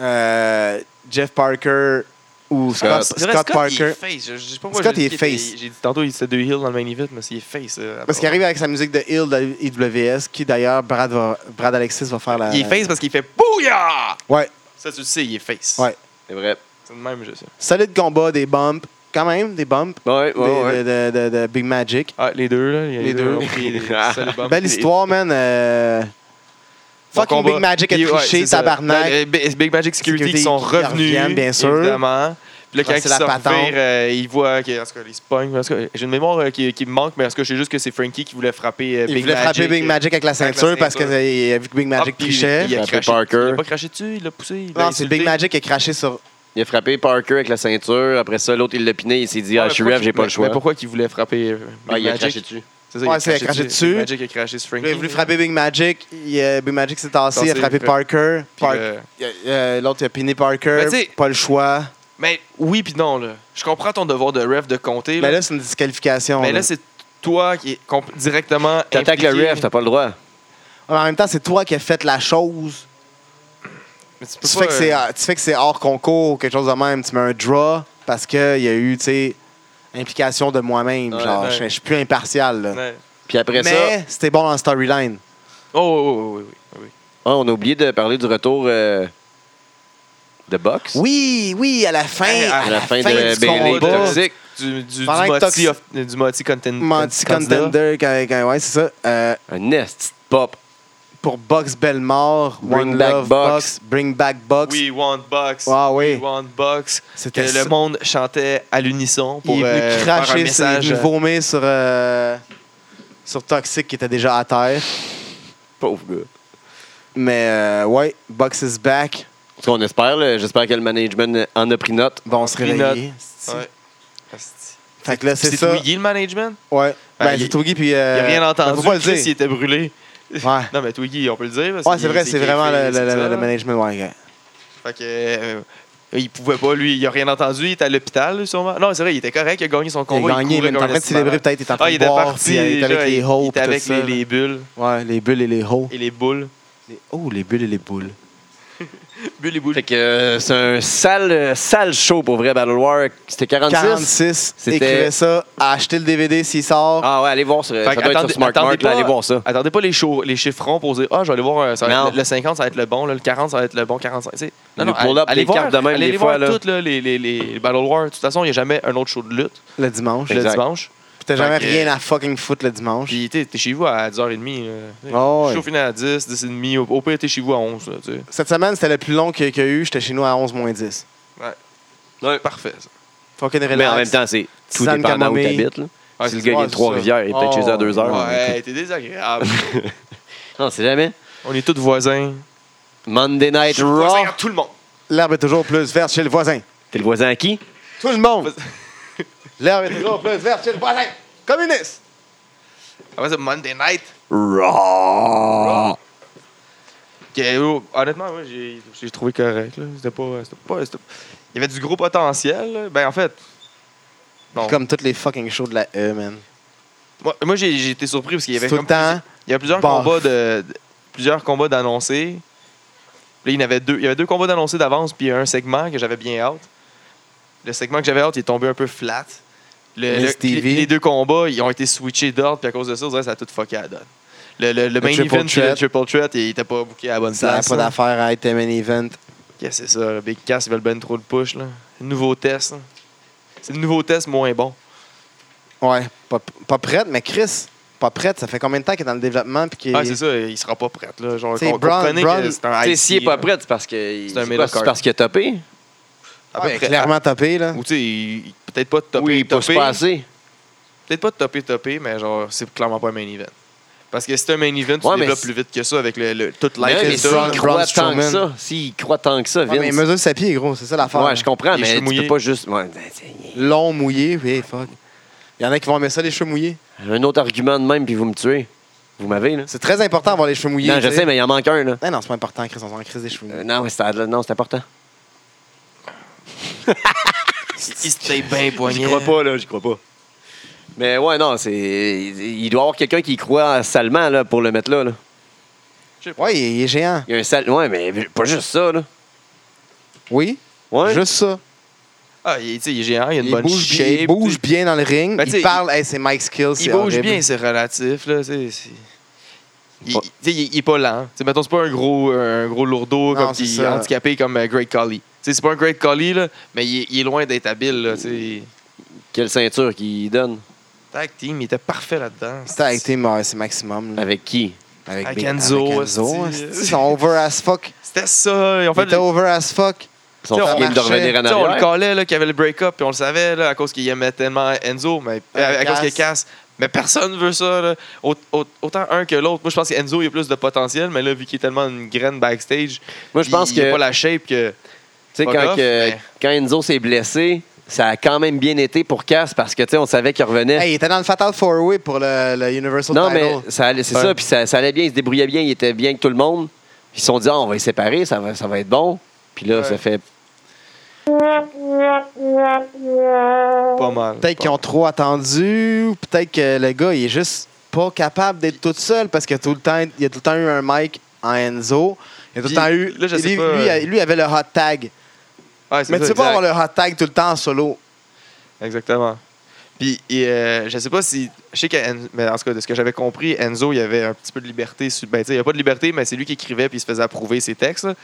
Speaker 3: euh, Jeff Parker ou Scott,
Speaker 2: Scott.
Speaker 1: C'est vrai,
Speaker 3: Scott
Speaker 1: il est
Speaker 3: Parker.
Speaker 1: face. Je- je sais pas pourquoi j'ai
Speaker 3: Scott,
Speaker 1: dit
Speaker 3: il est
Speaker 1: qu'il était-
Speaker 3: face.
Speaker 1: J'ai dit tantôt, il était deux heels dans le main event, mais il est face. euh,
Speaker 3: Parce qu'il arrive avec sa musique de Hill de IWS, qui d'ailleurs, Brad, va- Brad Alexis va faire la.
Speaker 1: Il est face parce qu'il fait Bouya!
Speaker 3: Ouais,
Speaker 1: Ça, tu le sais, il est face.
Speaker 3: ouais.
Speaker 2: C'est vrai.
Speaker 1: C'est le même, je sais.
Speaker 3: Solide combat, des bumps, quand même, des bumps.
Speaker 2: Ouais, ouais,
Speaker 3: des-
Speaker 2: ouais.
Speaker 3: de, de- de- de Big Magic.
Speaker 1: Ah, les deux, là. il y a
Speaker 3: Les deux.
Speaker 1: ont pris les- ça, les bombes.
Speaker 3: Belle histoire, man. euh,
Speaker 1: Bon
Speaker 3: Fucking
Speaker 1: combat.
Speaker 3: Big Magic a
Speaker 1: Puis, ouais,
Speaker 3: triché,
Speaker 1: c'est ça.
Speaker 3: tabarnak.
Speaker 1: Ben, Big Big Magic Security,
Speaker 3: Security
Speaker 1: qui sont
Speaker 3: qui
Speaker 1: revenus,
Speaker 3: reviennent, bien sûr.
Speaker 1: évidemment. Puis là, quand
Speaker 3: Ah,
Speaker 1: ils
Speaker 3: c'est
Speaker 1: se
Speaker 3: la patente.
Speaker 1: revirent, euh, ils voient que, en tout cas, ils se pognent. En tout cas, J'ai une mémoire euh, qui, qui me manque, mais en tout cas, je sais juste que c'est Frankie qui voulait frapper euh,
Speaker 3: Il
Speaker 1: Big
Speaker 3: voulait
Speaker 1: Magic.
Speaker 3: frapper Big Magic avec la
Speaker 1: la
Speaker 3: ceinture parce que
Speaker 1: ceinture.
Speaker 3: euh, il a vu que Big Magic
Speaker 1: Ah, puis
Speaker 3: trichait.
Speaker 1: Il a
Speaker 2: Frappé
Speaker 1: craché.
Speaker 2: Parker.
Speaker 1: Il a pas craché dessus, il l'a poussé. il l'a
Speaker 3: Non, c'est Big
Speaker 1: insulté.
Speaker 3: Magic qui a craché sur
Speaker 2: Il a frappé Parker avec la ceinture. Après ça, l'autre, il l'a piné. Il s'est dit,
Speaker 1: Ouais,
Speaker 2: ah,
Speaker 1: mais
Speaker 2: je suis
Speaker 1: pourquoi
Speaker 2: ref, j'ai
Speaker 1: qu'il-
Speaker 2: pas le
Speaker 1: mais-
Speaker 2: choix.
Speaker 1: Mais pourquoi qu'il voulait frapper euh, Big
Speaker 2: Ah, il a
Speaker 1: Magic?
Speaker 2: craché dessus.
Speaker 1: C'est ça,
Speaker 3: Ouais, c'est, il a craché dessus.
Speaker 1: Big Magic a craché sur Frankie.
Speaker 3: Il a voulu frapper Big Magic. Il, euh, Big Magic s'est tassé, il a
Speaker 1: Tassé,
Speaker 3: frappé
Speaker 1: fait-
Speaker 3: Parker.
Speaker 1: Puis,
Speaker 3: Par-
Speaker 1: euh,
Speaker 3: il a- euh, L'autre, il a piné Parker.
Speaker 1: Mais tu sais-
Speaker 3: Pas le choix.
Speaker 1: Mais oui, puis non, là. Je comprends ton devoir de ref de compter.
Speaker 3: Mais Ben là, c'est une disqualification.
Speaker 1: Mais
Speaker 3: là.
Speaker 1: là, c'est toi qui est comp- directement.
Speaker 2: T'attaques le
Speaker 1: impliqué.
Speaker 2: ref, t'as pas le droit.
Speaker 3: Ouais, mais En même temps, c'est toi qui as fait la chose.
Speaker 1: Mais tu peux
Speaker 3: Tu
Speaker 1: pas,
Speaker 3: fais, que c'est,
Speaker 1: euh,
Speaker 3: euh, tu fais que c'est hors concours ou quelque chose de même. Tu mets un draw parce qu'il y a eu, tu sais, implication de moi-même.
Speaker 2: Ouais,
Speaker 3: genre,
Speaker 1: ouais.
Speaker 3: je je suis plus impartial. là.
Speaker 1: ouais.
Speaker 2: Puis après ça,
Speaker 3: Mais c'était bon dans le storyline.
Speaker 1: Oh, oui, oui, oui, oui, oui.
Speaker 2: Ah, on a oublié de parler du retour euh, de boxe.
Speaker 3: Oui, oui, à la fin.
Speaker 1: Hey, à
Speaker 2: À la fin
Speaker 3: du
Speaker 2: de Bailey
Speaker 3: combat.
Speaker 2: Toxic.
Speaker 1: Du, du, du,
Speaker 3: Pendant que
Speaker 1: Moti
Speaker 3: Tox-
Speaker 1: of- du Moti Content.
Speaker 3: Monty
Speaker 1: Contender.
Speaker 3: Contender, quand- quand- ouais, c'est ça. Euh,
Speaker 2: Un nest pop.
Speaker 3: pour Box Belmore,
Speaker 2: Bring
Speaker 3: One
Speaker 2: Back
Speaker 3: Love
Speaker 2: Box.
Speaker 3: Box, Bring Back Box.
Speaker 1: We want box.
Speaker 3: Ah oui.
Speaker 1: We want box. Que
Speaker 3: C'était ça.
Speaker 1: le monde chantait à l'unisson pour
Speaker 3: il est
Speaker 1: euh,
Speaker 3: venu
Speaker 1: faire un
Speaker 3: cracher, sur, il est
Speaker 1: message.
Speaker 3: venu vomir sur, euh, sur Toxic qui était déjà à terre.
Speaker 2: Pauvre gars.
Speaker 3: Mais euh, ouais, Box is back.
Speaker 2: Ce qu'on espère, là, j'espère que le management en a pris note.
Speaker 3: Bon, on se
Speaker 1: Pris
Speaker 3: réveiller.
Speaker 1: Ouais.
Speaker 3: Fait que là, c'est
Speaker 1: C'est
Speaker 3: ça.
Speaker 1: Twiggy le management?
Speaker 3: Ouais.
Speaker 1: Ben,
Speaker 3: Ben,
Speaker 1: il-
Speaker 3: c'est Twiggy, puis.
Speaker 1: Il a
Speaker 3: euh,
Speaker 1: rien
Speaker 3: On
Speaker 1: entendu.
Speaker 3: peut pas le
Speaker 1: Chris, il
Speaker 3: dire.
Speaker 1: était brûlé.
Speaker 3: Ouais.
Speaker 1: Non, mais Twiggy, on peut le dire. parce
Speaker 3: Ouais,
Speaker 1: qu'il-
Speaker 3: c'est vrai, c'est
Speaker 1: qu'il
Speaker 3: vraiment
Speaker 1: fait-
Speaker 3: le,
Speaker 1: c'est
Speaker 3: le-
Speaker 1: ça,
Speaker 3: le
Speaker 1: là.
Speaker 3: management. Ouais, ouais.
Speaker 1: Fait que. euh, il pouvait pas, lui, il a rien entendu, il était à l'hôpital, lui, sûrement. Non, c'est vrai, il était correct, il a gagné son
Speaker 3: Il
Speaker 1: combat.
Speaker 3: a gagné,
Speaker 1: courait
Speaker 3: mais il est en
Speaker 1: comme
Speaker 3: train de
Speaker 1: un
Speaker 3: célébrer, peut-être. Il est en train
Speaker 1: Ah,
Speaker 3: de
Speaker 1: il était
Speaker 3: boire,
Speaker 1: parti.
Speaker 3: puis il est
Speaker 1: là,
Speaker 3: avec les
Speaker 1: il- Il
Speaker 3: hopes.
Speaker 1: était avec les, les bulles
Speaker 3: Ouais, les bulles et les hopes.
Speaker 1: et les boules.
Speaker 3: Oh, les bulles et les boules.
Speaker 1: Bulles et boules.
Speaker 2: Fait que euh, c'est un sale, euh, sale show pour vrai Battle War. C'était 46?
Speaker 3: 46,
Speaker 2: C'était-
Speaker 3: écrivez ça. Achetez le DVD s'il sort.
Speaker 2: Ah ouais, allez voir sur, ça
Speaker 1: Fait que
Speaker 2: doit être sur
Speaker 1: attendez-
Speaker 2: Smart
Speaker 1: attendez
Speaker 2: Mark, là,
Speaker 1: pas-
Speaker 2: allez voir ça.
Speaker 1: Attendez pas les, show- les chiffrons pour dire Ah, je vais aller voir, euh, ça va être
Speaker 2: Non.
Speaker 1: le- le 50, ça va être le bon, là, le 40, ça va être le bon, 45. tu sais. Non,
Speaker 2: Le
Speaker 1: non, allez,
Speaker 2: pull-up,
Speaker 1: allez
Speaker 2: les
Speaker 1: voir,
Speaker 2: cartes de même,
Speaker 1: allez
Speaker 2: des
Speaker 1: les
Speaker 2: fois,
Speaker 1: voir
Speaker 2: là.
Speaker 1: toutes, là, les, les, les Battle War. De toute façon, il n'y a jamais un autre show de lutte
Speaker 3: Le dimanche.
Speaker 1: le
Speaker 2: Exact.
Speaker 1: dimanche.
Speaker 3: Puis T'as jamais
Speaker 1: Fait que-
Speaker 3: rien à fucking foutre le dimanche.
Speaker 1: Puis t'es t'es chez vous à 10h30. là. Tu sais,
Speaker 3: Ah ouais.
Speaker 1: Le euh, show finit à 10, 10h30. Au, au pire, t'es chez vous à 11. là, tu sais.
Speaker 3: Cette semaine, c'était le plus long qu'il y a- qu'il y a eu. J'étais chez nous à 11 moins 10.
Speaker 1: Parfait. ça.
Speaker 3: Fucking relax.
Speaker 2: Mais en même temps, c'est tout
Speaker 3: Tisane
Speaker 2: dépendant où
Speaker 3: camomille.
Speaker 2: t'habites. là.
Speaker 1: Ouais,
Speaker 2: si le
Speaker 1: Ah, c'est- Oh,
Speaker 2: gars il est de
Speaker 3: ouais, c'est
Speaker 2: Trois-Rivières, il est peut-être
Speaker 3: ça.
Speaker 2: chez eux à deux heures.
Speaker 1: Ouais, t'es désagréable.
Speaker 2: Non, c'est jamais.
Speaker 1: On est tous voisins.
Speaker 2: Monday Night
Speaker 1: Je suis voisin
Speaker 2: Raw.
Speaker 1: à tout le monde.
Speaker 3: L'herbe est toujours plus verte chez le voisin.
Speaker 2: T'es le voisin à qui?
Speaker 3: Tout le monde. L'herbe est toujours plus verte chez le voisin. Communiste.
Speaker 1: Après ça, Monday Night.
Speaker 2: Raw.
Speaker 1: Ok, oh, honnêtement, moi, j'ai j'ai trouvé correct. là. C'était pas, c'était pas- c'était- Il y avait du gros potentiel. là. Ben, en fait, Bon.
Speaker 3: Comme toutes les fucking shows de la E, man.
Speaker 1: moi, moi, j'ai j'ai été surpris parce qu'il y avait
Speaker 3: Tout
Speaker 1: comme
Speaker 3: le temps.
Speaker 1: Il y a plusieurs
Speaker 3: Bof.
Speaker 1: combats de, de- plusieurs combats d'annoncés. Là, il y en avait deux. Il y avait deux combats d'annoncés d'avance, puis un segment que j'avais bien hâte. Le segment que j'avais hâte, il est tombé un peu flat. Le-
Speaker 3: Miss
Speaker 1: le- puis
Speaker 3: TV.
Speaker 1: les deux combats, ils ont été switchés d'ordre, puis à cause de ça, on dirait que ça a tout fucké à la donne. Le, le- le main
Speaker 3: triple
Speaker 1: event, puis le
Speaker 3: threat.
Speaker 1: triple threat, il était pas booké à la bonne
Speaker 3: Ça n'a
Speaker 1: place.
Speaker 3: pas
Speaker 1: là.
Speaker 3: d'affaire à être un main event.
Speaker 1: Ok, c'est ça, le Big Cass, ils veulent ben trop de push. Là. Nouveau test. là. C'est le nouveau test moins bon.
Speaker 3: Ouais. Pas, pas prête, mais Chris, pas prête. Ça fait combien de temps qu'il est dans le développement? Puis qu'il-
Speaker 1: Ah, c'est ça, il sera pas prêt. Là. Genre,
Speaker 3: T'sais,
Speaker 1: com-
Speaker 3: Braun-
Speaker 1: comprenez
Speaker 3: Braun-
Speaker 1: que c'est un
Speaker 2: T'sais,
Speaker 1: IC,
Speaker 2: s'il est
Speaker 1: là.
Speaker 2: pas prêt, c'est parce que.
Speaker 1: C'est un
Speaker 2: C'est
Speaker 1: middle
Speaker 2: quoi, c'est
Speaker 1: card.
Speaker 2: parce qu'il a topé.
Speaker 1: À peu
Speaker 3: Ouais, il a
Speaker 1: près-
Speaker 3: clairement tapé, là.
Speaker 1: Ou tu sais, il- peut-être pas de topé,
Speaker 2: Oui, il pousse
Speaker 1: topé.
Speaker 2: pas assez.
Speaker 1: Peut-être pas de topé, topé, mais genre, c'est clairement pas un main event. Parce que c'est un main event, tu
Speaker 2: Ouais, mais
Speaker 1: développes
Speaker 2: c'est-
Speaker 1: plus vite que ça avec le, le- toute
Speaker 2: Mais
Speaker 1: l'aide
Speaker 2: s'il
Speaker 1: et ça.
Speaker 3: Braun- Braun
Speaker 2: croit tant que
Speaker 3: Strowman.
Speaker 2: ça, s'il croit tant que ça,
Speaker 3: Ouais, mais il
Speaker 2: Vince.
Speaker 3: mesure sa pied, gros, c'est ça l'affaire.
Speaker 2: Ouais, je comprends,
Speaker 1: Les cheveux
Speaker 2: mais tu
Speaker 1: mouillés.
Speaker 2: peux pas juste. ouais, ben, t'sais,
Speaker 3: Long, mouillé, oui, fuck. Il y en a qui vont aimer ça, les cheveux mouillés.
Speaker 2: Un autre argument de même, puis vous me tuez. Vous m'avez, là.
Speaker 3: C'est très important d'avoir les cheveux mouillés.
Speaker 2: non, je
Speaker 3: tu sais.
Speaker 2: sais, mais il en manque un, là.
Speaker 3: Ah non, c'est pas important, Chris, on s'en crise des cheveux mouillés.
Speaker 2: Euh, non, mais c'est à- non, c'est important.
Speaker 1: Il se tape bien
Speaker 2: J'y
Speaker 1: poigné.
Speaker 2: crois pas, là, j'y crois pas. Mais ouais, non, c'est. Il doit y avoir quelqu'un qui y croit salement, là, pour le mettre là, là.
Speaker 3: Ouais, il il est géant.
Speaker 2: Il y a un sale. Ouais, mais pas juste ça, là.
Speaker 3: Oui,
Speaker 2: Ouais.
Speaker 3: juste ça.
Speaker 1: Ah, il, tu sais, il est géant, il a une
Speaker 3: Il
Speaker 1: bonne
Speaker 3: bouge, bi-
Speaker 1: shape.
Speaker 3: il bouge
Speaker 1: tu
Speaker 3: bien dans le ring.
Speaker 1: Ben, tu
Speaker 3: il
Speaker 1: sais,
Speaker 3: parle, Hey, c'est Mike Skill,
Speaker 1: sais.
Speaker 3: c'est
Speaker 1: Il bouge
Speaker 3: horrible.
Speaker 1: bien, c'est relatif. Là, c'est, c'est- Il,
Speaker 2: Ouais.
Speaker 1: tu sais, il, il est pas lent. Tu sais, mettons, c'est pas un gros, un gros lourdeau
Speaker 3: Non,
Speaker 1: comme
Speaker 3: c'est
Speaker 1: qui est
Speaker 3: ça.
Speaker 1: handicapé comme euh, Great Collie. Tu sais, C'est pas un Great Collie, là, mais il, est- il est loin d'être habile. Là, tu sais.
Speaker 2: Quelle ceinture qu'il donne
Speaker 1: Tag Team, il était parfait là-dedans.
Speaker 3: C'était avec tes morts, c'est maximum. là.
Speaker 2: Avec qui
Speaker 3: Avec,
Speaker 1: avec
Speaker 3: Big-
Speaker 1: Enzo,
Speaker 3: avec Enzo,
Speaker 1: hostie.
Speaker 3: hostie, Ils sont over as fuck.
Speaker 1: C'était ça. Ils ont
Speaker 3: Ils
Speaker 1: fait
Speaker 3: étaient
Speaker 1: le-
Speaker 3: over as fuck.
Speaker 2: Son
Speaker 1: T'sais, on
Speaker 2: game de
Speaker 3: marchait,
Speaker 2: revenir en
Speaker 1: Tu sais, on le
Speaker 2: arrière.
Speaker 1: collait là, qu'il y avait le break-up, puis on le savait là, à cause qu'il aimait tellement Enzo, mais
Speaker 3: Ouais,
Speaker 1: à, à cause
Speaker 3: Euh, Cass.
Speaker 1: qu'il casse. Mais personne veut ça. là. Au- au- autant un que l'autre. Moi, je pense qu'Enzo, il a plus de potentiel, mais là, vu qu'il est tellement une graine backstage,
Speaker 2: Moi, je pense
Speaker 1: il il a
Speaker 2: que.
Speaker 1: pas la shape que.
Speaker 2: Tu sais,
Speaker 1: Fuck
Speaker 2: quand,
Speaker 1: off,
Speaker 2: que-
Speaker 1: mais-
Speaker 2: quand Enzo s'est blessé, ça a quand même bien été pour Cass parce que, tu sais, on savait qu'il revenait.
Speaker 3: Hey, il était dans le Fatal Four Way pour le, le Universal
Speaker 2: non, mais
Speaker 3: Title.
Speaker 2: ça allait- c'est
Speaker 1: Ouais.
Speaker 2: ça, puis ça, ça allait bien, il se débrouillait bien, il était bien avec tout le monde. Ils se sont dit, Ah, on va les séparer, ça va, ça va être bon. Puis là, ça fait.
Speaker 1: Pas mal.
Speaker 3: Peut-être qu'ils ont trop attendu, ou peut-être que le gars, il est juste pas capable d'être tout seul parce qu'il a tout le temps, il a tout le temps eu un mic en Enzo. Il a tout le
Speaker 1: Puis,
Speaker 3: temps eu.
Speaker 1: là, je sais
Speaker 3: lui,
Speaker 1: pas,
Speaker 3: lui,
Speaker 1: euh,
Speaker 3: lui, il avait le hot tag.
Speaker 1: Ouais, c'est
Speaker 3: Mais tu
Speaker 1: ça,
Speaker 3: peux pas
Speaker 1: exact.
Speaker 3: avoir le hot tag tout le temps en solo.
Speaker 1: Exactement. Puis, et, euh, je sais pas si. Je sais que. Mais en tout cas, de ce que j'avais compris, Enzo, il y avait un petit peu de liberté. Sur, ben, tu sais, il n'y a pas de liberté, mais c'est lui qui écrivait, puis il se faisait approuver ses textes, là.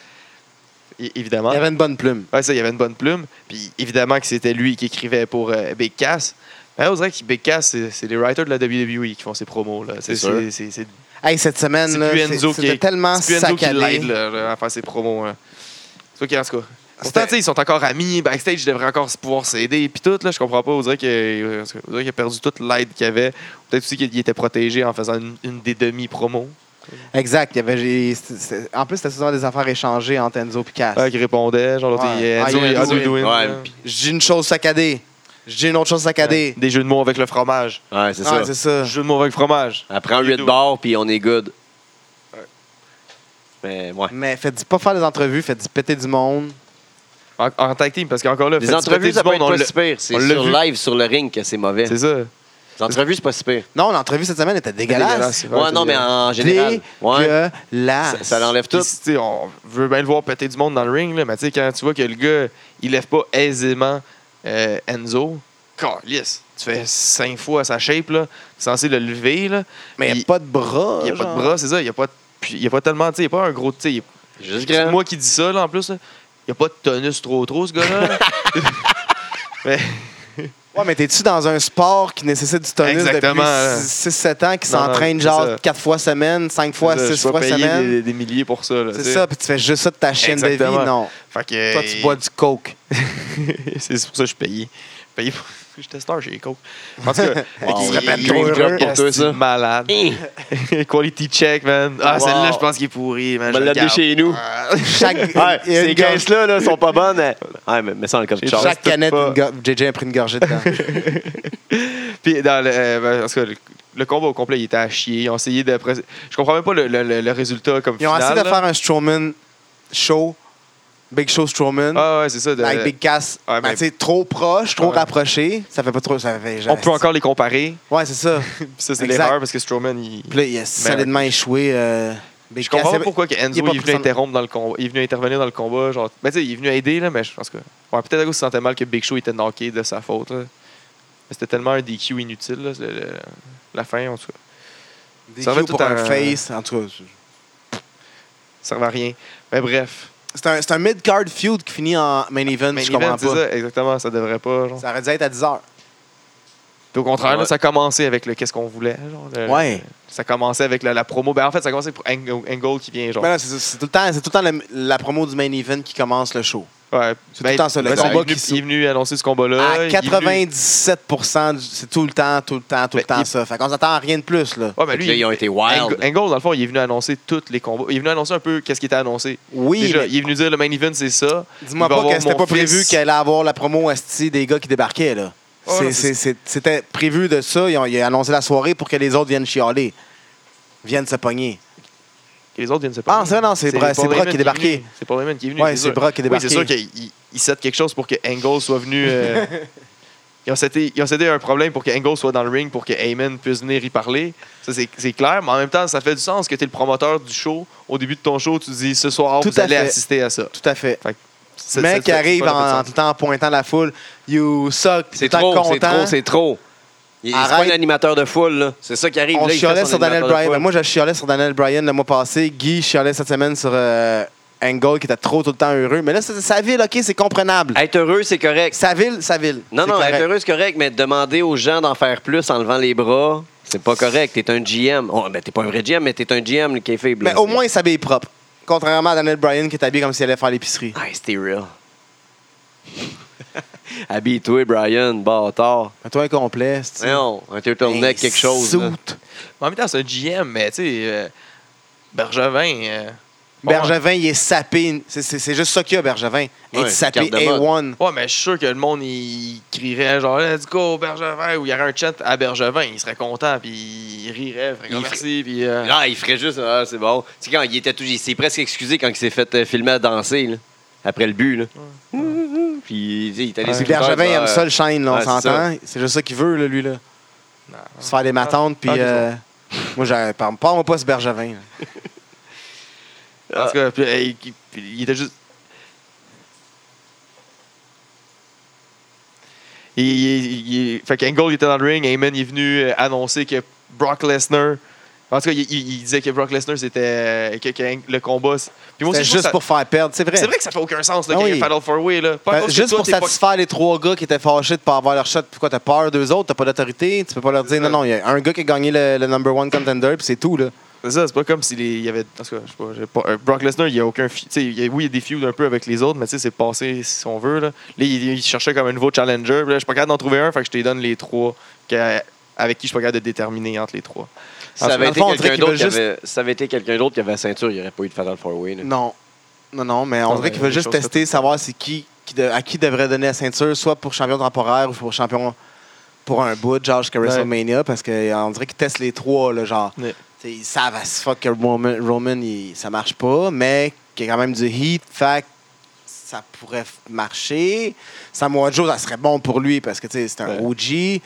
Speaker 1: É- évidemment.
Speaker 3: Il avait une bonne plume.
Speaker 1: Ouais, ça, il avait une bonne plume. Puis évidemment que c'était lui qui écrivait pour euh, Big Cass. Mais on dirait que Big Cass, c'est c'est les writers de la WWE qui font ces promos. là. C'est
Speaker 2: sûr.
Speaker 1: c'est- c'est- c'est-
Speaker 3: Hey, cette semaine,
Speaker 1: c'est
Speaker 3: là,
Speaker 1: plus
Speaker 3: c'est-
Speaker 1: Enzo qui
Speaker 3: c'était
Speaker 1: est-
Speaker 3: tellement
Speaker 1: c'est plus Enzo qui l'aide
Speaker 3: saccadé.
Speaker 1: là, là, à faire ses promos. là. C'est toi qui en tout cas. Pourtant,
Speaker 3: C'était-
Speaker 1: tu sais, ils sont encore amis, backstage, ils devraient encore se pouvoir s'aider, puis tout, là, je comprends pas. On dirait que- euh, en tout cas, on dirait qu'il a perdu toute l'aide qu'il avait. Peut-être aussi qu'il était protégé en faisant une, une des demi-promos.
Speaker 3: Exact. il y avait- j'ai- c'est- c'est- en plus, c'était souvent des affaires échangées entre Enzo et Cass.
Speaker 1: Ah, qui répondait, genre l'autre,
Speaker 3: Ouais.
Speaker 1: il est
Speaker 3: Ah,
Speaker 1: Enzo,
Speaker 3: il est
Speaker 1: il est
Speaker 3: Enzo,
Speaker 1: Enzo,
Speaker 3: il-
Speaker 1: doing,
Speaker 2: ouais,
Speaker 1: là.
Speaker 2: puis-
Speaker 3: Je dis une chose saccadée. Je dis une autre chose saccadée.
Speaker 1: Des jeux de mots avec le fromage.
Speaker 2: Ouais, c'est
Speaker 1: Ah,
Speaker 3: Ouais,
Speaker 2: ça.
Speaker 3: c'est ça.
Speaker 1: Jeux de mots avec le fromage.
Speaker 2: Elle prend 8
Speaker 1: doux.
Speaker 2: bars, puis on est good. Mais ouais.
Speaker 3: Mais faites pas faire des entrevues, faites péter du monde.
Speaker 1: En, en tag team, parce qu'encore là,
Speaker 2: Les
Speaker 1: faites
Speaker 2: entrevues,
Speaker 1: péter
Speaker 2: ça
Speaker 1: du monde,
Speaker 2: peut être
Speaker 1: on
Speaker 2: pas
Speaker 1: l'a-
Speaker 2: si pire. C'est
Speaker 1: on l'a
Speaker 2: sur
Speaker 1: vu.
Speaker 2: live, sur le ring, que c'est mauvais.
Speaker 1: C'est ça.
Speaker 2: Les entrevues, c'est pas si pire.
Speaker 3: Non, l'entrevue cette semaine était dégueulasse.
Speaker 1: C'est
Speaker 2: Ouais,
Speaker 1: vrai, c'est
Speaker 2: non, mais
Speaker 1: dégueulasse.
Speaker 2: en général. Ouais.
Speaker 3: Dégueulasse.
Speaker 2: Ça, ça l'enlève
Speaker 1: Puis,
Speaker 2: tout.
Speaker 1: tu sais, on veut bien le voir péter du monde dans le ring, là, mais tu sais, quand tu vois que le gars, il lève pas aisément euh, Enzo, calisse, tu fais cinq fois sa shape, là, t'es censé le lever, là.
Speaker 3: Mais il n'y a
Speaker 1: il-
Speaker 3: pas de bras.
Speaker 1: Il n'y a pas
Speaker 3: genre.
Speaker 1: de bras, c'est ça, il n'y a pas de- puis il y a pas tellement, tu sais, il n'y a pas un gros, tu sais, il-
Speaker 2: Juste
Speaker 1: c'est
Speaker 2: grand.
Speaker 1: moi qui dis ça, là, en plus, là. il n'y a pas de tonus trop trop, ce gars-là. mais,
Speaker 3: Ouais, mais t'es-tu dans un sport qui nécessite du tonus
Speaker 1: Exactement, là.
Speaker 3: depuis 6-7 ans, qui
Speaker 1: Non, non,
Speaker 3: s'entraîne
Speaker 1: c'est
Speaker 3: genre
Speaker 1: ça.
Speaker 3: 4 fois semaine, 5 fois,
Speaker 1: c'est ça, je
Speaker 3: 6
Speaker 1: suis pas
Speaker 3: fois
Speaker 1: payé
Speaker 3: semaine?
Speaker 1: des, des milliers pour ça, là, tu
Speaker 3: C'est
Speaker 1: sais.
Speaker 3: ça, puis tu fais juste ça de ta chaîne de
Speaker 1: Exactement.
Speaker 3: vie, non.
Speaker 1: Fait que,
Speaker 3: Toi, tu bois du coke.
Speaker 1: c'est pour ça que je suis payé. Payé pour... J'étais star chez les Coke. En tout cas,
Speaker 2: Wow.
Speaker 1: il-
Speaker 3: se répète
Speaker 1: il-
Speaker 3: trop
Speaker 1: il-
Speaker 3: heureux.
Speaker 2: pour toi,
Speaker 1: Asti de
Speaker 2: ça.
Speaker 1: malade.
Speaker 2: Hein.
Speaker 1: Quality check, man. Ah,
Speaker 2: Wow.
Speaker 1: celle-là, je pense qu'il est pourri, man.
Speaker 2: On
Speaker 1: Je
Speaker 2: va l'amener
Speaker 1: le garde.
Speaker 2: chez nous.
Speaker 1: Ah.
Speaker 3: Chaque,
Speaker 2: Ouais,
Speaker 3: il y a une
Speaker 2: ces
Speaker 3: gorge-
Speaker 2: caisses-là là, sont pas bonnes. hein. Ouais, mais mets ça dans le coffre de
Speaker 1: Chaque-
Speaker 2: char.
Speaker 3: chaque canette,
Speaker 1: pas.
Speaker 3: une go- JJ a pris une gorgée dedans.
Speaker 1: Puis, dans le, euh, ben, en tout cas, le, le combat au complet, il était à chier. Ils ont essayé de. pres- Je comprends même pas le, le- le- le résultat comme
Speaker 3: Ils ont
Speaker 1: final,
Speaker 3: essayé de
Speaker 1: là.
Speaker 3: faire un Strowman show, Big Show Strowman,
Speaker 1: Ah, ouais, c'est ça. de-
Speaker 3: avec Big Cass.
Speaker 1: Ouais,
Speaker 3: mais
Speaker 1: mais-
Speaker 3: tu sais, trop proche, trop
Speaker 1: Ouais.
Speaker 3: rapproché, ça fait pas trop. Ça fait,
Speaker 1: On peut encore les comparer.
Speaker 3: Ouais, c'est ça.
Speaker 1: Puis ça, c'est
Speaker 3: Exact.
Speaker 1: l'erreur parce que Strowman, il.
Speaker 3: Puis là, il a solidement échoué. euh, Big
Speaker 1: Ben Je comprends
Speaker 3: Cass.
Speaker 1: pas pourquoi que
Speaker 3: il est
Speaker 1: Enzo
Speaker 3: pas
Speaker 1: il est
Speaker 3: pris
Speaker 1: venu
Speaker 3: en-
Speaker 1: interrompre dans le combat. Il est venu intervenir dans le combat. Genre, ben, tu sais, il est venu aider, là, mais je pense que. Ouais, peut-être à cause qu'il se sentait mal que Big Show était knocké de sa faute. là. Mais c'était tellement un DQ inutile, là, le- le- la fin, en tout cas.
Speaker 3: Des
Speaker 1: Ça va
Speaker 3: cues
Speaker 1: tout
Speaker 3: pour
Speaker 1: à-
Speaker 3: un face. En tout cas,
Speaker 1: Ça servait à rien. Mais bref.
Speaker 3: c'est un, c'est un mid-card feud qui finit en main event.
Speaker 1: Main
Speaker 3: je comprends
Speaker 1: event, c'est
Speaker 3: pas. Ça.
Speaker 1: ça, exactement, ça devrait pas. genre.
Speaker 3: aurait dû être à 10h.
Speaker 1: Puis au contraire, là,
Speaker 2: Ouais.
Speaker 1: ça a commencé avec le qu'est-ce qu'on voulait. genre, le-
Speaker 3: Ouais.
Speaker 1: Ça commençait avec la, la promo. Ben, en fait, ça a commencé pour Angle, Angle qui vient, genre.
Speaker 3: Ben non, c'est- c'est tout le temps, c'est tout le temps le- la promo du main event qui commence le show.
Speaker 1: Ouais.
Speaker 3: C'est tout le temps ça, le
Speaker 1: ben,
Speaker 3: combat
Speaker 1: il est venu-
Speaker 3: qui s'ouvre.
Speaker 1: Il est venu annoncer ce combat-là. Euh, il
Speaker 3: À
Speaker 1: est venu-
Speaker 3: 97%, du- c'est tout le temps, tout le temps, tout le
Speaker 1: Ben,
Speaker 3: temps
Speaker 1: il-
Speaker 3: ça. Fait qu'on s'attend à rien de plus, là.
Speaker 1: Ouais, ben,
Speaker 2: Là,
Speaker 1: lui,
Speaker 2: ils ont été wild.
Speaker 1: Angle, Angle, dans le fond, il est venu annoncer tous les combats. Il est venu annoncer un peu qu'est-ce qui était annoncé.
Speaker 3: Oui,
Speaker 1: Déjà,
Speaker 3: mais
Speaker 1: il est venu dire le main event, c'est ça.
Speaker 3: dis-moi
Speaker 1: il va
Speaker 3: pas
Speaker 1: avoir
Speaker 3: que c'était
Speaker 1: mon
Speaker 3: pas
Speaker 1: fils.
Speaker 3: prévu qu'elle allait avoir la promo asti des gars qui débarquaient, là.
Speaker 1: Oh,
Speaker 3: C'est-
Speaker 1: non,
Speaker 3: c'est-
Speaker 1: c'est-
Speaker 3: c'est- C'était prévu de ça. Ils ont, ils ont annoncé la soirée pour que les autres viennent chialer. Viennent se pogner.
Speaker 1: Et les autres viennent se
Speaker 3: Ah,
Speaker 1: parler.
Speaker 3: c'est vrai, non, c'est Bra- c'est
Speaker 1: Paul
Speaker 3: Brock
Speaker 1: Heyman
Speaker 3: qui est débarqué.
Speaker 1: venu. C'est Paul Heyman qui est venu.
Speaker 3: Ouais,
Speaker 1: c'est
Speaker 3: c'est
Speaker 1: sûr.
Speaker 3: Brock qui est
Speaker 1: Oui, c'est sûr
Speaker 3: débarqué.
Speaker 1: qu'il il- il set quelque chose pour que Angle soit venu. euh, ils ont seté, ils ont seté un problème pour que Angle soit dans le ring, pour que Heyman puisse venir y parler. Ça, c'est c'est clair. Mais en même temps, ça fait du sens que tu es le promoteur du show. Au début de ton show, tu dis ce soir,
Speaker 3: Tout
Speaker 1: vous
Speaker 3: à
Speaker 1: allez
Speaker 3: fait.
Speaker 1: assister à ça.
Speaker 3: Tout à fait.
Speaker 1: C'est-
Speaker 3: Le
Speaker 1: ça-
Speaker 3: mec qui
Speaker 1: ça-
Speaker 3: arrive
Speaker 1: ça fait
Speaker 3: en, en
Speaker 1: du
Speaker 3: tout
Speaker 1: sens.
Speaker 3: le temps pointant la foule, you suck,
Speaker 2: C'est
Speaker 3: tout le temps
Speaker 2: trop, c'est
Speaker 3: content.
Speaker 2: trop, c'est trop. Il n'est pas
Speaker 3: Arrête.
Speaker 2: un animateur de foule, là. C'est ça qui arrive. là,
Speaker 3: On
Speaker 2: il fait
Speaker 3: chialait
Speaker 2: son
Speaker 3: sur Daniel
Speaker 2: animateur de
Speaker 3: Bryan.
Speaker 2: foule.
Speaker 3: Ben, moi, je chialais sur Daniel Bryan le mois passé. Guy chialait cette semaine sur euh, Angle qui était trop tout le temps heureux. Mais là, c'est sa ville, OK, c'est comprenable.
Speaker 2: Être heureux, c'est correct.
Speaker 3: Sa ville, sa ville.
Speaker 2: Non,
Speaker 3: C'est
Speaker 2: non,
Speaker 3: correct.
Speaker 2: être heureux, c'est correct, mais demander aux gens d'en faire plus en levant les bras, c'est pas correct. T'es un GM. Oh, ben, t'es pas un vrai GM, mais t'es un GM qui est faible.
Speaker 3: Mais
Speaker 2: là.
Speaker 3: au moins, il s'habille propre. Contrairement à Daniel Bryan qui est habillé comme s'il allait faire l'épicerie.
Speaker 2: Ah, c'était real. Habille-toi, Brian, bâtard.
Speaker 3: Mais toi, incomplet. c'est-tu?
Speaker 2: Non, un turtleneck,
Speaker 3: Un
Speaker 2: quelque chose. là.
Speaker 3: suit.
Speaker 1: En même temps, c'est un GM, mais tu sais, euh, Bergevin. euh, bon,
Speaker 3: Bergevin, il est sapé. C'est- C'est c'est juste ça qu'il y a, Bergevin. Il
Speaker 2: Ouais,
Speaker 3: est sapé
Speaker 2: carte de mode.
Speaker 3: A1.
Speaker 1: Ouais, mais je suis sûr que le monde, il crierait genre Let's go, Bergevin, ou il y aurait un chat à Bergevin, il serait content, puis il rirait, il ferait comme
Speaker 2: Il
Speaker 1: merci, puis. euh,
Speaker 2: Là, il ferait juste. Ah, c'est bon. Tu sais, quand il était tout. Il s'est presque excusé quand il s'est fait euh, filmer à danser, là, après le but, là. Hum, hum. Puis, tu sais, il est allé sur
Speaker 3: Puis Bergevin, il aime ça le shine, là,
Speaker 2: euh,
Speaker 3: on
Speaker 2: ouais, c'est
Speaker 3: s'entend. C'est juste ça qu'il veut, là, lui. là.
Speaker 1: non, non.
Speaker 3: Se faire des matantes, puis.
Speaker 1: Ah, disons.
Speaker 3: euh, Moi, j'aurais- parle- parle-moi pas ce Bergevin. là.
Speaker 1: En tout cas, puis, euh, il, puis il était juste. Il, il- il- il- fait qu'Angle il était dans le ring, Heyman il est venu euh, annoncer que Brock Lesnar. En tout cas, il, il- il disait que Brock Lesnar c'était. euh, que, que le combat. c'est- Puis moi,
Speaker 3: C'était
Speaker 1: aussi, je trouve
Speaker 3: juste
Speaker 1: ça-
Speaker 3: pour faire perdre, c'est vrai.
Speaker 1: C'est vrai Bah, que ça fait aucun sens, là,
Speaker 3: Ah
Speaker 1: qu'il y ait
Speaker 3: oui.
Speaker 1: un Fatal Four Way, là. Pas à
Speaker 3: Ben,
Speaker 1: cause que
Speaker 3: juste
Speaker 1: toi,
Speaker 3: pour
Speaker 1: t'es pas-
Speaker 3: satisfaire les trois gars qui étaient fâchés de pas avoir leur shot. Pourquoi t'as peur d'eux autres? T'as pas d'autorité? Tu peux pas leur dire non, non, il y a un gars qui a gagné le, le number one contender, puis c'est tout. là.
Speaker 1: C'est ça, c'est pas comme s'il y avait. En tout cas, je sais pas, j'ai pas- euh, Brock Lesnar, il y a aucun. fi- tu sais, il y a- oui, il y a des feuds un peu avec les autres, mais tu sais, c'est passé si on veut. Là, là il, il cherchait comme un nouveau challenger. puis là, je suis pas capable d'en trouver un, fait que je te donne les trois que- avec qui je suis pas capable de déterminer entre les trois.
Speaker 2: Ça
Speaker 3: Dans
Speaker 2: avait
Speaker 3: le
Speaker 2: été
Speaker 3: Ah, fond, on dirait
Speaker 2: quelqu'un
Speaker 3: qu'ils
Speaker 2: d'autre
Speaker 3: veulent
Speaker 2: qui
Speaker 3: juste-
Speaker 2: avait- ça avait été quelqu'un d'autre qui avait la ceinture, il n'y aurait pas eu de Fatal Four Way. là.
Speaker 3: Non. Non, non, mais on
Speaker 1: Non,
Speaker 3: dirait
Speaker 1: mais
Speaker 3: qu'ils veulent
Speaker 1: les
Speaker 3: juste
Speaker 1: choses
Speaker 3: tester, savoir c'est qui, qui de- à qui devrait donner la ceinture, soit pour champion temporaire ou pour champion pour un bout, genre jusqu'à
Speaker 1: Ouais.
Speaker 3: WrestleMania, parce qu'on dirait qu'ils testent les trois, là, genre.
Speaker 1: Ouais.
Speaker 3: T'sais, Ils savent à ce fuck que Roman, Roman, il- ça marche pas, mais qu'il y a quand même du heat, fait que ça pourrait f- marcher. Samoa Joe, ça serait bon pour lui, parce que t'sais, c'est un
Speaker 1: Ouais.
Speaker 3: OG.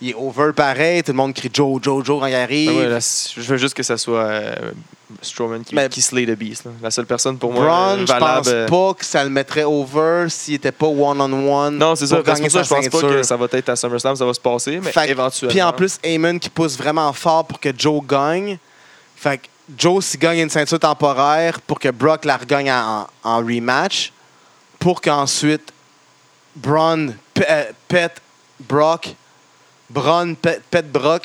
Speaker 3: Il est over pareil, tout le monde crie Joe, Joe, Joe quand il arrive.
Speaker 1: Ah ouais, là, je veux juste que ça soit euh, Strowman qui,
Speaker 3: Mais-
Speaker 1: qui slay the beast. là. La seule personne pour moi
Speaker 3: Braun,
Speaker 1: euh,
Speaker 3: je
Speaker 1: valable.
Speaker 3: pense
Speaker 1: euh,
Speaker 3: pas que ça le mettrait over s'il était pas one-on-one.
Speaker 1: Non, c'est ça.
Speaker 3: pour
Speaker 1: parce que
Speaker 3: gagner
Speaker 1: pour ça, je
Speaker 3: sa
Speaker 1: pense pas
Speaker 3: ceinture.
Speaker 1: que ça va être à SummerSlam, ça va se passer, mais
Speaker 3: Fait que-
Speaker 1: éventuellement.
Speaker 3: Puis en plus, Heyman qui pousse vraiment fort pour que Joe gagne. Fait que Joe, s'il gagne une ceinture temporaire pour que Brock la regagne en, en rematch, pour qu'ensuite Braun pe- euh, pète Brock, Braun pe- pète Brock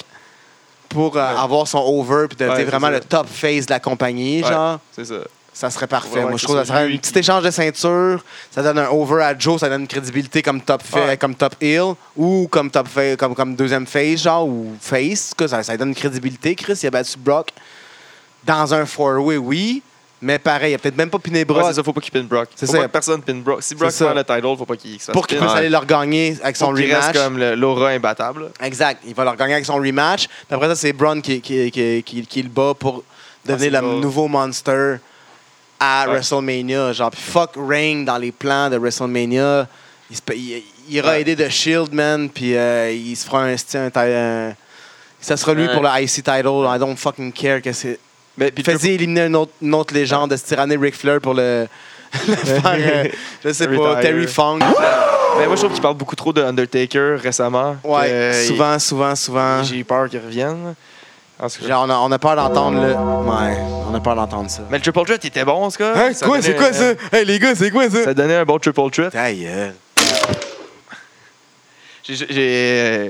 Speaker 3: pour euh, avoir son over puis devenir
Speaker 1: Ouais, c'est
Speaker 3: vraiment
Speaker 1: ça.
Speaker 3: le top face de la compagnie,
Speaker 1: Ouais,
Speaker 3: genre.
Speaker 1: C'est ça.
Speaker 3: Ça serait parfait.
Speaker 1: Ouais, ouais,
Speaker 3: Moi, je
Speaker 1: c'est
Speaker 3: trouve que ça
Speaker 1: ça.
Speaker 3: serait
Speaker 1: Lui
Speaker 3: un
Speaker 1: qui-
Speaker 3: petit échange de ceinture. Ça donne un over à Joe, ça donne une crédibilité comme top, fa-
Speaker 1: Ouais.
Speaker 3: comme top heel ou comme, top fa- comme, comme deuxième face, genre, ou face. En tout cas, ça, ça donne une crédibilité. Chris, il a battu Brock dans un four-way, oui, mais pareil, il a peut-être même pas piné
Speaker 1: Ouais,
Speaker 3: Brock
Speaker 1: c'est ça, faut pas qu'il pin Brock.
Speaker 3: C'est
Speaker 1: faut
Speaker 3: ça.
Speaker 1: pas que personne pin Brock. Si Brock
Speaker 3: C'est ça.
Speaker 1: prend le title, faut pas qu'il se fasse
Speaker 3: pour qu'il
Speaker 1: pin.
Speaker 3: puisse aller leur gagner avec son
Speaker 1: Faut qu'il reste
Speaker 3: rematch.
Speaker 1: comme le- l'aura imbattable. là.
Speaker 3: Exact, il va leur gagner avec son rematch. Puis après ça, c'est Braun qui, qui, qui, qui- qui le bat pour devenir
Speaker 1: Ah, c'est
Speaker 3: le
Speaker 1: pas-
Speaker 3: nouveau monster à
Speaker 1: Ouais.
Speaker 3: WrestleMania. Genre, puis fuck Reign dans les plans de WrestleMania. Il, se pa- il- il ira
Speaker 1: Ouais.
Speaker 3: aider The Shield, man, puis euh, il se fera un, sti- un, ti- un- Ça sera lui
Speaker 2: Ouais.
Speaker 3: pour le IC title. I don't fucking care. que c'est.
Speaker 1: Mais puis
Speaker 3: Fais-y éliminer une autre, une autre légende, de se tyranner Ric Flair pour le. le faire, euh, je sais pas,
Speaker 1: Retire.
Speaker 3: Terry Funk.
Speaker 1: mais ben, moi je trouve qu'il parle beaucoup trop de Undertaker récemment.
Speaker 3: Ouais,
Speaker 1: Que-
Speaker 3: souvent, souvent, souvent.
Speaker 1: et- et J'ai peur qu'il revienne. En tout cas.
Speaker 3: Genre, on, a, on a peur d'entendre le. Ouais, on a peur d'entendre ça.
Speaker 1: Mais le triple threat était bon en tout cas.
Speaker 3: Hein,
Speaker 1: Ça donnait- euh,
Speaker 3: Hey, les gars, c'est quoi
Speaker 1: Ça donnait un bon triple threat.
Speaker 3: Ta gueule.
Speaker 1: J'ai- J'ai. euh,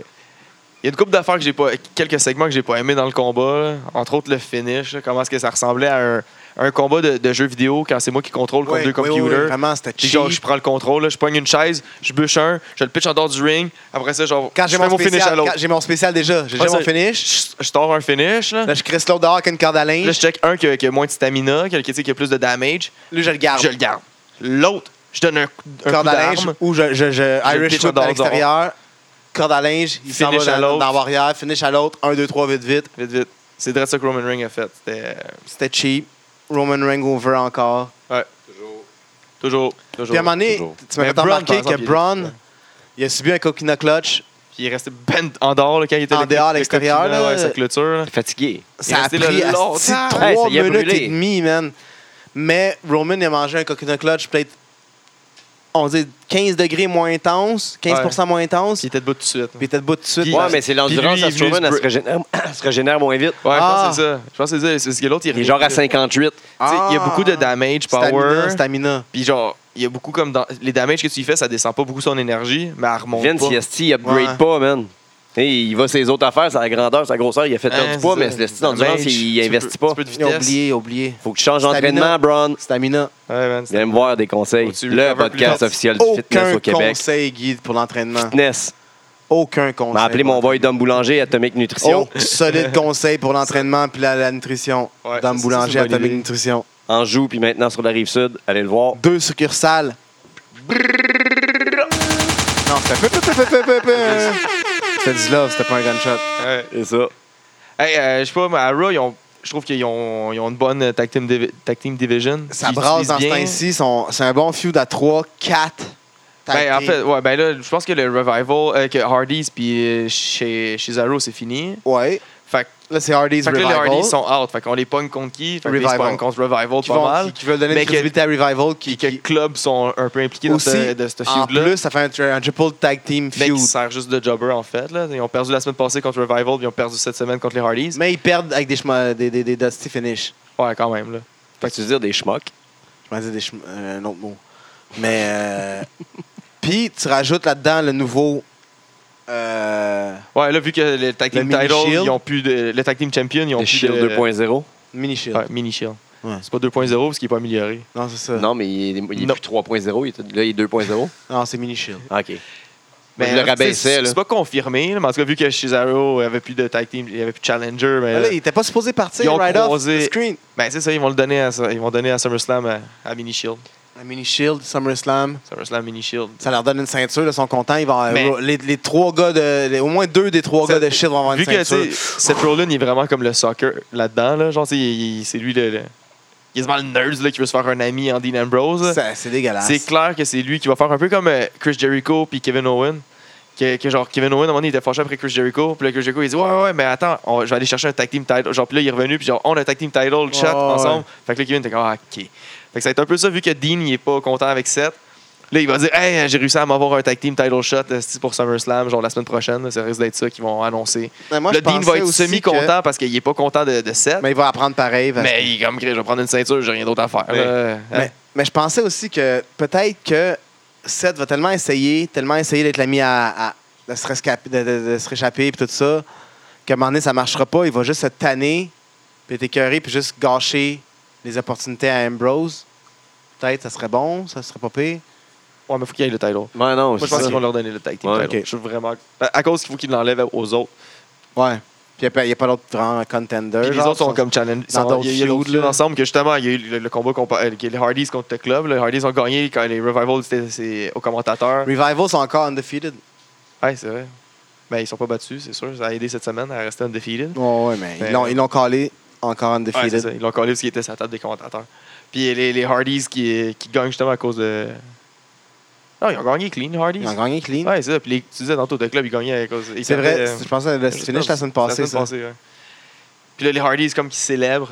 Speaker 1: Il y a une couple d'affaires que j'ai pas. quelques segments que j'ai pas aimé dans le combat. là. Entre autres le finish, là, comment est-ce que ça ressemblait à un, un combat de, de jeu vidéo quand c'est moi qui contrôle contre
Speaker 3: Ouais,
Speaker 1: deux
Speaker 3: oui, oui,
Speaker 1: computers.
Speaker 3: oui, vraiment, c'était
Speaker 1: Puis genre,
Speaker 3: cheap.
Speaker 1: je prends le contrôle, là, je pogne une chaise, je bûche un, je le pitch en dehors du ring. Après ça, genre,
Speaker 3: Quand
Speaker 1: je
Speaker 3: j'ai
Speaker 1: fais
Speaker 3: mon,
Speaker 1: mon finish à
Speaker 3: spécial-
Speaker 1: l'autre. Ah,
Speaker 3: quand j'ai mon spécial déjà, j'ai déjà
Speaker 1: Ouais,
Speaker 3: mon
Speaker 1: ça-
Speaker 3: finish.
Speaker 1: Je, je tords un finish. Là,
Speaker 3: Là, je crisse l'autre dehors avec une corde à linge.
Speaker 1: Là, je check un qui a, qui a moins de stamina, qui a, qui, tu sais, qui a plus de damage.
Speaker 3: Lui, je le garde.
Speaker 1: Je le garde. L'autre, je donne un, coup- un coup
Speaker 3: Ah. corde à linge
Speaker 1: d'arme.
Speaker 3: ou je, je, je
Speaker 1: le
Speaker 3: Irish
Speaker 1: pitch en
Speaker 3: whip à
Speaker 1: dehors,
Speaker 3: l'extérieur. Corde à linge, il s'en
Speaker 1: Finish à
Speaker 3: va dans,
Speaker 1: l'autre.
Speaker 3: dans la barrière, finish à l'autre, 1, 2, 3, vite, vite.
Speaker 1: Vite, vite. C'est Dread que Roman Ring a fait. C'était euh,
Speaker 3: C'était cheap. Roman Reigns over encore.
Speaker 1: toujours, toujours.
Speaker 3: Puis à un moment donné,
Speaker 2: toujours.
Speaker 3: tu m'as
Speaker 1: Mais
Speaker 3: fait
Speaker 1: Braun, par
Speaker 3: remarquer
Speaker 1: exemple,
Speaker 3: que
Speaker 1: il est-
Speaker 3: Braun, il a subi un coquina clutch.
Speaker 1: Puis il est resté ben en dehors là, quand il était
Speaker 3: En
Speaker 1: le-
Speaker 3: dehors, à
Speaker 1: le
Speaker 3: l'extérieur,
Speaker 1: coquinat,
Speaker 3: là.
Speaker 1: ouais, sa clôture. là.
Speaker 2: Fatigué.
Speaker 1: Il est
Speaker 3: Ça a
Speaker 1: resté
Speaker 3: pris
Speaker 1: là longtemps.
Speaker 3: asti,
Speaker 2: Hey, ça
Speaker 3: trois
Speaker 2: y a
Speaker 3: minutes
Speaker 2: brûlé.
Speaker 3: et demie, man. Mais Roman, il a mangé un coquina clutch peut-être, on dit 15 degrés moins intense, 15 moins intense.
Speaker 1: Puis il
Speaker 3: Puis
Speaker 1: était debout tout de suite.
Speaker 3: il était debout tout de suite.
Speaker 1: Puis-
Speaker 2: Ouais, mais c'est l'endurance
Speaker 1: Puis lui,
Speaker 2: à Strowman,
Speaker 1: il veut
Speaker 2: elle se
Speaker 1: se
Speaker 2: régénère, elle se régénère moins vite.
Speaker 1: Ouais,
Speaker 3: Ah.
Speaker 1: je pense que c'est ça. Je pense que c'est ça. C'est parce que l'autre, il
Speaker 2: Il est genre à 58.
Speaker 1: Tu sais, Il y a
Speaker 3: Ah.
Speaker 1: beaucoup de damage,
Speaker 3: Stamina,
Speaker 1: power.
Speaker 3: stamina.
Speaker 1: Puis genre, il y a beaucoup comme dans. Les damages que tu y fais, ça descend pas beaucoup son énergie, mais elle remonte.
Speaker 2: Vince,
Speaker 1: pas.
Speaker 2: il esti, il upgrade
Speaker 3: Ouais.
Speaker 2: pas, man. Hey, il va ses autres affaires, sa grandeur, sa grosseur, il a fait perdre
Speaker 1: Hein,
Speaker 2: du poids,
Speaker 1: c'est
Speaker 2: mais
Speaker 1: ça.
Speaker 2: le style d'endurance,
Speaker 1: Damage,
Speaker 2: il il
Speaker 1: tu
Speaker 2: investit
Speaker 1: peux-
Speaker 2: pas.
Speaker 1: tu peux de
Speaker 3: Ils ont
Speaker 1: vitesse.
Speaker 3: oublié, oublié.
Speaker 2: Faut que tu changes
Speaker 3: Stamina.
Speaker 2: d'entraînement, Braun.
Speaker 3: Stamina.
Speaker 1: Ouais, man, c'est-
Speaker 2: Viens me voir des conseils.
Speaker 1: Faut-tu
Speaker 2: Le
Speaker 1: recover plus
Speaker 2: podcast
Speaker 1: tard?
Speaker 2: officiel du fitness
Speaker 3: Aucun
Speaker 2: au Québec.
Speaker 3: conseil guide pour l'entraînement.
Speaker 2: Fitness.
Speaker 3: Aucun conseil.
Speaker 2: M'a appelé mon boy Dom Boulanger, Atomic Nutrition.
Speaker 3: Oh, solide conseil pour l'entraînement puis la, la nutrition.
Speaker 1: Ouais,
Speaker 3: Dame
Speaker 1: ça,
Speaker 3: Boulanger,
Speaker 1: ça, c'est une bonne
Speaker 3: Atomic
Speaker 1: idée.
Speaker 3: Nutrition.
Speaker 1: Oh.
Speaker 2: En joue, puis maintenant sur la rive sud. Allez le voir.
Speaker 3: Deux succursales. Non, c'était... C'était du love, c'était pas un gunshot.
Speaker 1: ouais.
Speaker 2: C'est ça.
Speaker 1: Hey, euh, je sais pas, mais à Raw, ils ont- je trouve qu'ils ont, ils ont une bonne euh, tag team, divi- tag team division.
Speaker 3: Ça
Speaker 1: Ils
Speaker 3: brasse
Speaker 1: utilisent
Speaker 3: dans ce
Speaker 1: bien.
Speaker 3: temps-ci. sont- C'est un bon feud à 3, 4.
Speaker 1: Ben, en fait, ouais, ben là, je pense que le revival, euh, que Hardy's puis euh, chez, chez Zaro, c'est fini.
Speaker 3: Ouais.
Speaker 1: Fait, que-
Speaker 3: Là, c'est Hardy's
Speaker 1: fait que là,
Speaker 3: Revival.
Speaker 1: les Hardys sont out. Fait qu'on les pogne contre qui? Fait que les
Speaker 3: Revival.
Speaker 1: pogne contre Revival,
Speaker 3: qui,
Speaker 1: pas
Speaker 3: vont-
Speaker 1: mal.
Speaker 3: qui- qui veulent donner
Speaker 1: Mais
Speaker 3: une
Speaker 1: que-
Speaker 3: crédibilité à Revival. Qui,
Speaker 1: Puis que les
Speaker 3: qui-
Speaker 1: clubs sont un peu impliqués
Speaker 3: Aussi,
Speaker 1: dans ce, de ce
Speaker 3: en
Speaker 1: feud-là.
Speaker 3: plus, ça fait un, tri- un triple tag team
Speaker 1: Mais
Speaker 3: feud.
Speaker 1: qui Ben, sert juste de jobber, en fait. Là. Ils ont perdu la semaine passée contre Revival, puis ils ont perdu cette semaine contre les Hardys.
Speaker 3: Mais ils perdent avec des, chema- des, des, des dusty finish.
Speaker 1: Ouais, quand même. Là.
Speaker 2: Fait que tu veux dire des schmucks.
Speaker 3: Je m'en disais des chem- euh, un autre mot. Mais. euh, Puis, tu rajoutes là-dedans le nouveau. euh,
Speaker 1: Ouais, là, vu que le tag
Speaker 3: Le
Speaker 1: team
Speaker 3: mini
Speaker 1: title,
Speaker 3: shield.
Speaker 1: ils ont plus de, le tag team champion, ils ont
Speaker 2: Des
Speaker 1: plus
Speaker 2: Shield
Speaker 1: de,
Speaker 2: 2.0.
Speaker 3: mini shield.
Speaker 1: Ouais, mini shield.
Speaker 3: Ouais.
Speaker 1: C'est pas 2.0 parce qu'il n'est pas amélioré.
Speaker 3: Non, c'est ça. Non,
Speaker 2: Non, mais il est, il est
Speaker 1: Euh. Non.
Speaker 2: plus 3.0. il est- Là, il est 2.0.
Speaker 3: c'est mini shield.
Speaker 2: Ah, OK. Mais je le
Speaker 1: là,
Speaker 2: rabaissais,
Speaker 1: Ben, c'est-
Speaker 2: là.
Speaker 1: C'est pas confirmé, là, mais en tout cas, vu que Cesaro avait plus de tag team, il avait plus de challenger, mais
Speaker 3: Là, il était pas supposé partir
Speaker 1: Euh, Ils ont
Speaker 3: right off
Speaker 1: croisé-
Speaker 3: the screen.
Speaker 1: ben, c'est ça, ils vont le donner à, ils vont donner à SummerSlam à, à Mini Shield.
Speaker 3: La mini shield, SummerSlam.
Speaker 1: SummerSlam Mini Shield.
Speaker 3: Ça leur donne une ceinture, ils sont contents. Ils vont, euh,
Speaker 1: Mais-
Speaker 3: les, les trois gars de. les- au moins deux des trois
Speaker 1: Ça-
Speaker 3: gars de Shield vont avoir une
Speaker 1: Vu que tu sais,
Speaker 3: ceinture.
Speaker 1: Seth Rollins il est vraiment comme le soccer là-dedans, là, genre tu sais, il- il- c'est lui le, le quasiment le nerd là, qui veut se faire un ami en Dean Ambrose.
Speaker 3: Ça, C'est dégueulasse.
Speaker 1: C'est clair que c'est lui qui va faire un peu comme euh, Chris Jericho puis Kevin Owen. Que, que genre Kevin Owen, à un moment donné, il était fâché après Chris Jericho. Puis là, Chris Jericho, il dit Ouais, ouais, mais attends, on- je vais aller chercher un tag team title. Genre, puis là, il est revenu, puis genre, on a un tag team title, chat
Speaker 3: Ouais,
Speaker 1: ensemble.
Speaker 3: ouais.
Speaker 1: Fait que là, Kevin était comme Ah, ok. Fait que ça va être un peu ça, vu que Dean, il est pas content avec Seth. Là, il va dire Hey, j'ai réussi à m'avoir un tag team title shot euh, c'est-tu pour SummerSlam, genre la semaine prochaine. là, Ça risque d'être ça qu'ils vont annoncer.
Speaker 3: Mais moi,
Speaker 1: le
Speaker 3: je
Speaker 1: Dean va
Speaker 3: pensais
Speaker 1: être
Speaker 3: aussi
Speaker 1: semi-content parce qu'il est pas content de, de Seth.
Speaker 3: que-
Speaker 1: Mais,
Speaker 3: Mais il va apprendre pareil. parce que-
Speaker 1: il est comme Chris, je vais prendre une ceinture, j'ai rien d'autre à faire.
Speaker 2: Mais-
Speaker 1: là.
Speaker 3: Mais, mais je pensais aussi que peut-être que Seth va tellement essayer, tellement essayer d'être l'ami à, à- de se rescaper- de, de- de se réchapper et tout ça, qu'à un moment donné, ça marchera pas. Il va juste se tanner, puis être écœuré, puis juste gâcher les opportunités à Ambrose. Peut-être ça serait bon, ça serait pas pire.
Speaker 1: Ouais, mais faut qu'il y ait le title.
Speaker 2: Mais non,
Speaker 1: Moi,
Speaker 2: c'est
Speaker 1: je pense
Speaker 2: ça.
Speaker 1: qu'ils vont leur donner le tag team.
Speaker 2: Ouais,
Speaker 1: title.
Speaker 3: ok.
Speaker 1: Je suis vraiment. À à cause qu'il faut qu'ils l'enlèvent aux autres.
Speaker 3: Ouais. Puis il n'y a pas d'autres grands contenders.
Speaker 1: Puis les
Speaker 3: genre,
Speaker 1: autres sont
Speaker 3: ça-
Speaker 1: comme challenge.
Speaker 3: dans
Speaker 1: sont-
Speaker 3: d'autres
Speaker 1: Il y a eu
Speaker 3: feuds,
Speaker 1: feuds
Speaker 3: là.
Speaker 1: ensemble que justement, il y a eu le, le combat qu'on par- euh, que les Hardys contre le club. là. Les Hardys ont gagné quand les Revivals étaient c'est aux commentateurs.
Speaker 3: Revival sont encore undefeated.
Speaker 1: Ouais, c'est vrai. Mais ils sont pas battus, c'est sûr. Ça a aidé cette semaine à rester undefeated.
Speaker 3: Ouais, ouais, mais
Speaker 1: Ben,
Speaker 3: ils l'ont- ils l'ont collé encore
Speaker 1: Ouais, c'est
Speaker 3: undefeated.
Speaker 1: ça. Ils l'ont collé parce qu'ils étaient sur la table des commentateurs. Puis les, les Hardys qui, qui gagnent justement à cause de. Non, ils ont gagné clean, les Hardys.
Speaker 3: ils ont gagné clean.
Speaker 1: Ouais, c'est ça. Puis les- tu disais tantôt, le club, ils gagnaient à cause. ils
Speaker 3: c'est
Speaker 1: perdaient,
Speaker 3: vrai,
Speaker 1: euh,
Speaker 3: je pense que le
Speaker 1: Je
Speaker 3: finish
Speaker 1: pense-
Speaker 3: la semaine passée.
Speaker 1: La
Speaker 3: ça.
Speaker 1: semaine passée, ouais. Puis là, les Hardys, comme qui célèbrent.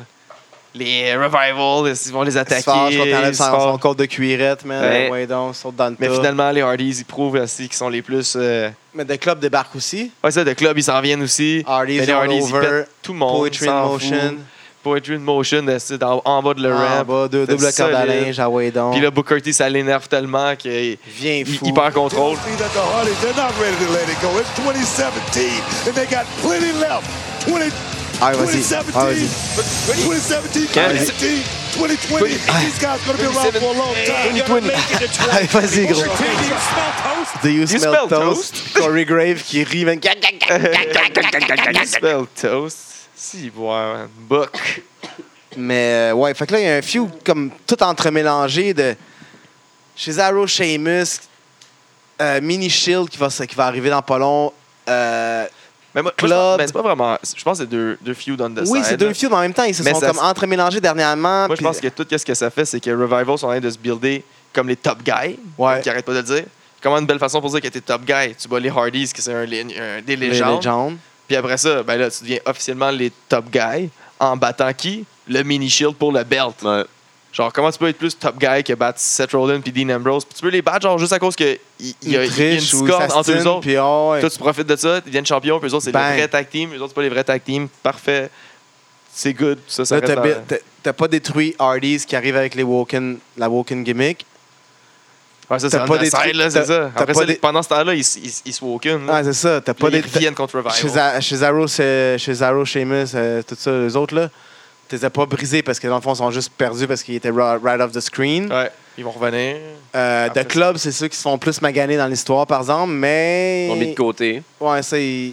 Speaker 1: Les Revivals, ils vont les attaquer.
Speaker 3: se fâche, quand t'enlèves
Speaker 1: ils se
Speaker 3: son,
Speaker 1: fâchent.
Speaker 3: son code de cuirette, man.
Speaker 2: Ouais.
Speaker 3: Ouais, donc, saute dans le
Speaker 1: Mais
Speaker 3: tas.
Speaker 1: finalement, les Hardys, ils prouvent aussi qu'ils sont les plus. euh,
Speaker 3: Mais The Club débarque aussi.
Speaker 1: Ouais, ça, de club, ils s'en viennent aussi.
Speaker 3: Hardys
Speaker 1: Mais les
Speaker 3: all
Speaker 1: Hardys, ils
Speaker 3: Ah, over.
Speaker 1: pètent tout le monde.
Speaker 3: Poetry in
Speaker 1: s'en fout.
Speaker 3: motion.
Speaker 1: Poetry in Motion euh, c'est en, en bas de le
Speaker 3: En
Speaker 1: ramp.
Speaker 3: bas, deux
Speaker 1: C'était
Speaker 3: double corde à
Speaker 1: solide.
Speaker 3: linge, ah ouais donc.
Speaker 1: Puis là, Booker T, ça l'énerve tellement qu'il
Speaker 3: Viens
Speaker 1: il,
Speaker 3: fou.
Speaker 1: il perd contrôle.
Speaker 6: See that the Hardys, they're not ready to let it go. It's 2017, and they got plenty left. 20,
Speaker 3: Ah, vas-y.
Speaker 6: 2017,
Speaker 3: Ah, vas-y.
Speaker 6: 2017,
Speaker 1: Ah,
Speaker 2: Can-
Speaker 6: 2018, 2020. These guys going to be around for a long time.
Speaker 3: Allez, Ah, vas-y, gros. Do you, smell,
Speaker 1: smell
Speaker 3: toast? Corey Grave qui rit, man.
Speaker 1: Il spell toast. Si, boire, man. Buck.
Speaker 3: Mais euh, ouais, fait que là, il y a un few comme tout entremélangé de. Chez Arrow, Sheamus, euh, Mini Shield qui va, se- qui va arriver dans pas long. Euh,
Speaker 1: Mais moi,
Speaker 3: Club.
Speaker 1: moi, je pense- mais c'est pas vraiment. Je pense que c'est deux, deux feuds on the
Speaker 3: oui,
Speaker 1: side,
Speaker 3: c'est deux
Speaker 1: là.
Speaker 3: feuds, mais en même temps, ils se
Speaker 1: Mais
Speaker 3: sont
Speaker 1: ça
Speaker 3: comme
Speaker 1: se-
Speaker 3: entremélangés
Speaker 1: Moi,
Speaker 3: dernièrement.
Speaker 1: je
Speaker 3: puis-
Speaker 1: pense que tout ce que ça fait, c'est que Revival sont en train de se builder comme les top guys,
Speaker 3: Ouais.
Speaker 1: qui arrêtent pas de le dire. Comment une belle façon pour dire que t'es top guy. Tu bats les Hardys, qui c'est un, lé- un- des
Speaker 3: les
Speaker 1: légendes.
Speaker 3: légendes.
Speaker 1: Puis après ça, ben là, tu deviens officiellement les top guys en battant qui? Le mini shield pour le belt.
Speaker 2: Ouais.
Speaker 1: Genre, comment tu peux être plus top guy que battre Seth Rollins puis Dean Ambrose? Puis tu peux les battre, genre, juste à cause qu'il y, il y a
Speaker 3: Ils
Speaker 1: il y a une
Speaker 3: trichent ou ils
Speaker 1: discorde entre eux
Speaker 3: s'astinent,
Speaker 1: autres.
Speaker 3: puis ah ouais.
Speaker 1: Toi, tu profites de ça, ils deviennent champions, puis eux autres, c'est
Speaker 3: Bang.
Speaker 1: les vrais tag team, eux autres, c'est pas les vrais tag team. Parfait. C'est good. Ça, ça
Speaker 3: Là,
Speaker 1: reste
Speaker 3: t'as
Speaker 1: dans-
Speaker 3: bi- t'as- t'as pas détruit Hardy's qui arrive avec les Woken, la Woken gimmick.
Speaker 1: Ouais, ça, c'est
Speaker 3: T'as pas
Speaker 1: pas des
Speaker 3: détruit-
Speaker 1: side, là, c'est
Speaker 3: t'as-
Speaker 1: ça.
Speaker 3: t'as
Speaker 1: Après
Speaker 3: pas
Speaker 1: ça,
Speaker 3: dé-
Speaker 1: pendant ce temps-là, ils ils- ils se walk-in.
Speaker 3: Ah,
Speaker 1: là.
Speaker 3: c'est ça. T'as pas
Speaker 1: Ils
Speaker 3: des.
Speaker 1: reviennent contre
Speaker 3: Chez,
Speaker 1: Revival.
Speaker 3: A- chez Arrow, c'est- chez Arrow, Sheamus, euh, tout ça, eux autres, là, tu les as pas brisés parce que dans le fond, ils sont juste perdus parce qu'ils étaient ra- right off the screen.
Speaker 1: Ouais, Ah, ils vont revenir.
Speaker 3: Euh,
Speaker 1: Après-
Speaker 3: The Club, c'est ceux qui se font plus maganer dans l'histoire, par exemple, mais.
Speaker 2: On mis de côté.
Speaker 3: Ouais, ça, ils...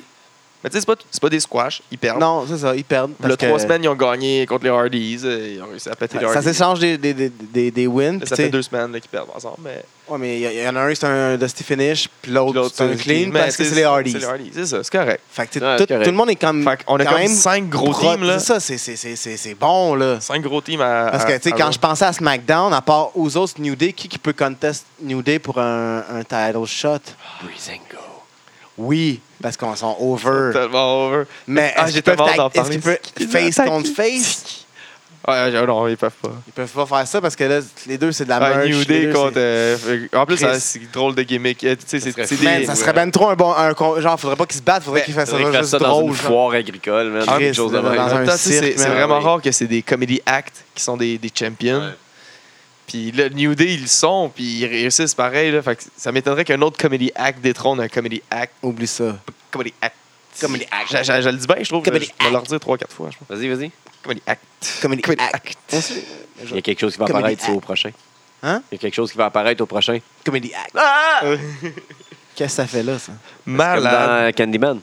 Speaker 1: Mais tu sais, c'est pas, c'est pas des squash, ils perdent.
Speaker 3: Non, c'est ça, ils perdent.
Speaker 1: Puis là,
Speaker 3: parce
Speaker 1: trois
Speaker 3: que-
Speaker 1: semaines, ils ont gagné contre les Hardys. euh, Ils ont réussi à péter les
Speaker 3: Ça
Speaker 1: Hardys.
Speaker 3: s'échange des, des, des, des, des wins.
Speaker 1: Là,
Speaker 3: puis
Speaker 1: Ça
Speaker 3: tu
Speaker 1: fait
Speaker 3: sais,
Speaker 1: deux semaines là, qu'ils perdent ensemble. Mais
Speaker 3: Ouais, mais il y, a- il y en a un, c'est un dusty finish, puis l'autre, c'est un clean,
Speaker 1: mais
Speaker 3: parce que c'est les Hardys.
Speaker 1: C'est les Hardys, c'est ça, c'est correct.
Speaker 3: Fait que tu sais,
Speaker 2: Ouais,
Speaker 3: tout,
Speaker 2: c'est correct.
Speaker 3: tout le monde est comme.
Speaker 1: Fait qu'on a
Speaker 3: quand
Speaker 1: comme
Speaker 3: même
Speaker 1: cinq gros
Speaker 3: pro-
Speaker 1: teams. Là.
Speaker 3: C'est ça, c'est- c'est- c'est c'est- c'est bon, là.
Speaker 1: Cinq gros teams à.
Speaker 3: Parce que, tu sais, quand je pensais à SmackDown, à part aux autres New Day, qui, qui peut contest New Day pour un, un title shot?
Speaker 2: Breezango.
Speaker 3: Oui, parce qu'on sont over.
Speaker 1: Tellement over.
Speaker 3: Mais
Speaker 1: Ah,
Speaker 3: est-ce
Speaker 1: j'ai
Speaker 3: qu'ils peuvent,
Speaker 1: tellement hâte d'en
Speaker 3: tag- est-ce qu'ils
Speaker 1: parler.
Speaker 3: peuvent face contre face?
Speaker 1: Ouais, ouais, non, ils peuvent pas.
Speaker 3: Ils peuvent pas faire ça parce que là, les deux, c'est de la
Speaker 1: Ah,
Speaker 3: merch.
Speaker 1: New
Speaker 3: les
Speaker 1: Day
Speaker 3: deux,
Speaker 1: contre.
Speaker 3: c'est-
Speaker 1: euh, en plus,
Speaker 3: Chris.
Speaker 1: ça, c'est drôle de gimmick. Euh, Tu sais, c'est
Speaker 2: serait
Speaker 1: c'est
Speaker 3: Man,
Speaker 1: des.
Speaker 3: ça serait ben trop un bon... Un, con- genre, faudrait pas qu'ils se battent, faudrait
Speaker 1: Mais
Speaker 3: qu'ils fassent ça
Speaker 2: Faudrait qu'il fasse ça
Speaker 3: juste
Speaker 2: dans une
Speaker 3: drôle. genre.
Speaker 2: foire agricole, man.
Speaker 3: Chris,
Speaker 2: quelque chose de
Speaker 3: là,
Speaker 2: même.
Speaker 3: dans
Speaker 1: En
Speaker 3: un
Speaker 1: même temps, tu sais,
Speaker 3: cirque,
Speaker 1: c'est c'est
Speaker 3: man,
Speaker 1: vraiment
Speaker 2: oui.
Speaker 1: rare que c'est des comedy acts qui sont des, des champions.
Speaker 2: Ouais.
Speaker 1: Puis là, New Day, ils le sont, puis ils réussissent pareil. Là, fait que ça m'étonnerait qu'un autre comedy act détrône un comedy act.
Speaker 3: Oublie ça.
Speaker 1: Comedy act.
Speaker 3: Comedy act.
Speaker 1: Je, je- je le dis bien, je trouve.
Speaker 3: Comedy
Speaker 1: je je vais leur dire trois, quatre fois, je pense.
Speaker 2: Vas-y, vas-y.
Speaker 1: Comedy act.
Speaker 3: Comedy act.
Speaker 2: Il y a quelque chose qui va
Speaker 3: Comedy
Speaker 2: apparaître c'est
Speaker 3: act.
Speaker 2: au prochain.
Speaker 3: Hein?
Speaker 2: Il y a quelque chose qui va apparaître au prochain.
Speaker 3: Comedy act.
Speaker 1: Ah! Euh,
Speaker 3: Qu'est-ce que ça fait là, ça? Ah,
Speaker 2: Comme
Speaker 1: Malade.
Speaker 2: dans Candyman.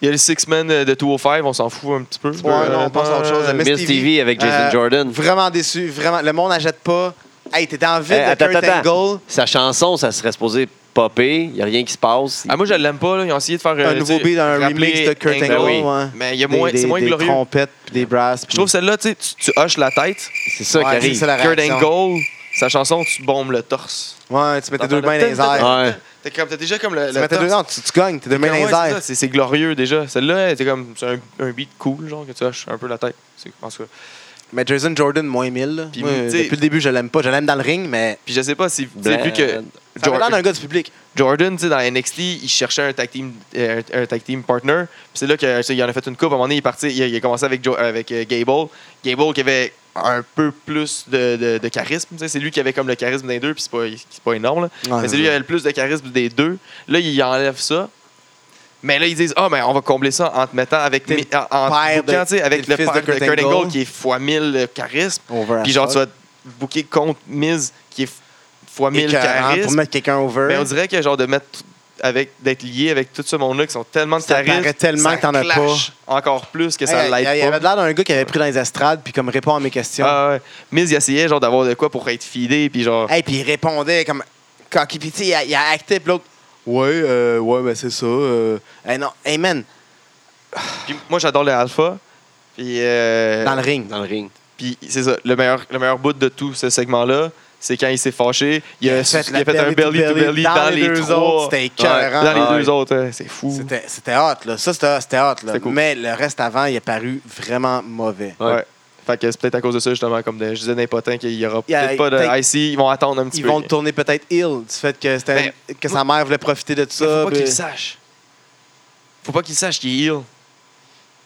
Speaker 1: Il y a le Six-Man de 205, on s'en fout un petit peu.
Speaker 3: Ouais, non, on pense à autre chose. Miss
Speaker 2: Miss
Speaker 3: TV
Speaker 2: TV avec Jason
Speaker 3: Euh,
Speaker 2: Jordan.
Speaker 3: Vraiment déçu. Vraiment, le monde n'achète pas. Hey, t'étais en vide
Speaker 1: Eh,
Speaker 2: Hey,
Speaker 3: de
Speaker 2: attends,
Speaker 3: Kurt
Speaker 2: attends, attends.
Speaker 3: Angle.
Speaker 2: Sa chanson, ça serait supposé popper. Il n'y a rien qui se passe.
Speaker 1: Ah, moi, je l'aime pas. Là. Ils ont essayé de faire euh,
Speaker 3: un
Speaker 1: tu
Speaker 3: nouveau
Speaker 1: sais,
Speaker 3: beat, un
Speaker 1: rappeler
Speaker 3: remix de Kurt Angle.
Speaker 1: Ben oui.
Speaker 3: ouais.
Speaker 1: Mais il y a
Speaker 3: Des-
Speaker 1: moins-
Speaker 3: des-
Speaker 1: c'est moins glorieux.
Speaker 3: Des trompettes, puis des brasses.
Speaker 1: Je trouve celle-là, tu sais, tu- tu hoches la tête.
Speaker 2: C'est ça qui
Speaker 3: Ouais,
Speaker 2: arrive.
Speaker 3: c'est ça la
Speaker 1: Kurt
Speaker 3: réaction.
Speaker 1: Angle, sa chanson, tu bombes le torse.
Speaker 3: Ouais, tu mettais deux mains dans les airs.
Speaker 2: Ouais.
Speaker 1: T'as comme- t'as déjà comme le,
Speaker 3: Tu
Speaker 1: le
Speaker 3: mettais deux...
Speaker 1: torse.
Speaker 3: Non, tu, tu gagnes, t'es deux mains
Speaker 1: Ouais,
Speaker 3: dans les
Speaker 1: c'est ça,
Speaker 3: airs.
Speaker 1: c'est c'est glorieux déjà. Celle-là, c'est comme c'est un, un beat cool, genre, que tu hoches un peu la tête. C'est- En tout cas.
Speaker 3: Mais Jason Jordan, moins 1000. là.
Speaker 1: Puis,
Speaker 3: Moi,
Speaker 1: tu sais-
Speaker 3: Depuis le début, je l'aime pas. Je l'aime dans le ring, mais
Speaker 1: Puis je sais pas si.
Speaker 2: Bla-
Speaker 1: C'est plus que.
Speaker 3: ça me
Speaker 1: Jor-
Speaker 3: donne un gars du public.
Speaker 1: Jordan, tu sais, dans NXT, il cherchait un tag team, euh, un, un tag team partner. Puis c'est là que, tu sais, il en a fait une coupe. À un moment donné, il, est parti, il, a, il a commencé avec, Jo- avec euh, Gable. Gable qui avait un peu plus de, de- de charisme. tu sais. C'est lui qui avait comme le charisme des deux, puis c'est pas, c'est pas énorme. là.
Speaker 3: Ouais,
Speaker 1: mais
Speaker 3: c'est
Speaker 1: c'est lui qui
Speaker 3: ça.
Speaker 1: avait le plus de charisme des deux. Là, il enlève ça. Mais là, ils disent Ah, mais on va combler ça en te mettant avec,
Speaker 3: T'es
Speaker 1: mi- en, en te
Speaker 3: père de-
Speaker 1: bookant, tu sais, avec
Speaker 3: t'es le
Speaker 1: le
Speaker 3: fils
Speaker 1: père de Kurt Angle, qui est fois 1000 le charisme. Puis genre, tu vas te booker contre Miz qui est fois 1000
Speaker 3: Écœurant
Speaker 1: charisme.
Speaker 3: Pour mettre quelqu'un over.
Speaker 1: Mais Ben, on dirait que genre de mettre tout- avec d'être lié avec tout ce monde-là qui sont tellement de
Speaker 3: Ça paraît tellement
Speaker 1: ça
Speaker 3: que t'en as
Speaker 1: clash Encore plus que ça
Speaker 3: Hey,
Speaker 1: l'aide
Speaker 3: Il y
Speaker 1: pas.
Speaker 3: avait l'air d'un gars qui avait pris dans les estrades, puis comme répond à mes questions.
Speaker 1: Ah ouais. Miz, il essayait genre d'avoir de quoi pour être fidé, puis genre.
Speaker 3: Hey, puis il répondait comme. Quand il, puis tu sais, il, a- il a acté, puis l'autre. Ouais, euh, ouais, ben c'est ça. euh. Hey, non, hey man,
Speaker 1: Puis moi, j'adore le Alpha. Puis, euh,
Speaker 3: dans le ring.
Speaker 2: Dans le ring.
Speaker 1: puis c'est ça. Le meilleur, le meilleur bout de tout ce segment-là, c'est quand il s'est fâché. Il a, su- il a
Speaker 3: la
Speaker 1: fait, un belly to belly, dans, les,
Speaker 3: deux
Speaker 1: trois.
Speaker 3: autres, c'était écœurant.
Speaker 1: dans les
Speaker 2: Ouais.
Speaker 1: deux autres, hein. c'est fou.
Speaker 3: C'était c'était hot, là. Ça, c'était c'était hot, là.
Speaker 1: C'était cool.
Speaker 3: Mais le reste avant, il est paru vraiment mauvais.
Speaker 1: Ouais. Fait que c'est peut-être à cause de ça, justement, comme de- je disais n'importe qu'il y aura
Speaker 3: Il y a-
Speaker 1: peut-être pas de
Speaker 3: peut-être-
Speaker 1: IC, ils vont attendre un petit
Speaker 3: Ils
Speaker 1: peu. Ben,
Speaker 3: vont le tourner peut-être ill du fait que, c'était que sa mère voulait profiter de
Speaker 1: Mais
Speaker 3: ça.
Speaker 1: Faut pas
Speaker 3: puis-
Speaker 1: qu'il le sache. Faut pas qu'il sache qu'il est ill.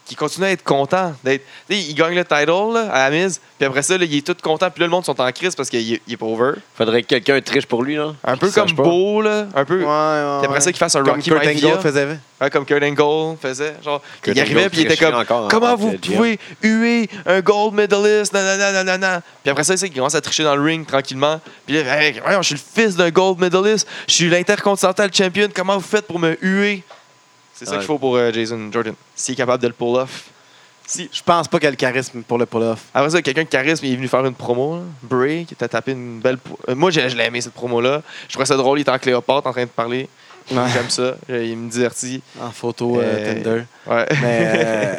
Speaker 1: qui continue à être content. d'être- tu sais, Il gagne le title là, à la mise, puis après ça, là, il est tout content, puis là, le monde sont en crise parce qu'il est- il est pas over.
Speaker 2: Faudrait que quelqu'un triche pour lui, là.
Speaker 3: Ah,
Speaker 1: Un peu
Speaker 2: Qu'il sache
Speaker 1: comme
Speaker 2: pas.
Speaker 1: Beau, là, un peu Puis
Speaker 3: Ouais, ouais,
Speaker 1: après
Speaker 3: ouais.
Speaker 1: ça, qu'il fasse un
Speaker 3: Comme
Speaker 1: Rocky
Speaker 3: Kurt
Speaker 1: Mike
Speaker 3: Angle
Speaker 1: Villa.
Speaker 3: faisait.
Speaker 1: Ouais, Hein, comme Kurt Angle faisait. Genre,
Speaker 2: Kurt
Speaker 1: il arrivait
Speaker 2: Angle
Speaker 1: puis il était
Speaker 2: trichait
Speaker 1: comme
Speaker 2: encore en
Speaker 1: Comment
Speaker 2: tant que
Speaker 1: vous
Speaker 2: GM?
Speaker 1: pouvez huer un gold medalist nanana, nanana. Puis après ça, il commence à tricher dans le ring tranquillement. Puis là, Hey, voyons, je suis le fils d'un gold medalist. Je suis l'intercontinental champion. Comment vous faites pour me huer C'est ça
Speaker 2: Ouais.
Speaker 1: qu'il faut pour euh, Jason Jordan. S'il est capable de le pull off. Si.
Speaker 3: Je pense pas qu'il a le charisme pour le pull-off.
Speaker 1: Après ça, quelqu'un de charisme, il est venu faire une promo. là. Bray, qui était tapé une belle. po- Euh, Moi, j'ai- je l'ai aimé cette promo-là. Je trouvais ça drôle. Il était en Cléopâtre en train de parler. J'aime ça. Il me divertit.
Speaker 3: En photo euh,
Speaker 1: Euh,
Speaker 3: Tinder.
Speaker 1: Ouais.
Speaker 3: Mais. euh,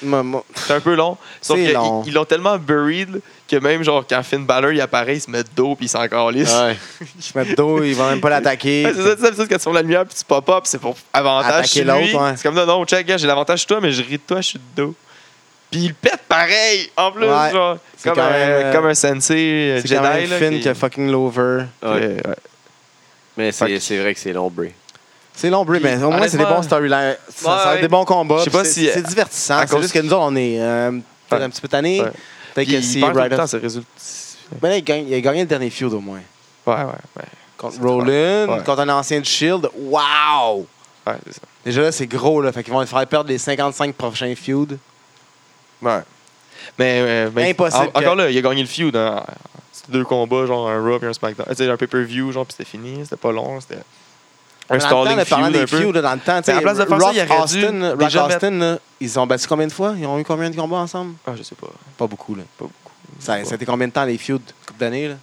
Speaker 3: moi- moi-
Speaker 1: C'est un peu long. Sauf
Speaker 3: C'est
Speaker 1: qu'ils
Speaker 3: long.
Speaker 1: ils l'ont tellement buried que même genre quand Finn Balor il apparaît, il se met de dos puis il s'en calisse.
Speaker 2: Ouais.
Speaker 3: Je mets le dos, ils vont même pas l'attaquer.
Speaker 1: Ouais, c'est ça, c'est ça, c'est quand tu fermes la lumière puis tu pop up, c'est pour avantage
Speaker 3: Attaquer
Speaker 1: sur
Speaker 3: l'autre,
Speaker 1: lui.
Speaker 3: ouais.
Speaker 1: C'est comme non, non, check, gars, j'ai l'avantage sur toi, mais je ris de toi, je suis de dos. Puis il pète pareil, en plus,
Speaker 3: Ouais.
Speaker 1: genre.
Speaker 3: C'est
Speaker 1: Comme,
Speaker 3: quand
Speaker 1: un,
Speaker 3: même, euh,
Speaker 1: comme un sensei euh,
Speaker 3: C'est
Speaker 1: Jedi.
Speaker 3: quand même
Speaker 1: là,
Speaker 3: Finn
Speaker 1: qui-
Speaker 3: qui a fucking l'over.
Speaker 2: Ouais.
Speaker 1: Ouais, ouais.
Speaker 2: Mais
Speaker 1: Fait
Speaker 2: c'est
Speaker 1: que-
Speaker 2: c'est vrai que c'est long, Bray.
Speaker 3: C'est long, Brie, mais au moins, c'est des
Speaker 1: honnêtement-
Speaker 3: bons storylines. Ça,
Speaker 2: Ouais,
Speaker 3: ça va être
Speaker 2: ouais.
Speaker 3: des bons combats.
Speaker 1: Je sais pas
Speaker 3: puis
Speaker 1: si-
Speaker 3: C'est c'est divertissant.
Speaker 1: à
Speaker 3: C'est
Speaker 1: cause-
Speaker 3: juste que nous autres, on est euh, peut-être
Speaker 1: Ouais.
Speaker 3: un petit peu tannés.
Speaker 1: Ouais.
Speaker 3: Peut-être
Speaker 1: Puis
Speaker 3: que
Speaker 1: il
Speaker 3: si
Speaker 1: perd tout le temps
Speaker 3: Ryder.
Speaker 1: ses résultats.
Speaker 3: Mais là, il, gagne- il a gagné le dernier feud au moins.
Speaker 1: Ouais, ouais, ouais.
Speaker 3: Contre
Speaker 1: C'est
Speaker 3: Rollin,
Speaker 1: Ouais.
Speaker 3: contre un ancien de Shield. Wow!
Speaker 1: Ouais, c'est ça.
Speaker 3: Déjà là, c'est gros, là. Fait qu'ils vont te faire perdre les 55 prochains feuds.
Speaker 1: Ouais. Mais, euh, mais-
Speaker 3: Impossible
Speaker 1: en-
Speaker 3: que-
Speaker 1: encore là, il a gagné le feud. hein. C'était deux combats, genre un Raw et un SmackDown. Tu sais, un pay-per-view, genre, puis c'était fini. C'était pas long. C'était un
Speaker 3: Mais dans le temps,
Speaker 1: stalling
Speaker 3: là, parlant
Speaker 1: feud un
Speaker 3: des
Speaker 1: peu.
Speaker 3: feuds, là, dans le temps, tu sais,
Speaker 1: Mais à place de faire ça,
Speaker 3: Rock
Speaker 1: il aurait dû
Speaker 3: Austin, là, Rock
Speaker 1: déjà mettre-
Speaker 3: Austin, là, ils se sont battus combien de fois? Ils ont eu combien de combats ensemble?
Speaker 1: Ah, je sais pas.
Speaker 3: Pas beaucoup, là.
Speaker 1: Pas beaucoup.
Speaker 3: Ça, ça a été combien de temps, les feuds? Une couple d'années, là?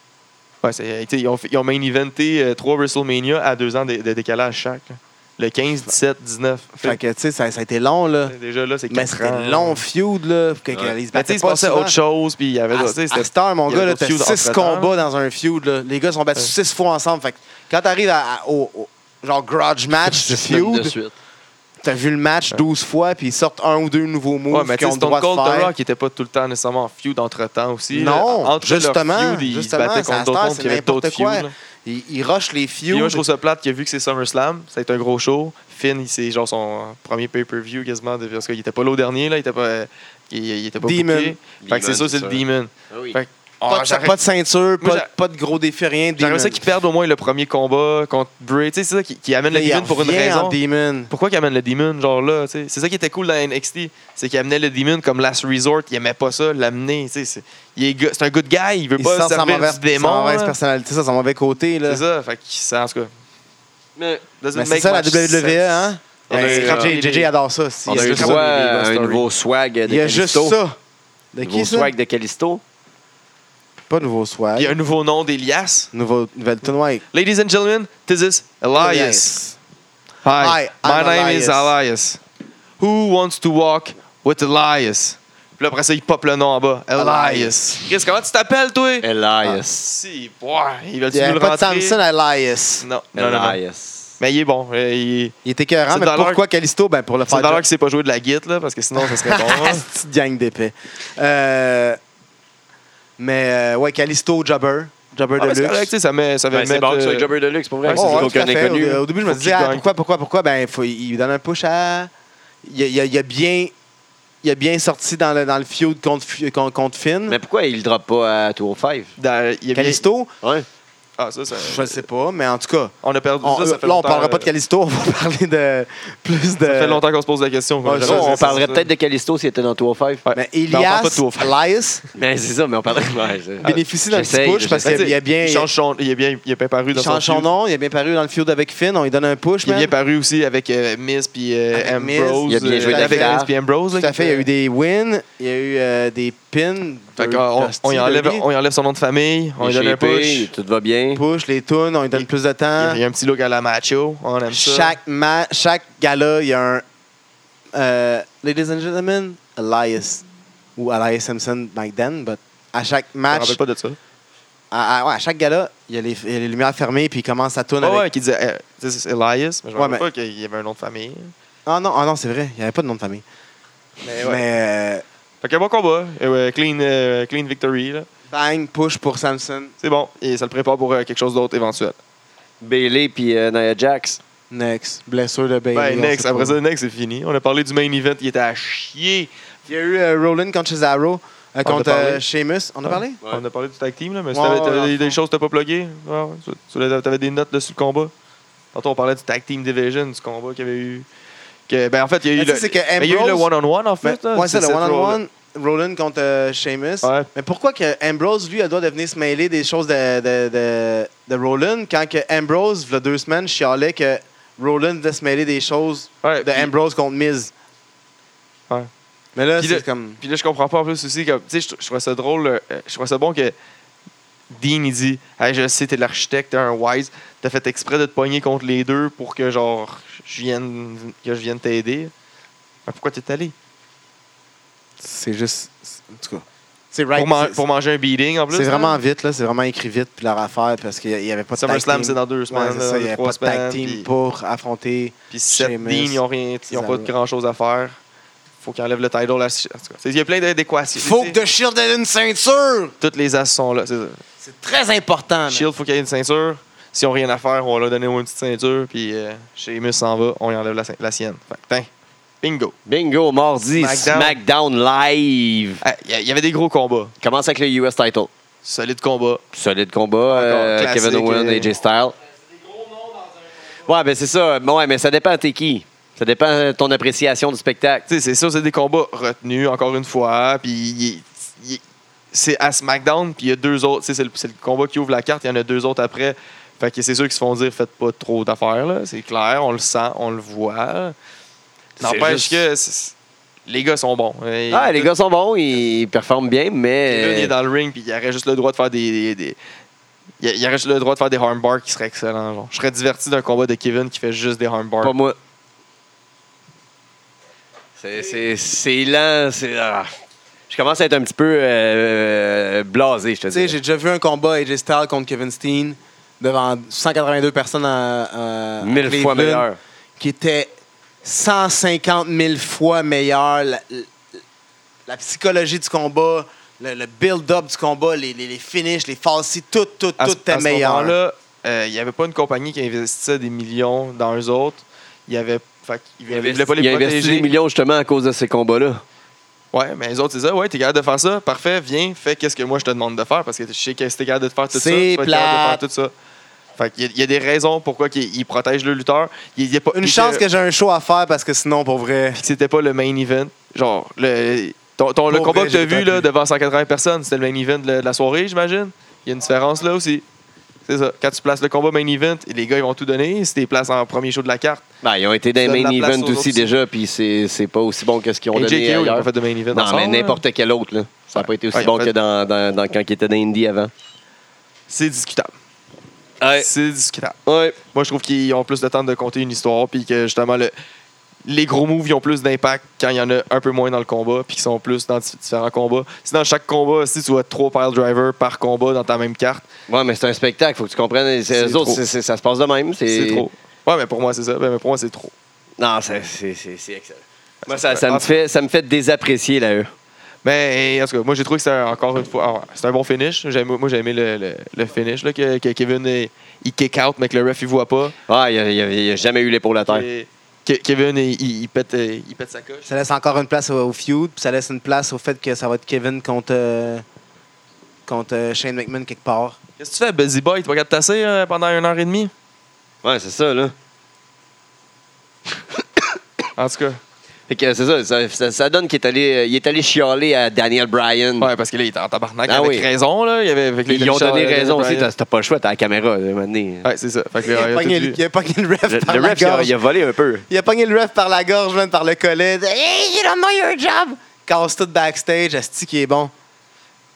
Speaker 1: Ouais, c'est- tu sais, ils, ont, fait- ils ont main eventé euh, trois WrestleMania à deux ans de, de décalage chaque. hein. Le 15, 17, 19.
Speaker 3: Fait que, tu sais, ça, ça a été long, là.
Speaker 1: euh, déjà là, c'est
Speaker 3: Mais
Speaker 1: 4 ans.
Speaker 3: c'était long feud, là. Fait que,
Speaker 2: Ouais.
Speaker 3: ils se
Speaker 1: Mais tu sais,
Speaker 3: battaient
Speaker 1: il se
Speaker 3: pas
Speaker 1: passait
Speaker 3: souvent. Ah,
Speaker 1: autre chose, puis il y avait. tu sais,
Speaker 3: À, à
Speaker 1: c'était-
Speaker 3: Star,
Speaker 1: il y
Speaker 3: mon
Speaker 1: avait
Speaker 3: gars, là,
Speaker 1: d'autres
Speaker 3: t'as
Speaker 1: feuds
Speaker 3: six
Speaker 1: entre-temps,
Speaker 3: combats dans un feud. Là. Les gars sont battus six fois ensemble. Fait que quand t'arrives à, à- au, au- genre grudge match du
Speaker 2: Même de
Speaker 3: feud,
Speaker 2: suite.
Speaker 3: t'as vu le match 12 fois, puis ils sortent un ou deux nouveaux moves
Speaker 1: Ouais, mais tu sais,
Speaker 3: qu'ils ont le
Speaker 1: Stone
Speaker 3: droit de
Speaker 1: Cold The
Speaker 3: faire.
Speaker 1: Rock n'était pas tout le temps nécessairement en feud entre-temps aussi. là.
Speaker 3: Non,
Speaker 1: entre leurs
Speaker 3: justement,
Speaker 1: feuds, ils se
Speaker 3: justement,
Speaker 1: battaient
Speaker 3: c'est à
Speaker 1: contre d'autres
Speaker 3: Star,
Speaker 1: mondes, puis il y
Speaker 3: c'est
Speaker 1: avait d'autres
Speaker 3: n'importe quoi.
Speaker 1: feuds. là.
Speaker 3: Ils, ils rushent les feuds.
Speaker 1: Puis moi, je trouve ça plate que vu que c'est SummerSlam, ça a été un gros show. Finn, il- c'est genre son premier pay-per-view quasiment, de- parce qu'il était pas l'eau dernier, là, il était pas, euh, il, il était pas
Speaker 3: Demon.
Speaker 1: booké. Fait que c'est
Speaker 2: Demon,
Speaker 1: ça, c'est
Speaker 2: c'est
Speaker 1: le
Speaker 2: ça.
Speaker 1: Demon.
Speaker 2: Ah oui.
Speaker 1: Fait que, oh,
Speaker 3: pas, de-
Speaker 1: j'arrête-
Speaker 3: pas de ceinture,
Speaker 1: Moi,
Speaker 3: pas,
Speaker 1: j'a-
Speaker 3: pas de gros défi, rien.
Speaker 1: J'aimerais ça
Speaker 3: Demon.
Speaker 1: qu'ils perdent au moins le premier combat contre Bray. Tu sais, c'est ça qui, qui amène le
Speaker 3: Là, il
Speaker 1: Demon pour une
Speaker 3: revient
Speaker 1: raison.
Speaker 3: en Demon.
Speaker 1: Pourquoi qu'il amène le Demon, genre là, tu sais? C'est ça qui était cool dans NXT. C'est qu'il amenait le Demon comme last resort. Il aimait pas ça, l'amener. tu sais, C'est il est go- c'est un good guy, il veut
Speaker 3: Il
Speaker 1: pas
Speaker 3: sort sa
Speaker 1: servir
Speaker 3: mauvaise,
Speaker 1: du
Speaker 3: sa
Speaker 1: démon.
Speaker 3: mauvaise
Speaker 1: là.
Speaker 3: personnalité, ça, son mauvais côté. là.
Speaker 1: C'est ça, fait que ça, en tout cas.
Speaker 2: Mais
Speaker 1: doesn't
Speaker 3: Mais c'est
Speaker 1: make
Speaker 3: ça, la
Speaker 1: much
Speaker 3: WWE,
Speaker 1: sense.
Speaker 3: hein?
Speaker 2: On a
Speaker 3: Ben,
Speaker 2: eu,
Speaker 3: quand
Speaker 2: euh,
Speaker 3: J- JJ adore ça. si,
Speaker 2: on
Speaker 3: il y
Speaker 2: a
Speaker 3: a
Speaker 2: eu
Speaker 3: juste
Speaker 2: droit
Speaker 3: ça.
Speaker 1: Story.
Speaker 2: à un nouveau swag de
Speaker 3: Il y a juste
Speaker 2: Callisto.
Speaker 3: ça. De
Speaker 2: Nouveau
Speaker 3: qui ça?
Speaker 2: swag de Callisto.
Speaker 3: Pas nouveau swag.
Speaker 1: Il y a un nouveau nom d'Elias.
Speaker 3: Nouveau, nouvelle tournoi.
Speaker 1: Ladies and gentlemen, this is Elias.
Speaker 3: Hi,
Speaker 1: Hi, my
Speaker 3: I'm
Speaker 1: name is Elias. Who wants to walk with Elias? Puis là, après ça, il pop le nom en bas. Elias. Chris, comment tu t'appelles, toi?
Speaker 2: Elias.
Speaker 1: Si, boah, il va
Speaker 3: Il n'y
Speaker 1: le
Speaker 3: avait pas de
Speaker 1: rentrer?
Speaker 3: Samson à Elias.
Speaker 1: Non,
Speaker 2: Ah.
Speaker 1: non, non, non.
Speaker 2: Elias.
Speaker 1: Mais il est bon. euh, Il...
Speaker 3: Il était écœurant,
Speaker 1: C'est
Speaker 3: mais
Speaker 1: de valeur-
Speaker 3: pourquoi Calisto? Ben pour le
Speaker 1: C'est
Speaker 3: faire.
Speaker 1: une valeur qu'il sait pas jouer de la guitare, là, parce que sinon, ça serait bon.
Speaker 3: Ah,
Speaker 1: hein.
Speaker 3: Petite gang d'épais. Euh, mais euh, ouais, Calisto, Jobber. Jobber
Speaker 1: Ah, mais
Speaker 3: de
Speaker 1: c'est
Speaker 3: luxe.
Speaker 1: correct, tu sais, ça met. Ça va
Speaker 2: Ben, c'est
Speaker 1: mettre,
Speaker 2: bon que ce soit
Speaker 1: euh,
Speaker 2: Jobber Deluxe, pour vrai.
Speaker 1: ouais,
Speaker 2: c'est
Speaker 1: c'est euh,
Speaker 3: ouais,
Speaker 1: du
Speaker 3: tout à
Speaker 2: aucun
Speaker 3: fait.
Speaker 2: inconnu.
Speaker 3: Au, au début, je me
Speaker 1: Faut
Speaker 3: disais,
Speaker 1: qu'il
Speaker 3: ah,
Speaker 1: gagne.
Speaker 3: pourquoi, pourquoi, pourquoi? Ben, faut, il lui donne un push à. Il, a- il a- il a bien. Il a bien sorti dans le, dans le feud contre, Fi- contre, contre Finn.
Speaker 2: Mais pourquoi il drop pas à Tour 5?
Speaker 1: dans- il y a bien-
Speaker 3: Calisto,
Speaker 2: Ouais.
Speaker 1: Ah, ça, ça-
Speaker 3: je ne sais pas, mais en tout cas,
Speaker 1: On a perdu
Speaker 3: on-
Speaker 1: ça, ça
Speaker 3: là,
Speaker 1: fait
Speaker 3: on
Speaker 1: longtemps,
Speaker 3: parlera pas
Speaker 1: euh,
Speaker 3: de Calisto, on va parler de plus de.
Speaker 1: Ça fait longtemps qu'on se pose la question.
Speaker 3: Ouais,
Speaker 1: J'aurais
Speaker 3: ça,
Speaker 1: dû
Speaker 2: on
Speaker 1: dire
Speaker 2: parlerait
Speaker 1: ça.
Speaker 2: peut-être de Callisto s'il était dans Tour 5.
Speaker 1: Ouais.
Speaker 3: Mais
Speaker 1: Ben, on parle pas
Speaker 3: Elias,
Speaker 1: de tout, au fait.
Speaker 3: Elias
Speaker 2: Mais c'est ça, mais on parlerait. Ouais, c'est-
Speaker 3: bénéficie d'un petit
Speaker 2: J'essaye,
Speaker 3: push parce
Speaker 1: Ben, tu
Speaker 3: qu'il
Speaker 1: sais,
Speaker 3: a bien.
Speaker 1: Il change son. Il est bien, il est bien paru
Speaker 3: il
Speaker 1: dans
Speaker 3: change
Speaker 1: son
Speaker 3: son
Speaker 1: feud.
Speaker 3: nom, il a bien paru dans le feud avec Finn, on lui donne un push.
Speaker 1: Il est
Speaker 3: man.
Speaker 1: bien paru aussi avec euh, Miz puis euh,
Speaker 3: Avec Miz.
Speaker 1: Ambrose.
Speaker 2: Il a bien
Speaker 1: euh,
Speaker 2: joué de la
Speaker 1: avec
Speaker 2: guitare.
Speaker 1: Miz puis Ambrose. là,
Speaker 3: Tout à
Speaker 1: qui
Speaker 3: fait, il y a
Speaker 1: était-
Speaker 3: eu des wins, il y a eu euh, des pins.
Speaker 1: euh, Fait
Speaker 3: deux-
Speaker 1: qu'on- on,
Speaker 3: hosties,
Speaker 1: on y enlève,
Speaker 3: deux
Speaker 1: on y enlève son nom de famille, on lui
Speaker 2: Il est
Speaker 1: donne un
Speaker 2: shapé,
Speaker 1: push.
Speaker 2: Tout va bien.
Speaker 3: push, les tunes, on lui donne plus de temps.
Speaker 1: Il y a un petit look à la macho, on aime ça.
Speaker 3: Chaque, ma- chaque gala, il y a un. euh, Ladies and gentlemen, Elias. Ou Elias Simpson back then, but à chaque
Speaker 1: Je me
Speaker 3: match,
Speaker 1: rappelle pas de ça.
Speaker 3: à, à- ouais, à chaque gala, il y, a les, il y a les lumières fermées, puis il commence à tourner.
Speaker 1: Ah
Speaker 3: avec...
Speaker 1: ouais, qui disait eh, This is Elias, mais je me
Speaker 3: Ouais,
Speaker 1: rappelle
Speaker 3: mais-
Speaker 1: pas qu'il y avait un nom de famille.
Speaker 3: Ah non, ah non c'est vrai, il n'y avait pas de nom de famille.
Speaker 1: Mais Eh ouais.
Speaker 3: Mais. euh,
Speaker 1: Fait qu'un bon combat, Eh ouais, clean, euh, clean victory. là.
Speaker 3: bang, push pour Samson.
Speaker 1: C'est bon, et ça le prépare pour euh, quelque chose d'autre éventuel.
Speaker 2: Bailey puis euh, Nia Jax.
Speaker 3: Next. Blessure de Bailey.
Speaker 1: Ben,
Speaker 3: on
Speaker 1: next,
Speaker 3: sait
Speaker 1: après
Speaker 3: pas.
Speaker 1: ça, next, c'est fini. On a parlé du main event, il était à chier.
Speaker 3: Il y a eu euh, Rollins contre Cesaro, euh,
Speaker 1: On en a
Speaker 3: contre
Speaker 1: parlé.
Speaker 3: euh, Sheamus. On a parlé?
Speaker 2: Ouais.
Speaker 1: On a parlé du tag team, là, mais si
Speaker 3: Ouais,
Speaker 1: t'avais
Speaker 3: ouais,
Speaker 1: t'avais
Speaker 3: ouais,
Speaker 1: des,
Speaker 3: ouais.
Speaker 1: des choses que t'as pas pluguées, ouais, ouais, tu- tu l'as- t'avais des notes dessus le combat. Tantôt, on parlait du tag team division, du combat qu'il y avait eu. Que, ben, en fait, il y a eu
Speaker 3: Mais tu
Speaker 1: le-
Speaker 3: sais, c'est que
Speaker 1: mais il y a eu le
Speaker 3: Ambrose- Ben,
Speaker 1: one-on-one, en fait. là,
Speaker 3: ouais, c'est le
Speaker 1: Seth
Speaker 3: one-on-one. Rollins contre euh, Sheamus.
Speaker 1: Ouais.
Speaker 3: Mais pourquoi que Ambrose, lui, elle doit devenir se mêler des choses de, de, de, de Rollins quand que Ambrose, il y a deux semaines, chialait que Rollins devait se mêler des choses
Speaker 1: Ouais,
Speaker 3: de
Speaker 1: puis-
Speaker 3: Ambrose contre Miz.
Speaker 1: Ouais.
Speaker 3: Mais là,
Speaker 1: Puis le-
Speaker 3: c'est comme.
Speaker 1: Puis là, je comprends pas en plus aussi. Comme, tu sais, je, trou- je trouvais ça drôle. euh, je trouvais ça bon que Dean, il dit Hey, Je sais, t'es l'architecte, t'es un wise. T'as fait exprès de te pogner contre les deux pour que, genre, je vienne, que je vienne t'aider. Mais pourquoi t'es allé
Speaker 3: C'est juste. c'est- En tout cas. C'est right.
Speaker 1: pour, man-
Speaker 3: c'est-
Speaker 1: pour manger un beating en plus hein?
Speaker 3: C'est
Speaker 1: là?
Speaker 3: vraiment vite, là. C'est vraiment écrit vite, puis leur affaire, parce qu'il n'y avait pas de tag
Speaker 1: SummerSlam,
Speaker 3: team.
Speaker 1: c'est dans deux semaines.
Speaker 3: Ouais, c'est
Speaker 1: là,
Speaker 3: ça, il n'y avait
Speaker 1: trois
Speaker 3: pas de tag
Speaker 1: semaines,
Speaker 3: team
Speaker 1: puis-
Speaker 3: pour affronter.
Speaker 1: Puis Seth Dean,
Speaker 3: Sheamus,
Speaker 1: ils n'ont rien, ils ont pas de
Speaker 3: Cesaro.
Speaker 1: grand chose à faire. Faut qu'ils enlèvent le title. à- en tout cas, c'est- Il y a plein d'adéquations. Tu sais,
Speaker 3: The Shield ait une ceinture!
Speaker 1: Toutes les as sont là. c'est ça.
Speaker 3: C'est très important,
Speaker 1: Shield, faut qu'il y ait une ceinture. S'ils n'ont rien à faire, on va leur donner une petite ceinture. Puis euh, Sheamus s'en va, on y enlève la, ceint- la sienne. Fait que, bang, bingo.
Speaker 2: Bingo, mardi,
Speaker 1: Smackdown.
Speaker 2: SmackDown, Live.
Speaker 1: Ah, Il y a- il y avait des gros combats.
Speaker 2: Commence avec le US title.
Speaker 1: Solide combat.
Speaker 2: Solide combat, euh,
Speaker 1: classique,
Speaker 2: Kevin Owens,
Speaker 1: euh,
Speaker 2: AJ Styles. Ouais, ben c'est ça. Bon, ouais, mais ça dépend t'es qui. Ça dépend de ton appréciation du spectacle.
Speaker 1: Tu sais, c'est sûr, c'est des combats retenus, encore une fois. Puis il- il- c'est à SmackDown, puis il y a deux autres. Tu sais, C'est le, c'est le combat qui ouvre la carte, il y en a deux autres après. Fait que c'est sûr qu'ils se font dire faites pas trop d'affaires, là. C'est clair, on le sent, on le voit. N'empêche
Speaker 2: juste-
Speaker 1: que c'est- les gars sont bons. Euh, Et-
Speaker 2: Ah, les gars sont bons, ils performent bien,
Speaker 1: Kevin, il
Speaker 2: mais.
Speaker 1: est dans le ring, puis il aurait juste le droit de faire des. des- des- il, il aurait juste le droit de faire des arm bars qui serait excellent. genre. Je serais diverti d'un combat de Kevin qui fait juste des arm bars.
Speaker 2: Pas moi. C'est- C'est c'est lent. c'est- ah. Je commence à être un petit peu euh, blasé, je te
Speaker 3: Tu sais,
Speaker 2: dis.
Speaker 3: j'ai déjà vu un combat AJ Styles contre Kevin Steen devant 182 personnes à, à- à
Speaker 2: Mille fois
Speaker 3: Cleveland,
Speaker 2: meilleur.
Speaker 3: Qui était 150 000 fois meilleur. La, la- la psychologie du combat, le, le build-up du combat, les, les, les finishes, les falsies, tout, tout,
Speaker 1: à,
Speaker 3: tout
Speaker 1: ce- à
Speaker 3: était
Speaker 1: ce
Speaker 3: meilleur.
Speaker 1: moment-là, euh, il n'y avait pas une compagnie qui investissait des millions dans eux autres. Il y avait. Fait qu'il- il voulait pas les
Speaker 2: il a investi
Speaker 1: protéger.
Speaker 2: des millions justement à cause de ces combats-là.
Speaker 1: Ouais, mais les autres, c'est ça. Ouais, t'es capable de faire ça. Parfait, viens, fais qu'est-ce que moi je te demande de faire parce que je sais que si t'es capable de faire tout ça,
Speaker 3: C'est
Speaker 1: tu vas être capable
Speaker 3: plate.
Speaker 1: de faire tout ça. Fait qu'il y a- il y, a des raisons pourquoi ils protègent le lutteur. Il, il y a pas,
Speaker 3: Une
Speaker 1: il-
Speaker 3: chance que j'ai un show à faire parce que sinon, pour vrai.
Speaker 1: puis que c'était pas le main event. Genre, le, ton, ton- le
Speaker 3: Pour
Speaker 1: combat
Speaker 3: vrai,
Speaker 1: que tu as
Speaker 3: j'ai
Speaker 1: vu
Speaker 3: pas
Speaker 1: là,
Speaker 3: vu.
Speaker 1: devant 180 personnes, c'était le main event de la, de la soirée, j'imagine. Il y a une différence là aussi. C'est ça. Quand tu places le combat main event, les gars, ils vont tout donner. Si tu les places en premier show de la carte,
Speaker 2: Ben, ils ont été dans les
Speaker 1: Donne
Speaker 2: main
Speaker 1: la place
Speaker 2: event
Speaker 1: aux
Speaker 2: aussi
Speaker 1: autres.
Speaker 2: déjà, puis c'est c'est pas aussi bon que ce qu'ils ont
Speaker 1: AJ
Speaker 2: donné
Speaker 1: Kale, il a
Speaker 2: ailleurs.
Speaker 1: pas fait de main event.
Speaker 2: Non,
Speaker 1: ensemble,
Speaker 2: mais
Speaker 1: là.
Speaker 2: n'importe quel autre. Là. Ça n'a pas été aussi
Speaker 1: Ouais,
Speaker 2: bon
Speaker 1: en fait-
Speaker 2: que dans, dans- dans- quand il était dans Indy avant.
Speaker 1: C'est discutable. C'est discutable.
Speaker 2: Ouais.
Speaker 1: Moi, je trouve qu'ils ont plus de temps de compter une histoire, puis que justement, le- les gros moves, ils ont plus d'impact quand il y en a un peu moins dans le combat, puis qu'ils sont plus dans di- différents combats. Si dans chaque combat, si tu vois trois pile drivers par combat dans ta même carte,
Speaker 2: Ouais, mais c'est un spectacle, faut que tu comprennes. Les
Speaker 1: C'est
Speaker 2: les autres,
Speaker 1: trop.
Speaker 2: c'est- c'est- ça se passe de même.
Speaker 1: c'est trop. Ouais, mais pour moi, c'est ça. Ben, mais pour moi, c'est trop.
Speaker 2: Non, c'est c'est- c'est- c'est excellent. Moi, ça, ça
Speaker 1: en
Speaker 2: me
Speaker 1: tout-
Speaker 2: fait, ça me fait désapprécier la E.
Speaker 1: Mais en tout cas, moi j'ai trouvé que c'était un- encore une fois, ah, c'est un bon finish. J'aime- moi j'ai aimé le, le- le finish là, que, que Kevin il, il kick out mais que le ref il voit pas.
Speaker 2: Ah, il n'y a, jamais eu l'épaule à terre.
Speaker 1: Et Ke- Kevin il, il- il pète, euh, il pète sa coche.
Speaker 3: Ça laisse encore une place au, au feud, puis ça laisse une place au fait que ça va être Kevin contre, euh, contre euh, Shane McMahon quelque part.
Speaker 1: Qu'est-ce que tu fais, Busy Boy? Tu vas capter tasser euh, pendant une heure et demie?
Speaker 2: Ouais, c'est ça, là.
Speaker 1: En tout cas.
Speaker 2: Fait que c'est ça, ça, ça- ça donne qu'il est allé, euh, il est allé chialer à Daniel Bryan.
Speaker 1: Ouais, parce que là, il était en tabarnak
Speaker 2: Ah
Speaker 1: avec
Speaker 2: oui.
Speaker 1: raison, là. Il y avait, avec les
Speaker 2: Ils ont
Speaker 1: Richard-
Speaker 2: donné raison aussi.
Speaker 1: Brian.
Speaker 2: T'as t'as pas le choix, t'as la caméra, là, à un moment donné.
Speaker 1: Ouais, c'est ça. Fait que,
Speaker 3: Il
Speaker 1: là, il
Speaker 3: a
Speaker 1: a tout
Speaker 3: pogné
Speaker 1: vu.
Speaker 3: le- il a pogné le ref
Speaker 2: Le,
Speaker 3: par
Speaker 2: le
Speaker 3: la
Speaker 2: ref, il a,
Speaker 3: gorge.
Speaker 2: il a volé un peu.
Speaker 3: Il a pogné le ref par la gorge, man, par le collet. Il hey, you don't know your job! Casse tout backstage, Asti qui est bon.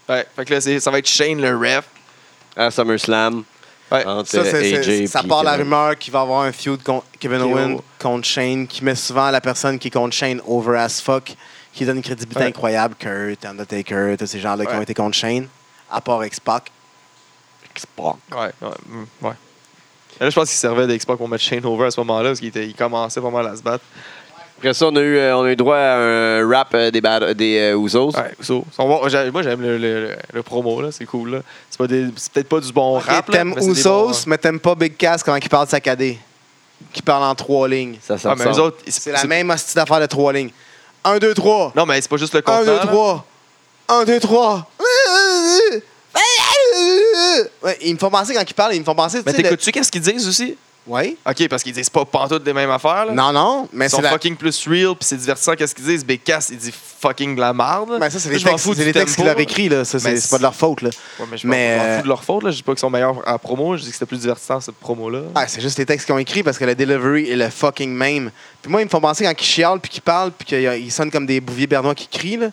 Speaker 1: Ouais, fait que là, c'est- ça va être Shane le ref.
Speaker 2: À SummerSlam.
Speaker 1: Ouais.
Speaker 2: Entre
Speaker 3: Ça, c'est-
Speaker 2: AJ
Speaker 3: c'est-
Speaker 2: puis
Speaker 3: ça part la
Speaker 2: Kevin.
Speaker 3: rumeur qu'il va avoir un feud contre Kevin
Speaker 1: Kevin
Speaker 3: Owens
Speaker 1: Owens.
Speaker 3: contre Shane, qui met souvent la personne qui est contre Shane over as fuck, qui donne une crédibilité
Speaker 1: Ouais.
Speaker 3: incroyable. Kurt, Undertaker, tous ces gens-là qui ont
Speaker 1: Ouais.
Speaker 3: été contre Shane, à part X-Pac.
Speaker 2: Xbox.
Speaker 1: Ouais, ouais, mm, ouais. Et là, je pense qu'il servait d'exploit pour mettre Shane over à ce moment-là, parce qu'il était- il commençait pas mal à se battre.
Speaker 2: Après ça, on a eu, euh, on a eu droit à un rap euh, des, bad- des euh, Usos.
Speaker 1: Ouais, so, sont bons. J'ai- moi, j'aime le, le- le- le promo, là. C'est cool, là. C'est, pas des- c'est peut-être pas du bon rap,
Speaker 3: Et
Speaker 1: là,
Speaker 3: T'aimes
Speaker 1: mais c'est des bons- hein.
Speaker 3: Usos, mais t'aimes pas Big Cass quand il parle saccadé. qui parlent en trois lignes.
Speaker 2: Ça s'en
Speaker 1: Ah, mais eux
Speaker 2: sort.
Speaker 1: autres, ils-
Speaker 3: C'est la même hostie d'affaires de trois lignes. Un, deux, trois.
Speaker 1: Non, mais c'est pas juste le contenant.
Speaker 3: 1, 2,
Speaker 1: là.
Speaker 3: 3. 1, 2, 3. Ouais, ils me font penser quand ils parlent, ils me font penser.
Speaker 1: Mais
Speaker 3: tu sais, le-
Speaker 1: t'écoutes-tu qu'est-ce qu'ils disent aussi?
Speaker 3: Ouais.
Speaker 1: OK, parce qu'ils disent pas pantoute des mêmes affaires. Là.
Speaker 3: Non, non, mais
Speaker 1: Ils sont
Speaker 3: c'est la.
Speaker 1: fucking plus real, puis c'est divertissant qu'est-ce qu'ils disent. Bécasse, il dit fucking de la marde.
Speaker 3: Mais ça, c'est
Speaker 1: Là,
Speaker 3: les
Speaker 1: je m'en
Speaker 3: textes,
Speaker 1: fous
Speaker 3: c'est
Speaker 1: du
Speaker 3: les
Speaker 1: tempo,
Speaker 3: textes qu'ils leur
Speaker 1: là.
Speaker 3: écrit, là. Ça,
Speaker 1: Mais
Speaker 3: c'est c'est pas de
Speaker 1: c'est-
Speaker 3: leur faute, là.
Speaker 1: Ouais, mais je
Speaker 3: Mais,
Speaker 1: m'en
Speaker 3: euh,
Speaker 1: fous de leur faute. Là. Je dis pas qu'ils sont meilleurs en promo. Je dis que c'était plus divertissant, cette promo-là.
Speaker 3: Ah, c'est juste les textes qu'ils ont écrits parce que le delivery est le fucking même. Puis moi, ils me font penser quand ils chialent, puis qu'ils parlent, puis qu'ils ils sonnent comme des bouviers bernois qui crient, là.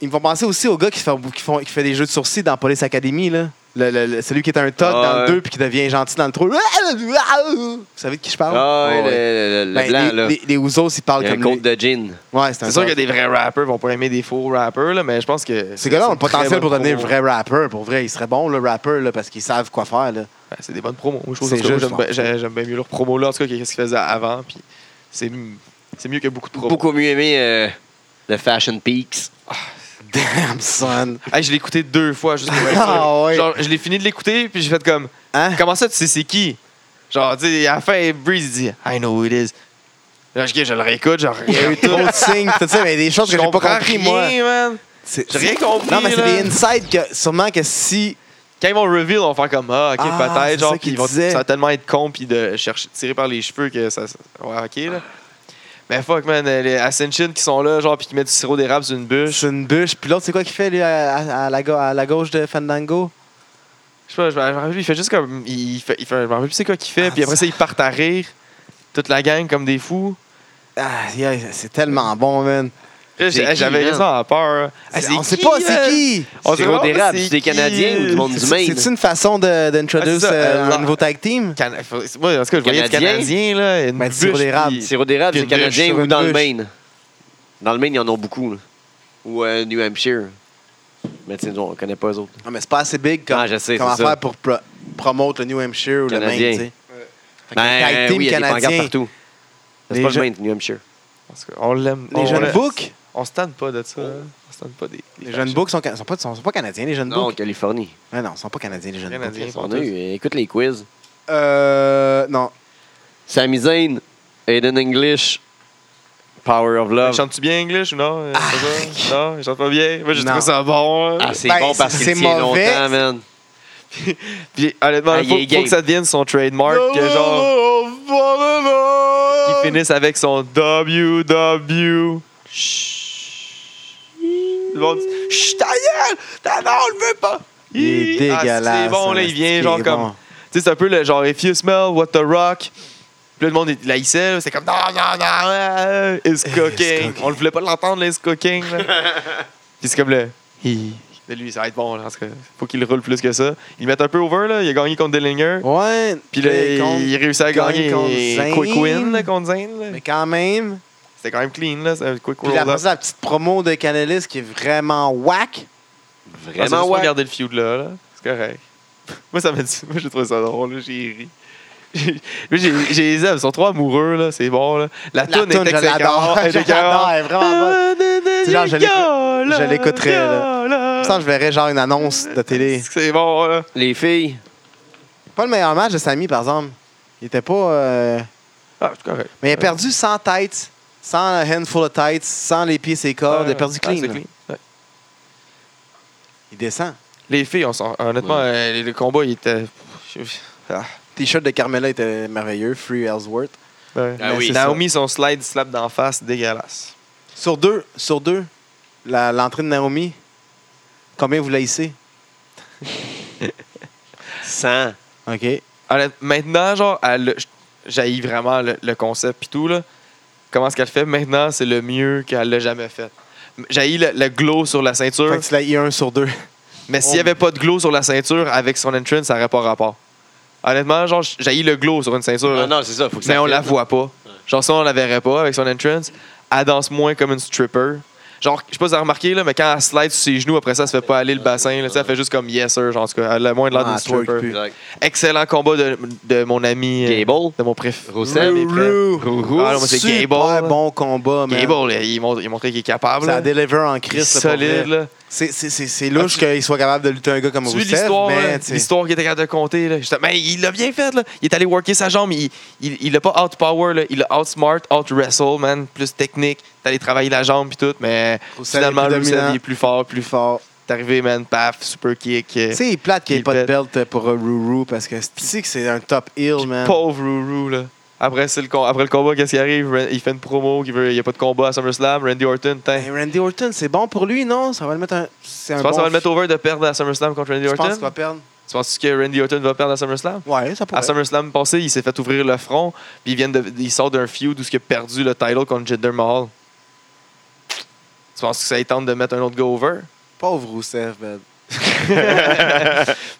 Speaker 3: Ils me font penser aussi au gars qui fait, qui font, qui fait des jeux de sourcils dans Police Academy, là. Le- le- le- celui qui est un tot
Speaker 2: Ah,
Speaker 3: dans le
Speaker 2: ouais.
Speaker 3: 2 puis qui devient gentil dans le 3. Vous savez de qui je parle?
Speaker 2: Ah, ouais,
Speaker 1: hein? Ouais,
Speaker 2: le, le- le
Speaker 3: Ben,
Speaker 2: blanc,
Speaker 3: les,
Speaker 2: là.
Speaker 3: les- les Ouzos, ils parlent
Speaker 2: Il y a un
Speaker 3: comme
Speaker 2: compte
Speaker 3: lui.
Speaker 2: de gin.
Speaker 3: Ouais, c'est un
Speaker 1: C'est sûr
Speaker 3: top.
Speaker 1: que des vrais rappers vont pas aimer des faux rappers, là, mais je pense que.
Speaker 3: Ces gars-là ont le
Speaker 1: c'est une très
Speaker 3: potentiel pour
Speaker 1: bonne
Speaker 3: devenir
Speaker 1: promo.
Speaker 3: vrai rapper. Pour vrai, ils seraient bons, le rapper, là, parce qu'ils savent quoi faire. Là.
Speaker 1: Ouais, c'est des bonnes promos. Moi, je trouve
Speaker 3: C'est
Speaker 1: en tout cas, moi,
Speaker 3: juste,
Speaker 1: j'aime bien- j'ai- j'aime bien mieux leur promo là, en tout cas, que ce qu'ils faisaient avant. Puis c'est m- c'est mieux que beaucoup de promos.
Speaker 2: Beaucoup mieux aimé euh, le Fashion Peaks.
Speaker 3: Damn, son.
Speaker 1: Hey, je l'ai écouté deux fois juste pour être sûr.
Speaker 3: Ah, ouais.
Speaker 1: Genre, je l'ai fini de l'écouter, puis j'ai fait comme.
Speaker 3: Hein?
Speaker 1: Comment ça, tu sais c'est qui? Genre, tu sais, à la fin, Breeze il dit I know who it is. Là, je, je le réécoute, genre,
Speaker 3: Il y a eu trop de signes, tout ça, mais des choses que j'ai pas compris, moi.
Speaker 1: man.
Speaker 3: C'est-
Speaker 1: J'ai rien compris.
Speaker 3: Non, mais c'est
Speaker 1: là.
Speaker 3: des insides que sûrement que si.
Speaker 1: Quand ils vont reveal, on va faire comme Ah, ok,
Speaker 3: Ah, c'est
Speaker 1: peut-être. Genre,
Speaker 3: ça
Speaker 1: puis
Speaker 3: qu'il
Speaker 1: ils vont,
Speaker 3: disait.
Speaker 1: ça va tellement être con, puis de chercher, tirer par les cheveux que ça. ça- Ouais, ok, là. Mais fuck, man, les Ascension qui sont là, genre, puis qui mettent du sirop d'érable sur une bûche.
Speaker 3: C'est une bûche, puis l'autre, c'est quoi qu'il fait, lui, à, à- à la, ga- à la gauche de Fandango?
Speaker 1: Je sais pas, je me je me rappelle, plus, il fait juste comme. Il fait, il fait, je me rappelle plus c'est quoi qu'il fait,
Speaker 3: Ah,
Speaker 1: puis après
Speaker 3: ça-
Speaker 1: ça, ils partent à rire. Toute la gang comme des fous.
Speaker 3: Ah, yeah, c'est tellement bon, man.
Speaker 1: Là,
Speaker 2: C'est
Speaker 1: j'ai-
Speaker 2: qui,
Speaker 1: J'avais
Speaker 2: man?
Speaker 1: raison à peur. Ah, c'est
Speaker 3: on sait
Speaker 1: qui,
Speaker 3: pas Ah, c'est
Speaker 1: là?
Speaker 3: qui.
Speaker 1: On sait
Speaker 2: Sirop
Speaker 1: pas
Speaker 2: d'érable,
Speaker 1: c'est
Speaker 2: c'est des
Speaker 1: qui,
Speaker 2: Canadiens ou du
Speaker 1: euh,
Speaker 2: monde du Maine?
Speaker 3: C'est une façon de-
Speaker 1: Ah, c'est
Speaker 3: d'introduce
Speaker 1: ça,
Speaker 3: euh,
Speaker 1: euh,
Speaker 3: un nouveau tag team?
Speaker 1: Can- faut- Moi, en tout cas, je voyais du
Speaker 2: Canadien?
Speaker 1: Canadien, là. Une
Speaker 3: Ben, du sirop
Speaker 1: bûche,
Speaker 3: d'érable.
Speaker 1: puis-
Speaker 2: Sirop d'érable,
Speaker 1: Puis
Speaker 2: c'est
Speaker 1: une bûche
Speaker 2: canadien
Speaker 3: sur
Speaker 2: ou
Speaker 3: une
Speaker 2: dans le
Speaker 3: bûche.
Speaker 2: Maine. Dans le Maine, ils en ont beaucoup. là. Ou euh, New Hampshire. Mais tu sais, on connaît pas eux autres.
Speaker 3: Non, mais c'est pas assez big comme,
Speaker 2: Ah, je sais,
Speaker 3: comme
Speaker 2: c'est ça.
Speaker 3: affaire pour pro- promouvoir le New Hampshire ou
Speaker 2: Canadien.
Speaker 3: le Maine, tu sais. Fait que
Speaker 2: Ben,
Speaker 3: le tag team
Speaker 2: oui, il y a des pancartes
Speaker 3: canadien.
Speaker 2: partout. C'est
Speaker 3: Les
Speaker 2: pas
Speaker 3: gens-
Speaker 2: le Maine, c'est New Hampshire.
Speaker 1: En tout cas, On l'aime.
Speaker 3: Les
Speaker 1: on-
Speaker 3: jeunes
Speaker 1: on-
Speaker 3: books,
Speaker 1: On se tente pas de ça. hein. On se tente pas des. des
Speaker 3: les jeunes
Speaker 1: fashions.
Speaker 3: books sont, can- sont pas, sont, sont pas canadiens, les jeunes
Speaker 2: Non,
Speaker 3: books.
Speaker 2: Californie.
Speaker 3: Ah non, ils sont pas canadiens, les jeunes books.
Speaker 1: Canadiens,
Speaker 2: On
Speaker 1: sont
Speaker 2: a eu, écoute les quiz.
Speaker 3: Euh, non.
Speaker 2: Sami Zayn, Aiden English, Power of
Speaker 1: tous.
Speaker 2: Love.
Speaker 1: Chantes-tu bien anglais ou non? Euh, c'est pas ça? Non, ils chantent pas bien. Moi, j'ai
Speaker 3: Non.
Speaker 1: trouvé ça bon. hein.
Speaker 2: Ah, c'est
Speaker 3: Ben,
Speaker 2: bon parce
Speaker 3: c'est
Speaker 2: qu'il tient
Speaker 3: mauvais.
Speaker 2: longtemps, man.
Speaker 1: Puis, honnêtement,
Speaker 2: Ah,
Speaker 1: il
Speaker 2: il
Speaker 1: faut,
Speaker 2: est
Speaker 1: faut
Speaker 2: game.
Speaker 1: que ça devienne son trademark. que genre, qu'il finisse avec son WW. Le monde dit, Chut, ta gueule! Ta- Non, on le veut pas!
Speaker 3: Il est
Speaker 1: Ah,
Speaker 3: dégueulasse.
Speaker 1: C'est bon, là,
Speaker 3: hein,
Speaker 1: il vient
Speaker 3: c'est
Speaker 1: genre comme.
Speaker 3: bon.
Speaker 1: Tu sais, c'est un peu le genre If you smell what the rock. Puis là, le monde il l'haïssait. là. C'est comme non, non, non, euh, it's cooking.
Speaker 3: cooking.
Speaker 1: On ne voulait pas l'entendre, là, it's cooking. là. Puis c'est comme le hi. De lui, ça va être bon. Là, parce que faut qu'il roule plus que ça. Ils le mettent un peu over. Là. Il a gagné contre Dillinger.
Speaker 3: Ouais.
Speaker 1: Puis là,
Speaker 3: mais
Speaker 1: il,
Speaker 3: contre-
Speaker 1: il réussit à
Speaker 3: gagne
Speaker 1: gagner
Speaker 3: contre
Speaker 1: un
Speaker 3: Zayn.
Speaker 1: quick win là, contre Zane. là.
Speaker 3: Mais quand même.
Speaker 1: C'était quand même clean. là, c'est un quick
Speaker 3: Puis
Speaker 1: roll.
Speaker 3: après
Speaker 1: up.
Speaker 3: ça, la petite promo de Canelis qui est vraiment whack.
Speaker 1: Ah, c'est
Speaker 2: Vraiment,
Speaker 1: juste
Speaker 2: ouais.
Speaker 1: regarder le feud là. là. C'est correct. Moi, ça m'a dit. Moi, j'ai trouvé ça drôle. là. J'ai ri. J'ai- Moi, j'ai j'ai les aime. Ils sont trop amoureux. là. C'est bon. Là. La,
Speaker 3: La
Speaker 1: toune
Speaker 3: toune,
Speaker 1: est
Speaker 3: je l'adore.
Speaker 1: excellente.
Speaker 3: Je l'adore. Elle est vraiment bonne. C'est genre, je l'écoute- je l'écouterais, là. Je sens que je verrais genre une annonce de télé.
Speaker 1: C'est bon. Là.
Speaker 2: Les filles.
Speaker 3: Pas le meilleur match de Samy, par exemple. Il était pas. euh,
Speaker 1: Ah, c'est correct.
Speaker 3: Mais il a perdu sans tête, sans handful of têtes, sans les pieds, ses cordes. il a perdu
Speaker 1: Ah,
Speaker 3: clean.
Speaker 1: c'est
Speaker 3: là.
Speaker 1: Ouais.
Speaker 3: Il descend.
Speaker 1: Les filles, on s'en- honnêtement, euh, le combat, il était. Ah,
Speaker 3: T-shirt de Carmela était merveilleux. Free Ellsworth.
Speaker 1: ouais.
Speaker 2: Ah oui.
Speaker 3: c'est ça.
Speaker 1: Naomi, son slide slap d'en face, dégueulasse.
Speaker 3: Sur deux, sur deux, la- l'entrée de Naomi, combien vous laissez? Hein?
Speaker 2: 100.
Speaker 3: OK.
Speaker 1: Honnête- maintenant, genre, elle a- j'haïs vraiment le, le concept et tout, là. Comment ce qu'elle fait maintenant, c'est le mieux qu'elle l'a jamais fait. J'haïs le, le glow sur la ceinture,
Speaker 3: Fait que tu l'as eu un sur deux.
Speaker 1: mais s'il n'y avait pas de glow sur la ceinture, avec son entrance, ça n'aurait pas rapport. Honnêtement, genre, j'haïs le glow sur une ceinture, là,
Speaker 2: Ah non, c'est ça, faut que ça
Speaker 1: mais on la
Speaker 2: fitte.
Speaker 1: voit pas. Genre, ça, on la verrait pas avec son entrance. Elle danse moins comme une stripper. Genre, je sais pas si vous avez remarqué, là, mais quand elle slide sur ses genoux, après ça, elle se fait pas aller le bassin. Là, tu sais, elle fait juste comme yes, sir. Genre, en tout cas, elle a moins de l'air
Speaker 3: Ah,
Speaker 1: d'une
Speaker 3: elle twerk
Speaker 1: stripper.
Speaker 3: plus.
Speaker 2: Exact.
Speaker 1: Excellent combat de, de mon ami. euh,
Speaker 2: Gable.
Speaker 1: de mon préf.
Speaker 2: Rousseff.
Speaker 1: Mes préf. Ah non, moi, c'est
Speaker 3: Super
Speaker 1: Gable. là.
Speaker 3: bon combat, man.
Speaker 1: Gable, là, il montre- il a montré qu'il est capable.
Speaker 3: Ça
Speaker 1: là.
Speaker 3: deliver en
Speaker 1: Il est
Speaker 3: Christ. là, pour
Speaker 1: solide.
Speaker 3: vrai.
Speaker 1: là.
Speaker 3: C'est- C'est c'est- c'est louche qu'il soit capable de lutter un gars comme
Speaker 1: Tu lis
Speaker 3: Rousseff,
Speaker 1: l'histoire, là,
Speaker 3: mais tu sais,
Speaker 1: l'histoire qu'il était capable de compter. Là. J'étais- mais il l'a bien fait. Là. Il est allé worker sa jambe. Il il- il l'a pas outpower. Là. Il l'a outsmart, outwrestle, man. Plus technique. T'es allé travailler la jambe puis tout. Mais
Speaker 3: Rousseff
Speaker 1: finalement,
Speaker 3: est plus
Speaker 1: Rusev,
Speaker 3: dominant.
Speaker 1: il est plus fort,
Speaker 3: plus
Speaker 1: plus fort.
Speaker 3: fort.
Speaker 1: T'es arrivé, man. Paf, super kick.
Speaker 3: Tu sais, il est plate qu'il n'y ait
Speaker 1: Il
Speaker 3: pas de
Speaker 1: pète.
Speaker 3: belt pour euh, Ruru parce que tu sais que c'est un top heel, man.
Speaker 1: Pauvre Ruru, là. Après, c'est le com- après le combat, qu'est-ce qui arrive? Ren- Il fait une promo, qu'il veut- il n'y a pas de combat à SummerSlam. Randy Orton, tain.
Speaker 3: Hey, Randy Orton, c'est bon pour lui, non? Ça va le mettre un. C'est Eh un
Speaker 1: Tu penses
Speaker 3: bon
Speaker 1: qu'on va le mettre over de perdre à SummerSlam contre Randy
Speaker 3: Je
Speaker 1: Orton? Ah,
Speaker 3: pense qu'il va perdre.
Speaker 1: Tu penses que Randy Orton va perdre à SummerSlam?
Speaker 3: Ouais, ça pourrait.
Speaker 1: À SummerSlam passé, il s'est fait ouvrir le front, puis il, vient de, il sort d'un feud où il a perdu le title contre Jinder Mahal. Tu penses que ça lui tente de mettre un autre go over?
Speaker 3: Pauvre Rousseff, man.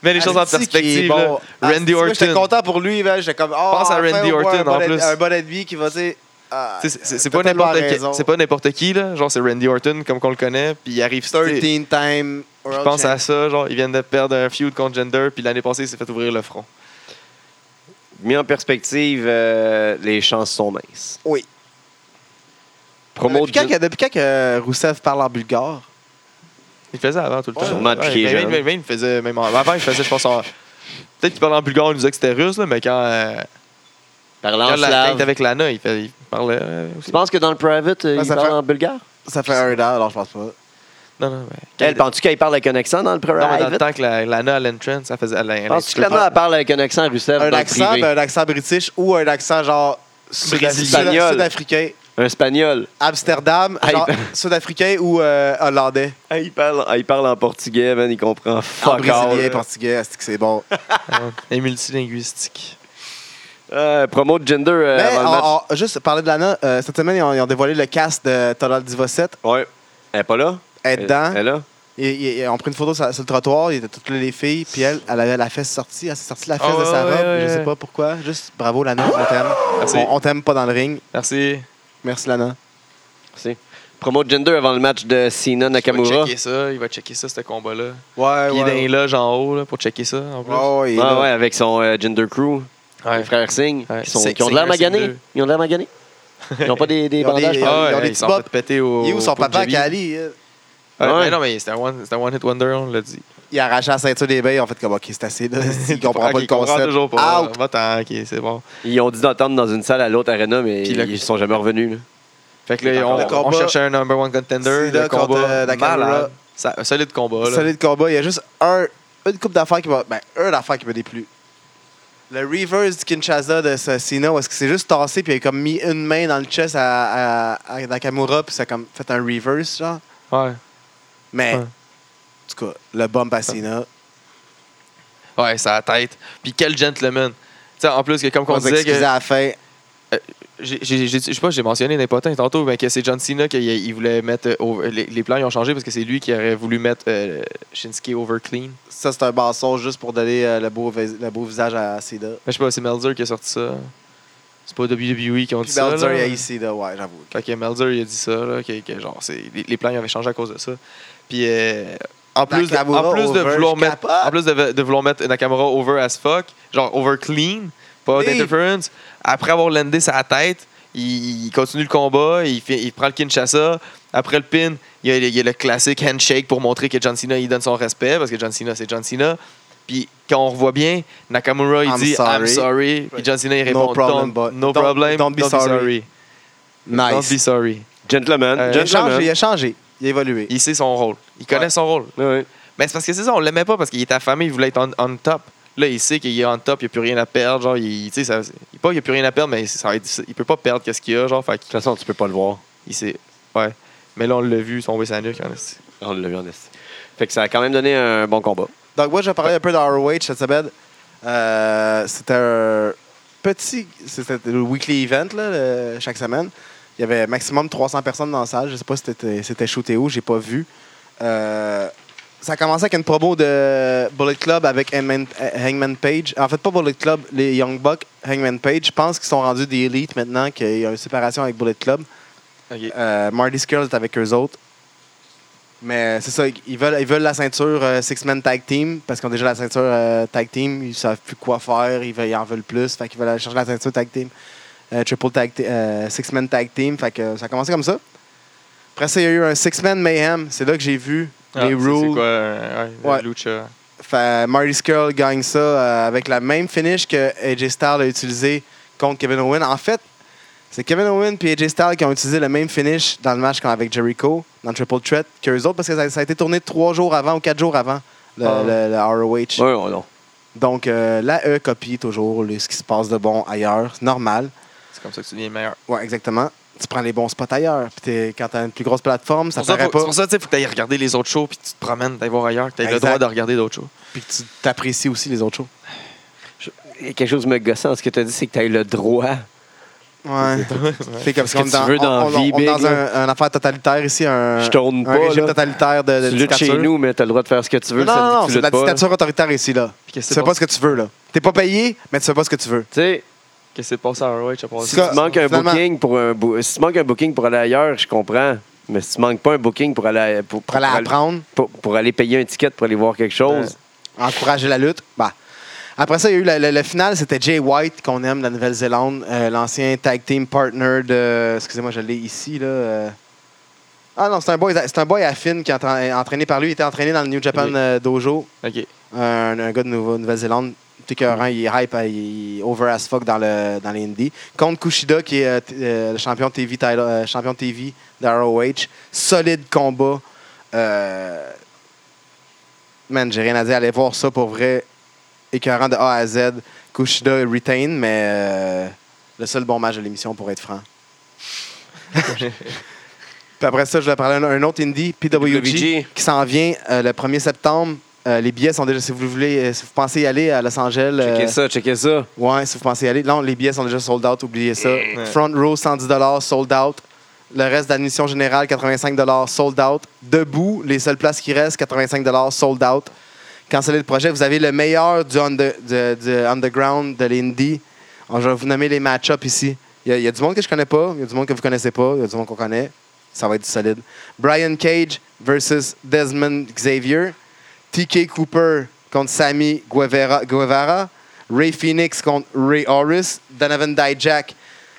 Speaker 1: Mets les choses en
Speaker 3: Asti qui
Speaker 1: perspective.
Speaker 3: est bon.
Speaker 1: là.
Speaker 3: Asti,
Speaker 1: Randy
Speaker 3: moi, J'étais
Speaker 1: Orton.
Speaker 3: content pour lui, man. J'étais comme. Oh,
Speaker 1: Pense à
Speaker 3: enfin,
Speaker 1: Randy
Speaker 3: on voit
Speaker 1: Orton,
Speaker 3: un
Speaker 1: en
Speaker 3: bon
Speaker 1: plus.
Speaker 3: ed- Un bon ennemi qui va, tu sais. ah,
Speaker 1: Tu sais, C'est c'est
Speaker 3: t'as
Speaker 1: pas
Speaker 3: tellement
Speaker 1: n'importe qui-
Speaker 3: raison.
Speaker 1: c'est pas n'importe qui, là. Genre, c'est Randy Orton, comme qu'on le connaît, puis il arrive.
Speaker 3: 13
Speaker 1: tu sais,
Speaker 3: time.
Speaker 1: Je pense à ça, genre, ils viennent de perdre un feud contre Jinder, puis l'année passée, il s'est fait ouvrir le front.
Speaker 2: Mis en perspective, euh, les chances sont minces.
Speaker 3: Oui.
Speaker 2: Promo
Speaker 3: depuis,
Speaker 2: de
Speaker 3: Euh, quand, que- depuis quand que Rousseff parle en bulgare
Speaker 1: Il faisait avant tout le temps.
Speaker 2: Sûrement depuis qu'il est
Speaker 1: mais-
Speaker 2: jeune.
Speaker 1: mais- mais il faisait même en- avant, il faisait, je pense, en- peut-être qu'il parlait en bulgare, il nous disait que c'était russe, là, mais quand. euh,
Speaker 2: parlant
Speaker 1: Quand la
Speaker 2: slave.
Speaker 1: tête avec Lana, il, fait- il parlait euh, aussi.
Speaker 2: Tu penses que dans le private, euh,
Speaker 3: Ah,
Speaker 2: il
Speaker 3: ça
Speaker 2: parle
Speaker 3: fait-
Speaker 2: en bulgare?
Speaker 3: Ça fait un an, alors je pense pas.
Speaker 1: Non, non, mais.
Speaker 2: Elle, penses-tu qu'elle parle avec un accent dans le
Speaker 1: Non, mais dans le
Speaker 2: private?
Speaker 1: temps que la- Lana à l'entrance, elle faisait. elle- elle-
Speaker 2: Penses-tu que
Speaker 1: elle-
Speaker 2: Lana elle parle avec un accent Rusev
Speaker 3: Un
Speaker 2: dans le
Speaker 3: accent,
Speaker 2: privé?
Speaker 3: ben, un accent british ou un accent genre sud-
Speaker 2: Brésilien.
Speaker 3: sud- sud-africain.
Speaker 2: Un espagnol.
Speaker 3: Amsterdam,
Speaker 2: Ah, il-
Speaker 3: genre sud-africain ou euh, hollandais.
Speaker 2: Eh, il, parle, en portugais, man, il comprend.
Speaker 3: En
Speaker 2: Fuck Euh,
Speaker 3: brésilien, portugais, asti que c'est bon.
Speaker 1: Elle est multilinguistique.
Speaker 2: Euh, promo de gender
Speaker 3: Mais on- on- juste parler de Lana, euh, cette semaine, ils ont, ils ont dévoilé le cast de Total Diva 7.
Speaker 2: Ouais. Elle est pas là?
Speaker 3: Elle est dedans.
Speaker 2: Elle est là?
Speaker 3: Ils- ils- ils ont pris une photo sur, sur le trottoir, il y était toutes les filles, puis elle, elle avait la fesse sortie. Elle s'est sortie la fesse
Speaker 1: Ah,
Speaker 3: de sa
Speaker 1: ouais,
Speaker 3: robe,
Speaker 1: ouais,
Speaker 3: je sais
Speaker 1: ouais.
Speaker 3: pas pourquoi. Juste bravo, Lana, on t'aime.
Speaker 1: Merci.
Speaker 3: On, on t'aime pas dans le ring.
Speaker 1: Merci.
Speaker 3: Merci, Lana.
Speaker 2: Merci. Promo de gender avant le match de Cena
Speaker 1: Il va
Speaker 2: Nakamura.
Speaker 1: checker ça, il va checker ça, ce combat-là.
Speaker 3: Ouais, Oh.
Speaker 1: Puis Il est dans les loges en haut là, pour checker ça, en plus.
Speaker 3: ouais, il est
Speaker 2: Ouais,
Speaker 3: là.
Speaker 2: ouais, avec son euh, gender crew. Les
Speaker 1: Ouais.
Speaker 2: frères Singh,
Speaker 1: Ouais.
Speaker 2: qui, sont,
Speaker 1: Sing-
Speaker 2: qui ont de l'air
Speaker 1: Singer, Singh
Speaker 2: maganés.
Speaker 1: deux.
Speaker 2: Ils ont de l'air maganés. Ils n'ont pas des, des
Speaker 3: Ils ont des- euh,
Speaker 2: bandages.
Speaker 3: ils
Speaker 2: par-
Speaker 3: ont-
Speaker 1: Ah,
Speaker 3: ils ont
Speaker 1: ouais,
Speaker 3: des
Speaker 1: ils
Speaker 3: petits
Speaker 1: sont fait
Speaker 3: bops.
Speaker 1: péter au.
Speaker 3: Il est où son
Speaker 1: au
Speaker 3: papa,
Speaker 1: Punjabi.
Speaker 3: Kali? euh?
Speaker 1: Ouais,
Speaker 2: Ouais.
Speaker 1: mais Non, mais c'était un one- c'était un one-hit wonder, on l'a dit.
Speaker 3: Il a arraché la ceinture des bains, en fait, comme, OK, c'est assez, là. Il
Speaker 1: Ah,
Speaker 3: comprend pas
Speaker 1: qu'il
Speaker 3: le
Speaker 1: comprend
Speaker 3: concept.
Speaker 1: toujours pas.
Speaker 3: Out.
Speaker 1: Va-t'en, ok, c'est bon.
Speaker 2: Ils ont dit d'entendre dans une salle à l'autre arena, mais
Speaker 1: Puis le-
Speaker 2: ils sont jamais revenus. là.
Speaker 1: Fait que là,
Speaker 2: Le
Speaker 1: on,
Speaker 3: combat-
Speaker 1: on cherchait un number one contender.
Speaker 3: Cena
Speaker 1: Le
Speaker 3: contre,
Speaker 1: combat.
Speaker 3: euh, Nakamura.
Speaker 1: malade. Ça- Un solide combat, là.
Speaker 3: Solide combat. Il y a juste un, une coupe d'affaires qui m'a. Ben, une affaire qui m'a déplu. Le reverse du Kinshasa de ce Cena, où est-ce qu'il s'est juste tassé puis il a comme mis une main dans le chest à, à, à Nakamura, puis ça a comme fait un reverse, genre.
Speaker 1: Ouais.
Speaker 3: Mais,
Speaker 1: Ouais.
Speaker 3: en tout cas, le bump à Cena.
Speaker 1: Ouais, ça a tête. Puis quel gentleman. Tu sais, en plus, que comme
Speaker 3: On
Speaker 1: on disait
Speaker 3: s'excusait
Speaker 1: que.
Speaker 3: à la fin.
Speaker 1: j'ai- j'ai- j'ai- Je sais pas, j'ai mentionné n'importe tantôt, mais que c'est John Cena qui il il voulait mettre. euh, over- les, les plans ils ont changé parce que c'est lui qui aurait voulu mettre euh, Shinsuke over clean.
Speaker 3: Ça, c'est un basson juste pour donner euh, le, beau vis- le beau visage à Cena.
Speaker 1: Mais je sais pas, c'est Melzer qui a sorti ça. C'est pas WWE qui ont dit
Speaker 3: Puis
Speaker 1: ça.
Speaker 3: Belzer,
Speaker 1: là.
Speaker 3: il a eu Cena, ouais, j'avoue.
Speaker 1: Fait que Melzer, il a dit ça, là, que, que genre, c'est, les, les plans ils avaient changé à cause de ça. Puis, euh, en, plus de,
Speaker 3: Nakamura
Speaker 1: en plus de
Speaker 3: over,
Speaker 1: vouloir
Speaker 3: je
Speaker 1: mettre,
Speaker 3: capote.
Speaker 1: en plus de, de vouloir mettre Nakamura over as fuck, genre over clean, pas
Speaker 3: Oui.
Speaker 1: d'interference, après avoir landé sa tête, il, il continue le combat, il, fait- il prend le Kinshasa. Après le pin, il y, a, il y a le classique handshake pour montrer que John Cena, il donne son respect, parce que John Cena, c'est John Cena. Puis, quand on revoit bien, Nakamura, il
Speaker 3: I'm
Speaker 1: dit I'm
Speaker 3: sorry.
Speaker 1: sorry. Puis John Cena, il
Speaker 3: No
Speaker 1: répond
Speaker 3: problem,
Speaker 1: don't,
Speaker 3: but-
Speaker 1: No
Speaker 3: don't-
Speaker 1: problem.
Speaker 3: don't be sorry.
Speaker 1: Don't be
Speaker 3: Nice.
Speaker 1: sorry.
Speaker 2: Gentleman.
Speaker 1: Euh,
Speaker 3: Il a
Speaker 2: gentleman.
Speaker 3: changé, il a changé. Il a évolué.
Speaker 1: Il sait son rôle. Il connaît
Speaker 3: Ouais.
Speaker 1: son rôle.
Speaker 2: Ouais.
Speaker 1: Mais c'est parce que c'est ça, on l'aimait pas parce qu'il était affamé, il voulait être on, on top. Là, il sait qu'il est on top, il n'y a plus rien à perdre. Genre, il, tu sais, ça, il- pas, il n'y a plus rien à perdre, mais ça va être difficile. il peut pas perdre qu'est-ce qu'il a. Genre, fait
Speaker 2: De toute
Speaker 1: qu'il-
Speaker 2: façon, tu peux pas le voir.
Speaker 1: il sait. Ouais. Mais là, on l'a vu tomber sa nuque. en esti.
Speaker 2: On l'a vu en esti. Fait que ça a quand même donné un bon combat.
Speaker 3: Donc, moi, je vais parler un peu d'ROH cette semaine. Euh, c'était un petit. C'était le weekly event, là, le- chaque semaine. Il y avait maximum 300 personnes dans la salle. Je sais pas si c'était- c'était shooté où, j'ai pas vu. Euh, ça a commencé avec une promo de Bullet Club avec Hangman, Hangman Page. En fait, pas Bullet Club, les Young Bucks, Hangman Page. Je pense qu'ils sont rendus des élites maintenant, qu'il y a une séparation avec Bullet Club.
Speaker 1: Ah,
Speaker 3: Euh, Marty Skrull est avec eux autres. Mais c'est ça, ils veulent, ils veulent la ceinture euh, Six-Man Tag Team parce qu'ils ont déjà la ceinture euh, Tag Team. Ils savent plus quoi faire, ils, veulent- ils en veulent plus. Fait qu'ils veulent aller chercher la ceinture Tag Team. euh, triple Tag Te- euh, Six-Man Tag Team. Fait que euh, ça a commencé comme ça. Après ça, il y a eu un Six-Man Mayhem. C'est là que j'ai vu
Speaker 1: Ah,
Speaker 3: les
Speaker 1: c'est- C'est
Speaker 3: rules.
Speaker 1: quoi, euh, ouais,
Speaker 3: Ouais.
Speaker 1: le Lucha.
Speaker 3: Fait, Marty Skrull gagne ça euh, avec la même finish que AJ Styles a utilisé contre Kevin Owens. En fait, c'est Kevin Owens et AJ Styles qui ont utilisé le même finish dans le match qu'avec avec Jericho, dans le Triple Threat, qu'eux autres, parce que ça, ça a été tourné trois jours avant ou quatre jours avant le,
Speaker 1: Ah.
Speaker 3: le- le ROH.
Speaker 2: Ouais, ouais, non.
Speaker 3: Donc, euh, la E copie toujours le- ce qui se passe de bon ailleurs. C'est normal.
Speaker 1: C'est comme ça que tu deviens meilleur.
Speaker 3: Ouais, exactement. Tu prends les bons spots ailleurs. Puis t'es- quand t'as une plus grosse plateforme, ça
Speaker 1: C'est pour ça,
Speaker 3: paraît
Speaker 1: faut-
Speaker 3: pas.
Speaker 1: c'est pour ça, tu sais, faut que tu ailles regarder les autres shows, puis tu te promènes, tu voir ailleurs, que tu le
Speaker 3: Exact.
Speaker 1: droit de regarder d'autres shows.
Speaker 3: Puis que tu t'apprécies aussi les autres shows.
Speaker 2: Il y a Quelque chose de me gossant. Ce que tu as dit, c'est que tu as eu le droit.
Speaker 3: Ouais. C'est comme
Speaker 2: Ce
Speaker 3: si on
Speaker 2: que
Speaker 3: est
Speaker 2: tu
Speaker 3: dans,
Speaker 2: veux dans
Speaker 3: on- on-
Speaker 2: la vie,
Speaker 3: on est dans
Speaker 2: Big,
Speaker 3: un, un affaire totalitaire ici, un,
Speaker 2: Je tourne
Speaker 3: un
Speaker 2: pas,
Speaker 3: régime
Speaker 2: là.
Speaker 3: totalitaire de, de
Speaker 2: tu luttes chez
Speaker 3: dictature.
Speaker 2: nous, mais tu as le droit de faire ce que tu veux.
Speaker 3: non,
Speaker 2: ça-
Speaker 3: non, non,
Speaker 2: tu
Speaker 3: c'est de la
Speaker 2: luttes pas, là.
Speaker 3: dictature autoritaire ici, là.
Speaker 1: Puis qu'est-ce qui
Speaker 3: Tu fais
Speaker 1: s'est
Speaker 3: pas
Speaker 1: passé-
Speaker 3: ce que tu veux, là. T'es pas payé, mais tu fais pas ce que tu veux.
Speaker 2: Tu sais,
Speaker 1: qu'est-ce qui s'est passé à ROH? à part
Speaker 3: Si
Speaker 1: ça?
Speaker 3: tu
Speaker 2: tu manques un
Speaker 3: Finalement-
Speaker 2: booking pour un bou- si tu manques un booking pour aller ailleurs, je comprends. Mais si tu manques pas un booking pour aller pour,
Speaker 3: Pour aller apprendre,
Speaker 2: pour- pour aller payer un ticket pour aller voir quelque chose,
Speaker 3: encourager la lutte, bah. Après ça, il y a eu la- la- le final, c'était Jay White, qu'on aime, de la Nouvelle-Zélande, euh, l'ancien tag team partner de. Excusez-moi, je l'ai ici, là. euh. Ah non, c'est un boy, c'est un boy à Finn qui est entra- entraîné par lui. Il était entraîné dans le New Japan
Speaker 1: Oui.
Speaker 3: euh, Dojo.
Speaker 1: OK.
Speaker 3: un, un gars de Nouveau- Nouvelle-Zélande. T'es écœurant, il est hype, hein, il est over as fuck dans, le, dans les indies. Contre Kushida, qui est euh, t- euh, le champion TV, title- euh, champion TV de ROH. Solide combat. Euh, Man, j'ai rien à dire. Allez voir ça pour vrai. Écœurant de A à Z. Kushida retain, mais euh, le seul bon match de l'émission, pour être franc. Puis après ça, je vais parler d'un un autre indie, PWG,
Speaker 2: PWG.
Speaker 3: qui s'en vient euh, le 1er septembre. Euh, les billets sont déjà, si vous voulez, euh, si vous pensez y aller à Los Angeles. euh,
Speaker 2: checker ça, checker ça.
Speaker 3: Ouais, si vous pensez y aller. Non, les billets sont déjà sold out, oubliez ça.
Speaker 2: Eh.
Speaker 1: Ouais.
Speaker 3: Front row, 110 sold out. Le reste d'admission générale, 85 sold out. Debout, les seules places qui restent, 85 sold out. Cancellez le projet. Vous avez le meilleur du, under- du- du underground, de l'indie. On- Je vais vous nommer les match-ups ici. Il y, a- il y a du monde que je connais pas, il y a du monde que vous connaissez pas, il y a du monde qu'on connaît. Ça va être du solide. Brian Cage versus Desmond Xavier. TK Cooper contre Sammy Guevara, Guevara. Ray Phoenix contre Ray Horus. Donovan Dijak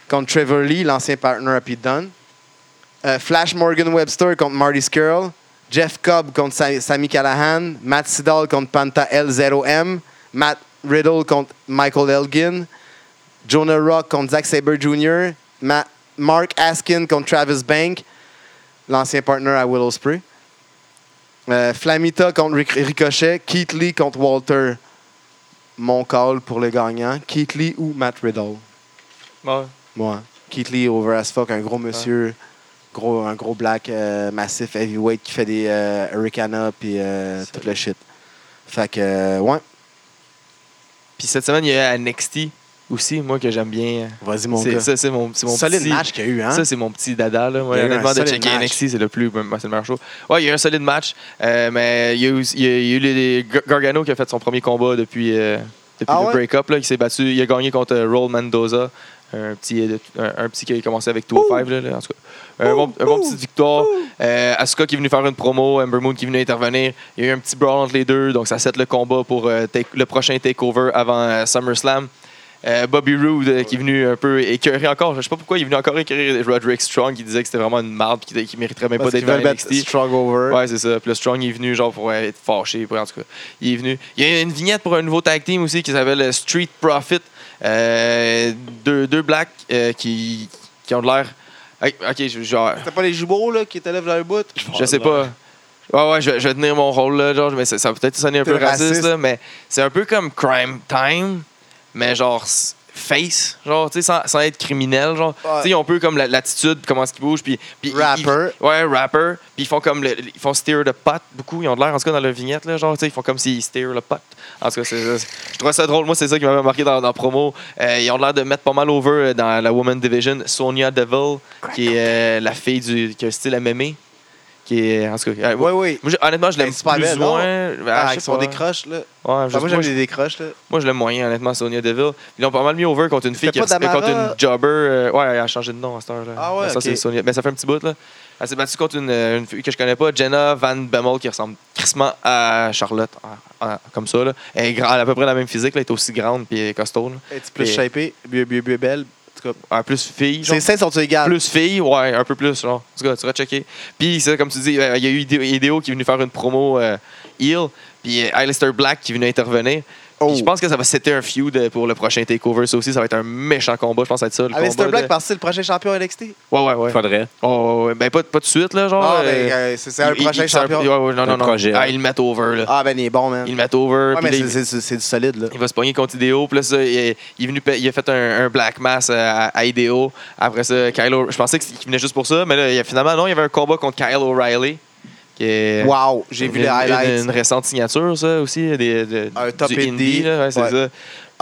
Speaker 3: contre Trevor Lee, l'ancien partner à Pete Dunne. Euh, Flash Morgan Webster contre Marty Skrull. Jeff Cobb contre Sa- Sammy Callahan. Matt Sidal contre Panta L0M. Matt Riddle contre Michael Elgin. Jonah Rock contre Zack Sabre Jr. Ma- Mark Askin contre Travis Bank, l'ancien partner à Willow Spree. Euh, Flamita contre Ric- Ricochet. Keith Lee contre Walter. Mon call pour le gagnant. Keith Lee ou Matt Riddle.
Speaker 1: Bon,
Speaker 3: Moi. Keith Lee over as fuck, un gros monsieur, gros, un gros black euh, massif heavyweight qui fait des euh, Hurricana puis euh, tout le shit. Fait que, euh, ouais,
Speaker 1: Puis cette semaine, il y a NXT aussi, moi, que j'aime bien. euh,
Speaker 3: vas-y mon
Speaker 1: C'est-
Speaker 3: gars.
Speaker 1: Ça, c'est mon, c'est mon
Speaker 3: Solide
Speaker 1: petit...
Speaker 3: match qu'il y a eu, hein?
Speaker 1: Ça, c'est mon petit dada. Là. Moi,
Speaker 3: Il y a eu un
Speaker 1: honnêtement, de
Speaker 3: solide
Speaker 1: checker
Speaker 3: match.
Speaker 1: NXT, c'est le, plus, moi, c'est le meilleur show. Ouais, il y a eu un solide match, euh, mais il y a eu, il y a- il y a eu les, les Gar- Gargano qui a fait son premier combat depuis, euh, depuis
Speaker 3: Ah
Speaker 1: le
Speaker 3: ouais?
Speaker 1: break-up. là. Il s'est battu, il a gagné contre euh, Roll Mendoza, un petit, euh, de- un, un petit qui a commencé avec 205. Là, là, en tout cas. Un, bon, un bon petit victoire. Euh, Asuka qui est venu faire une promo, Amber Moon qui est venu intervenir. Il y a eu un petit brawl entre les deux, donc ça set le combat pour euh, take- le prochain takeover avant euh, SummerSlam. Euh, Bobby Roode euh, qui est venu un peu écœurer encore. Je sais pas pourquoi il est venu encore écœurer Roderick Strong qui disait que c'était vraiment une marde et qu'il mériterait même
Speaker 3: Parce
Speaker 1: pas
Speaker 3: qu'ils
Speaker 1: d'être dans
Speaker 3: veulent mettre
Speaker 1: NXT.
Speaker 3: Strong over.
Speaker 1: Ouais, c'est ça. Puis le Strong il est venu genre pour être fâché. pour- en tout cas, il est venu. Il y a une vignette pour un nouveau tag team aussi qui s'appelle euh, Street Profit. Euh, deux, deux blacks euh, qui, qui ont de l'air. Hey, ok, je- genre.
Speaker 3: C'était pas les jubots là, qui étaient là vers le bout?
Speaker 1: Je sais pas. Ouais, ouais, je, vais- je vais tenir mon rôle, là, genre, mais ça, ça va peut-être sonner un peu
Speaker 3: T'es
Speaker 1: raciste,
Speaker 3: raciste.
Speaker 1: là, mais c'est un peu comme Crime Time, mais genre s- face, genre, tu sais, sans, sans être criminel, genre.
Speaker 3: Ouais.
Speaker 1: Tu sais, ils ont un peu comme la- l'attitude, comment est-ce qu'ils bougent, puis... puis ils-
Speaker 3: Rapper.
Speaker 1: ils- ouais, rapper. Puis ils font comme... le- ils font steer de pot, beaucoup. Ils ont de l'air, en tout cas, dans la vignette, là, genre, tu sais, ils font comme s'ils steer le pot. En tout cas, c'est- c'est- je trouvais ça drôle. Moi, c'est ça qui m'avait marqué dans, dans la promo. Euh, ils ont l'air de mettre pas mal over euh, dans la Woman Division. Sonia Deville, qui est euh, la fille du... qui a un style à mémé qui est en tout cas euh,
Speaker 3: Ouais, ouais.
Speaker 1: moi, je- honnêtement je
Speaker 3: Elle
Speaker 1: l'aime
Speaker 3: est super
Speaker 1: plus
Speaker 3: belle,
Speaker 1: ou moins
Speaker 3: Ah,
Speaker 1: Ah, je
Speaker 3: ils
Speaker 1: sais
Speaker 3: sont
Speaker 1: pas.
Speaker 3: des croches là.
Speaker 1: Ouais, je-
Speaker 3: Ah, moi j'aime
Speaker 1: moi, je-
Speaker 3: les décroches là.
Speaker 1: moi, je l'aime moyen honnêtement Sonia Deville ils l'ont pas mal mis over contre une fille qui
Speaker 3: C'était
Speaker 1: a,
Speaker 3: pas
Speaker 1: contre
Speaker 3: Damara?
Speaker 1: une jobber euh, ouais elle a changé de nom à cette heure là
Speaker 3: Ah ouais,
Speaker 1: ça
Speaker 3: ok.
Speaker 1: c'est Sonia mais ça fait un petit bout là elle s'est battue contre une, euh, une fille que je connais pas Jenna Van Bemmel qui ressemble crissement à Charlotte en- en- comme ça là. elle est grand- elle a à peu près la même physique là. elle est aussi grande puis elle est costaud là.
Speaker 3: Un petit peu
Speaker 1: Et-
Speaker 3: shapé, mieux, mieux, mieux belle.
Speaker 1: cas, ah, plus filles. genre.
Speaker 3: Ces scènes sont égales?
Speaker 1: Plus filles, ouais, un peu plus. Genre. En tout cas, tu vas checker. Puis, ça, comme tu dis, euh, il y a eu Ideo Ideo qui est venu faire une promo euh, heel, puis euh, Aleister Black qui est venu intervenir. Puis
Speaker 3: Oh.
Speaker 1: Je pense que ça va setter un feud euh, pour le prochain takeover. Ça aussi, ça va être un méchant combat. Je pense que ça va être ça. Le
Speaker 3: Aleister
Speaker 1: combat
Speaker 3: Black,
Speaker 1: de-
Speaker 3: parce que c'est le prochain champion NXT.
Speaker 1: Ouais, ouais, ouais.
Speaker 2: Faudrait.
Speaker 1: Oh, ouais, ouais. Ben, pas, pas de suite, là, genre.
Speaker 3: Ah,
Speaker 1: euh,
Speaker 3: ben, euh, c'est c'est un
Speaker 1: il- il-
Speaker 3: prochain
Speaker 1: c'est un-
Speaker 3: champion.
Speaker 1: ouais, ouais, non,
Speaker 2: Un
Speaker 1: non, non.
Speaker 2: projet,
Speaker 1: Ah,
Speaker 2: ouais.
Speaker 1: il le met over, là.
Speaker 3: Ah, ben, il est bon, man.
Speaker 1: Il le met over.
Speaker 3: Ouais,
Speaker 1: puis
Speaker 3: mais
Speaker 1: là, il-
Speaker 3: c'est- c'est- c'est c'est du solide, là.
Speaker 1: il va se pogner contre Ideo. Puis là, ça, il, est- il est venu, pa- il a fait un, un black mass euh, à, à Ideo. Après ça, Kyle O'Reilly. Je pensais que c'est- qu'il venait juste pour ça, mais là, il y a- finalement, non, il y avait un combat contre Kyle O'Reilly. qui est-
Speaker 3: Wow, j'ai vu
Speaker 1: une- Une,
Speaker 3: les
Speaker 1: une
Speaker 3: highlights.
Speaker 1: récente signature, ça aussi. Des, de-
Speaker 3: Un top
Speaker 1: du
Speaker 3: indie.
Speaker 1: indie. là, ouais, c'est
Speaker 3: Ouais.
Speaker 1: ça.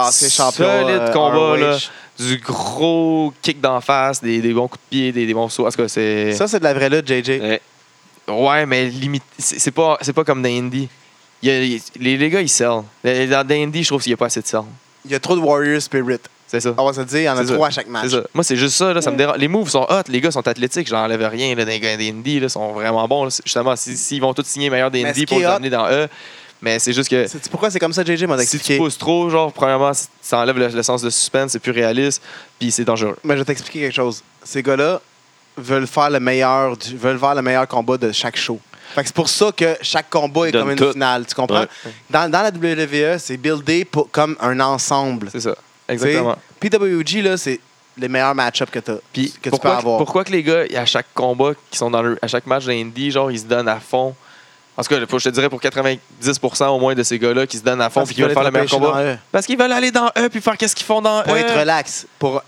Speaker 3: Ancien champion,
Speaker 1: Solide
Speaker 3: euh,
Speaker 1: combat, là.
Speaker 3: ROH.
Speaker 1: Du gros kick d'en face, des, des bons coups de pied, des, des bons sauts. En tout cas, c'est.
Speaker 3: Ça, c'est de la vraie lutte, JJ.
Speaker 2: Ouais.
Speaker 1: Ouais, mais limite, c'est c'est pas, c'est pas comme dans Indy. Il y a- il- les, les gars, ils sellent. Les- Dans dans Indy, je trouve qu'il n'y a pas assez de sell.
Speaker 3: Il y a trop de Warrior Spirit.
Speaker 1: C'est ça.
Speaker 3: On va se le dire, il y en a
Speaker 1: C'est ça.
Speaker 3: trois à chaque Oh, match.
Speaker 1: C'est ça. Moi, c'est juste ça. Là, ça me dérange. Les moves sont hot. Les gars sont athlétiques. Je n'enlève rien. Là, les gars d'Indy là, sont vraiment bons. là. Justement, si- s'ils vont tous signer meilleur
Speaker 3: Mm. Mais ce
Speaker 1: d'Indy
Speaker 3: qui
Speaker 1: pour
Speaker 3: est
Speaker 1: les
Speaker 3: hot-
Speaker 1: amener dans E, mais c'est juste que
Speaker 3: Sais-tu pourquoi c'est comme ça, JJ m'a
Speaker 1: si tu
Speaker 3: expliqué?
Speaker 1: pousses trop, genre, premièrement, c- ça enlève le, le sens de suspense. C'est plus réaliste. Puis c'est dangereux.
Speaker 3: Mais je vais t'expliquer quelque chose. Ces gars-là veulent faire le meilleur, du- veulent faire le meilleur combat de chaque show. Fait que c'est pour ça que chaque combat est
Speaker 2: Donne
Speaker 3: comme une
Speaker 2: tout.
Speaker 3: finale, tu comprends?
Speaker 2: Ouais.
Speaker 3: Dans, dans la WWE, c'est buildé pour- comme un ensemble.
Speaker 1: C'est ça. Exactement.
Speaker 3: Tu sais, PWG, là, c'est les meilleurs match-up que, t'as-
Speaker 1: Puis
Speaker 3: que tu peux
Speaker 1: pourquoi,
Speaker 3: avoir.
Speaker 1: pourquoi que les gars, à chaque combat, qui sont dans le, à chaque match d'Indy, genre, ils se donnent à fond? En tout cas, je te dirais pour 90% au moins de ces gars-là qui se donnent à fond
Speaker 3: Parce
Speaker 1: puis qui
Speaker 3: qu'ils
Speaker 1: veulent faire le
Speaker 3: veulent
Speaker 1: meilleur
Speaker 3: être
Speaker 1: combat.
Speaker 3: empêchés dans eux.
Speaker 1: Parce qu'ils veulent aller dans eux puis faire qu'est-ce qu'ils font dans E.
Speaker 3: Pour
Speaker 1: eux.
Speaker 3: être relax, pour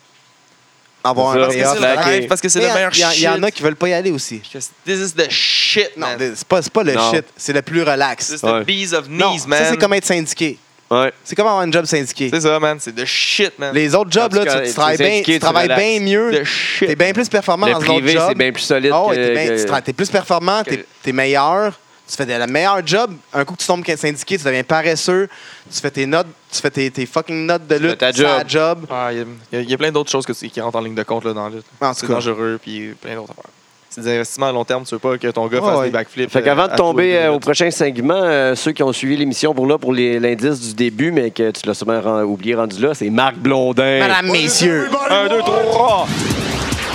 Speaker 3: avoir
Speaker 2: C'est
Speaker 3: un
Speaker 1: Parce que
Speaker 2: ça,
Speaker 1: c'est le
Speaker 3: payoff.
Speaker 2: Slacker.
Speaker 1: rêve, parce que c'est
Speaker 3: Mais
Speaker 1: le meilleur
Speaker 3: Il y, a- il y en a
Speaker 1: shit.
Speaker 3: qui veulent pas y aller aussi.
Speaker 1: This is the shit,
Speaker 3: Non,
Speaker 1: man.
Speaker 3: c'est pas, c'est pas le
Speaker 2: Non.
Speaker 3: shit, c'est le plus relax.
Speaker 1: This is
Speaker 2: Ouais.
Speaker 1: the bees of knees,
Speaker 3: non,
Speaker 1: man.
Speaker 3: ça, c'est comme être syndiqué.
Speaker 2: Ouais.
Speaker 3: C'est comme avoir un job syndiqué.
Speaker 1: C'est ça, man. C'est the shit, man.
Speaker 3: Les autres jobs, là,
Speaker 2: Tandis
Speaker 3: tu,
Speaker 2: que
Speaker 3: tu travailles
Speaker 2: les
Speaker 3: bien,
Speaker 2: syndiqués, tu
Speaker 3: tu travailles
Speaker 2: relaxes.
Speaker 3: bien mieux.
Speaker 1: The shit.
Speaker 3: T'es bien plus performant
Speaker 2: Le
Speaker 3: dans l'autre
Speaker 2: privé,
Speaker 3: job.
Speaker 2: c'est bien plus solide
Speaker 3: Oh, ouais,
Speaker 2: que-
Speaker 3: t'es bien-
Speaker 2: que-
Speaker 3: tu tra- t'es plus performant, t'es
Speaker 1: que-
Speaker 3: t'es meilleur. Tu fais de la meilleure job. Un coup que tu tombes qu'un syndiqué, tu deviens paresseux. Tu fais tes notes, tu fais tes, tes fucking notes de lutte.
Speaker 2: ta
Speaker 3: c'est la
Speaker 2: job.
Speaker 3: job.
Speaker 1: Ah, Il y, a- il y a plein d'autres choses que tu- qui rentrent en ligne de compte là, dans le.
Speaker 3: En tout
Speaker 1: C'est
Speaker 3: cas.
Speaker 1: dangereux, puis plein d'autres affaires. C'est des investissements à long terme. Tu veux pas que ton gars
Speaker 3: Ouais,
Speaker 1: fasse
Speaker 3: ouais.
Speaker 1: des backflips.
Speaker 2: Fait qu'avant
Speaker 1: euh,
Speaker 2: de
Speaker 1: à tous
Speaker 2: tomber
Speaker 1: les
Speaker 2: euh, au
Speaker 1: minutes.
Speaker 2: prochain segment, euh, ceux qui ont suivi l'émission pour là, pour les- l'indice du début, mais que tu l'as sûrement ren- oublié rendu là, c'est Marc Blondin.
Speaker 3: Madame, messieurs.
Speaker 1: Un, deux, trois.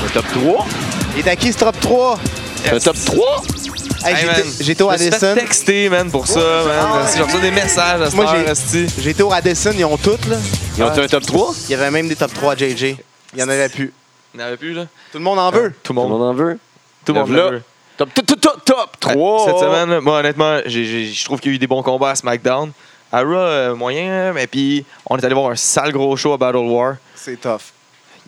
Speaker 2: Le top 3.
Speaker 3: Et t'as qui ce top 3?
Speaker 2: Le top 3.
Speaker 3: Hey,
Speaker 1: Hey, man.
Speaker 3: j'étais- j'étais au
Speaker 1: Je me suis fait
Speaker 3: Addison.
Speaker 1: texter, man, pour ça, man. J'ai reçu des messages à ce
Speaker 3: Moi, j'ai-
Speaker 1: moment Resti.
Speaker 3: J'étais au Addison, ils ont toutes, là.
Speaker 2: Ils ont-tu un top 3?
Speaker 3: Il y avait même des top 3 JJ. Il y en avait plus.
Speaker 1: Il n'y en avait plus, là.
Speaker 3: Tout le monde en veut.
Speaker 1: Tout le
Speaker 2: Tout le
Speaker 1: monde.
Speaker 2: monde en veut. Euh,
Speaker 1: Tout le monde
Speaker 2: Là.
Speaker 1: l'a vu.
Speaker 2: Top, top, top, top, top 3.
Speaker 1: Cette semaine, là, moi, honnêtement, j'ai- j'ai- je trouve qu'il y a eu des bons combats à SmackDown. À Raw, euh, moyen, hein, mais puis on est allé voir un sale gros show à Battle War.
Speaker 3: C'est tough.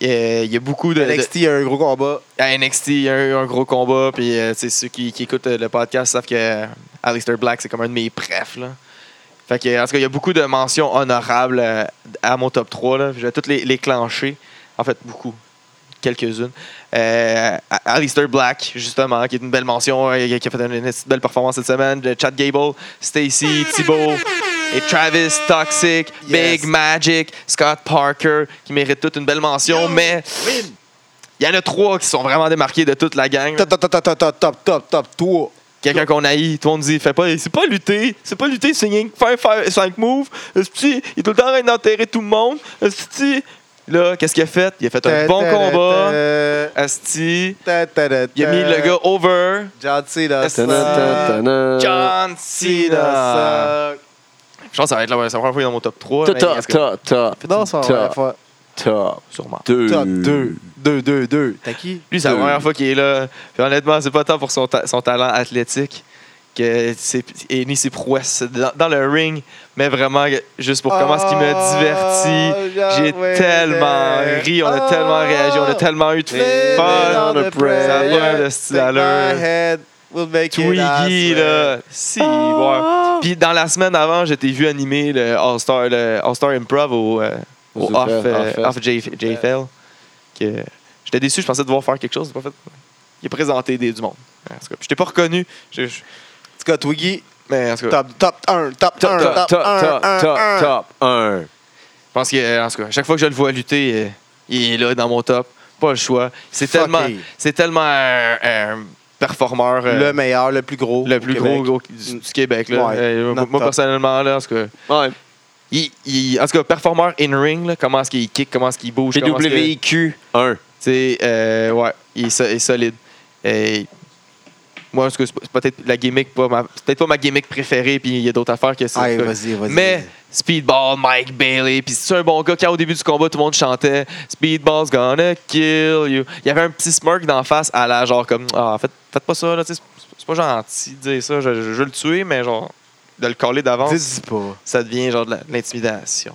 Speaker 1: Il y a, il y a beaucoup de.
Speaker 3: NXT, il y a un gros combat.
Speaker 1: de- à NXT, il y a eu un gros combat. Puis euh, tu sais, ceux qui, qui écoutent euh, le podcast savent que euh, Aleister Black, c'est comme un de mes prefs. Là. Fait que, en tout cas, il y a beaucoup de mentions honorables euh, à mon top 3. Là. Je vais toutes les, les clencher. En fait, beaucoup. Quelques-unes. Euh, A- Aleister Black, justement, qui est une belle mention, euh, qui a fait une, une belle performance cette semaine. De Chad Gable, Stacy, Thibault et Travis, Toxic,
Speaker 3: Yes.
Speaker 1: Big Magic, Scott Parker, qui méritent toutes une belle mention, mais il y en a trois qui sont vraiment démarqués de toute la gang.
Speaker 3: Top, top, top, top, top, top, top, top, top, toi.
Speaker 1: Quelqu'un qu'on haït, tout le monde dit, fais pas, c'est pas lutter, c'est pas lutter, c'est rien que faire, faire cinq moves. Le petit, il est tout le temps en train d'enterrer tout le monde. Le petit, là, qu'est-ce qu'il a fait? Il a fait un bon combat. Asti, il a mis le gars over.
Speaker 3: John Cena.
Speaker 2: Tana,
Speaker 3: suck.
Speaker 2: tana.
Speaker 1: John Cena.
Speaker 3: Cena. suck.
Speaker 1: Je pense que ça va être la c'est la première fois dans mon top 3.
Speaker 2: Top, top, top, top,
Speaker 3: Non, c'est pas
Speaker 2: top,
Speaker 3: vrai.
Speaker 2: top
Speaker 1: Sûrement.
Speaker 2: 2.
Speaker 3: Top 2. 2, 2, 2. T'as qui?
Speaker 1: Lui, c'est la
Speaker 2: Deux.
Speaker 1: première fois qu'il est là. Puis honnêtement, c'est pas tant pour son, ta- son talent athlétique que c'est et ni ses prouesses dans, dans le ring, mais vraiment juste pour comment ce qui me divertit.
Speaker 3: Ah,
Speaker 1: J'ai tellement ri, on a tellement réagi, on a tellement eu de fun.
Speaker 2: on a pris-
Speaker 1: Ça va, le style à l'heure.
Speaker 3: euh,
Speaker 1: Twiggy, là. euh, Si,
Speaker 3: Ah.
Speaker 1: ouais. Puis dans la semaine avant, j'étais vu animer le All-Star All -Star Improv au, euh, au
Speaker 2: Au
Speaker 1: Off,
Speaker 2: Off,
Speaker 1: euh,
Speaker 2: Off,
Speaker 1: off J- JFL. Que J'étais déçu, je pensais devoir faire quelque chose. j'ai Pas fait. Il a présenté des, du monde. En tout cas, je t'ai pas reconnu. Je- je-
Speaker 3: En tout cas, Twiggy,
Speaker 1: mais en tout cas,
Speaker 3: top, top 1, top 1,
Speaker 2: Top, top,
Speaker 3: top
Speaker 2: top,
Speaker 3: 1,
Speaker 2: top, top, top 1.
Speaker 1: je pense que, euh, en tout cas, à chaque fois que je le vois lutter, euh, il est là dans mon top. Pas le choix. C'est
Speaker 3: Fucké.
Speaker 1: tellement, c'est tellement un, un performeur. euh,
Speaker 3: Le meilleur, le plus gros.
Speaker 1: le
Speaker 3: au
Speaker 1: plus
Speaker 3: Québec.
Speaker 1: gros, gros du, du Québec. Là.
Speaker 3: Ouais,
Speaker 1: Euh, moi,
Speaker 3: notre
Speaker 1: moi,
Speaker 3: top.
Speaker 1: personnellement, là, en tout cas,
Speaker 2: Ouais.
Speaker 1: il- il- en tout cas, performeur in-ring, là, comment est-ce qu'il kick, comment est-ce qu'il bouge. comment est-ce que-
Speaker 3: E.
Speaker 2: PWIQ 1.
Speaker 1: C'est euh, ouais, il est, so- il est solide. Et moi, en tout cas, c'est pas- c'est peut-être la gimmick, pas ma, c'est peut-être pas ma gimmick préférée, puis il y a d'autres affaires que ça.
Speaker 3: Aïe, vas-y, vas-y.
Speaker 1: Mais Speedball, Mike Bailey, puis c'est un bon gars. Quand au début du combat, tout le monde chantait Speedball's gonna kill you. Il y avait un petit smirk d'en face à la genre comme ah faites, faites pas ça là, tu sais, c'est c'est pas gentil de dire ça. Je, je- je veux le tuer, mais genre de le coller d'avance,
Speaker 3: Dis pas.
Speaker 1: ça devient genre de la- de l'intimidation.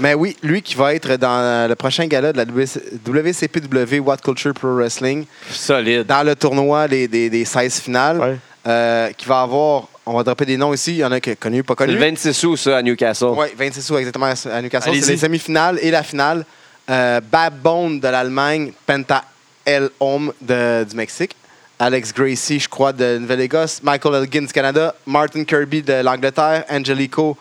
Speaker 3: Mais oui, lui qui va être dans le prochain gala de la WCPW What Culture Pro Wrestling,
Speaker 2: Solide.
Speaker 3: dans le tournoi des, des, des 16 finales,
Speaker 1: Ouais.
Speaker 3: euh, qui va avoir, on va dropper des noms ici, il y en a qui connus, pas
Speaker 2: C'est le
Speaker 3: connus.
Speaker 2: 26 août, ça, à Newcastle.
Speaker 3: Oui, 26 sous exactement à- à Newcastle.
Speaker 1: Allez-y.
Speaker 3: C'est les semi-finales et la finale. Euh, Bad Bone de l'Allemagne, Penta El Home de- du Mexique, Alex Gracie, je crois, de Nouvelle-Écosse, Michael Elgin du Canada, Martin Kirby de l'Angleterre, Angelico,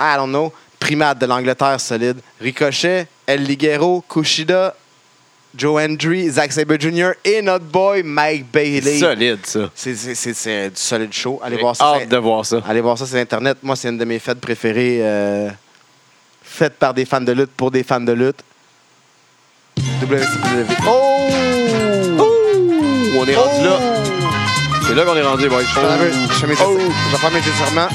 Speaker 3: I don't know, Primate de l'Angleterre, solide, Ricochet, El Liguero, Kushida, Joe Hendry, Zack Sabre Jr. et notre boy Mike Bailey.
Speaker 2: Solide, ça.
Speaker 3: C'est- C'est c'est- c'est du solide show. Allez
Speaker 2: J'ai
Speaker 3: voir ça. c'est-
Speaker 2: hâte de voir ça.
Speaker 3: Allez voir ça sur Internet. Moi, c'est une de mes fêtes préférées. euh, faite par des fans de lutte pour des fans de lutte. WCW. Oh!
Speaker 2: On est rendu là. Oh! C'est là qu'on est rendu, boys.
Speaker 3: Je fais mes
Speaker 2: Oh!
Speaker 3: Je vais faire mes desserrements.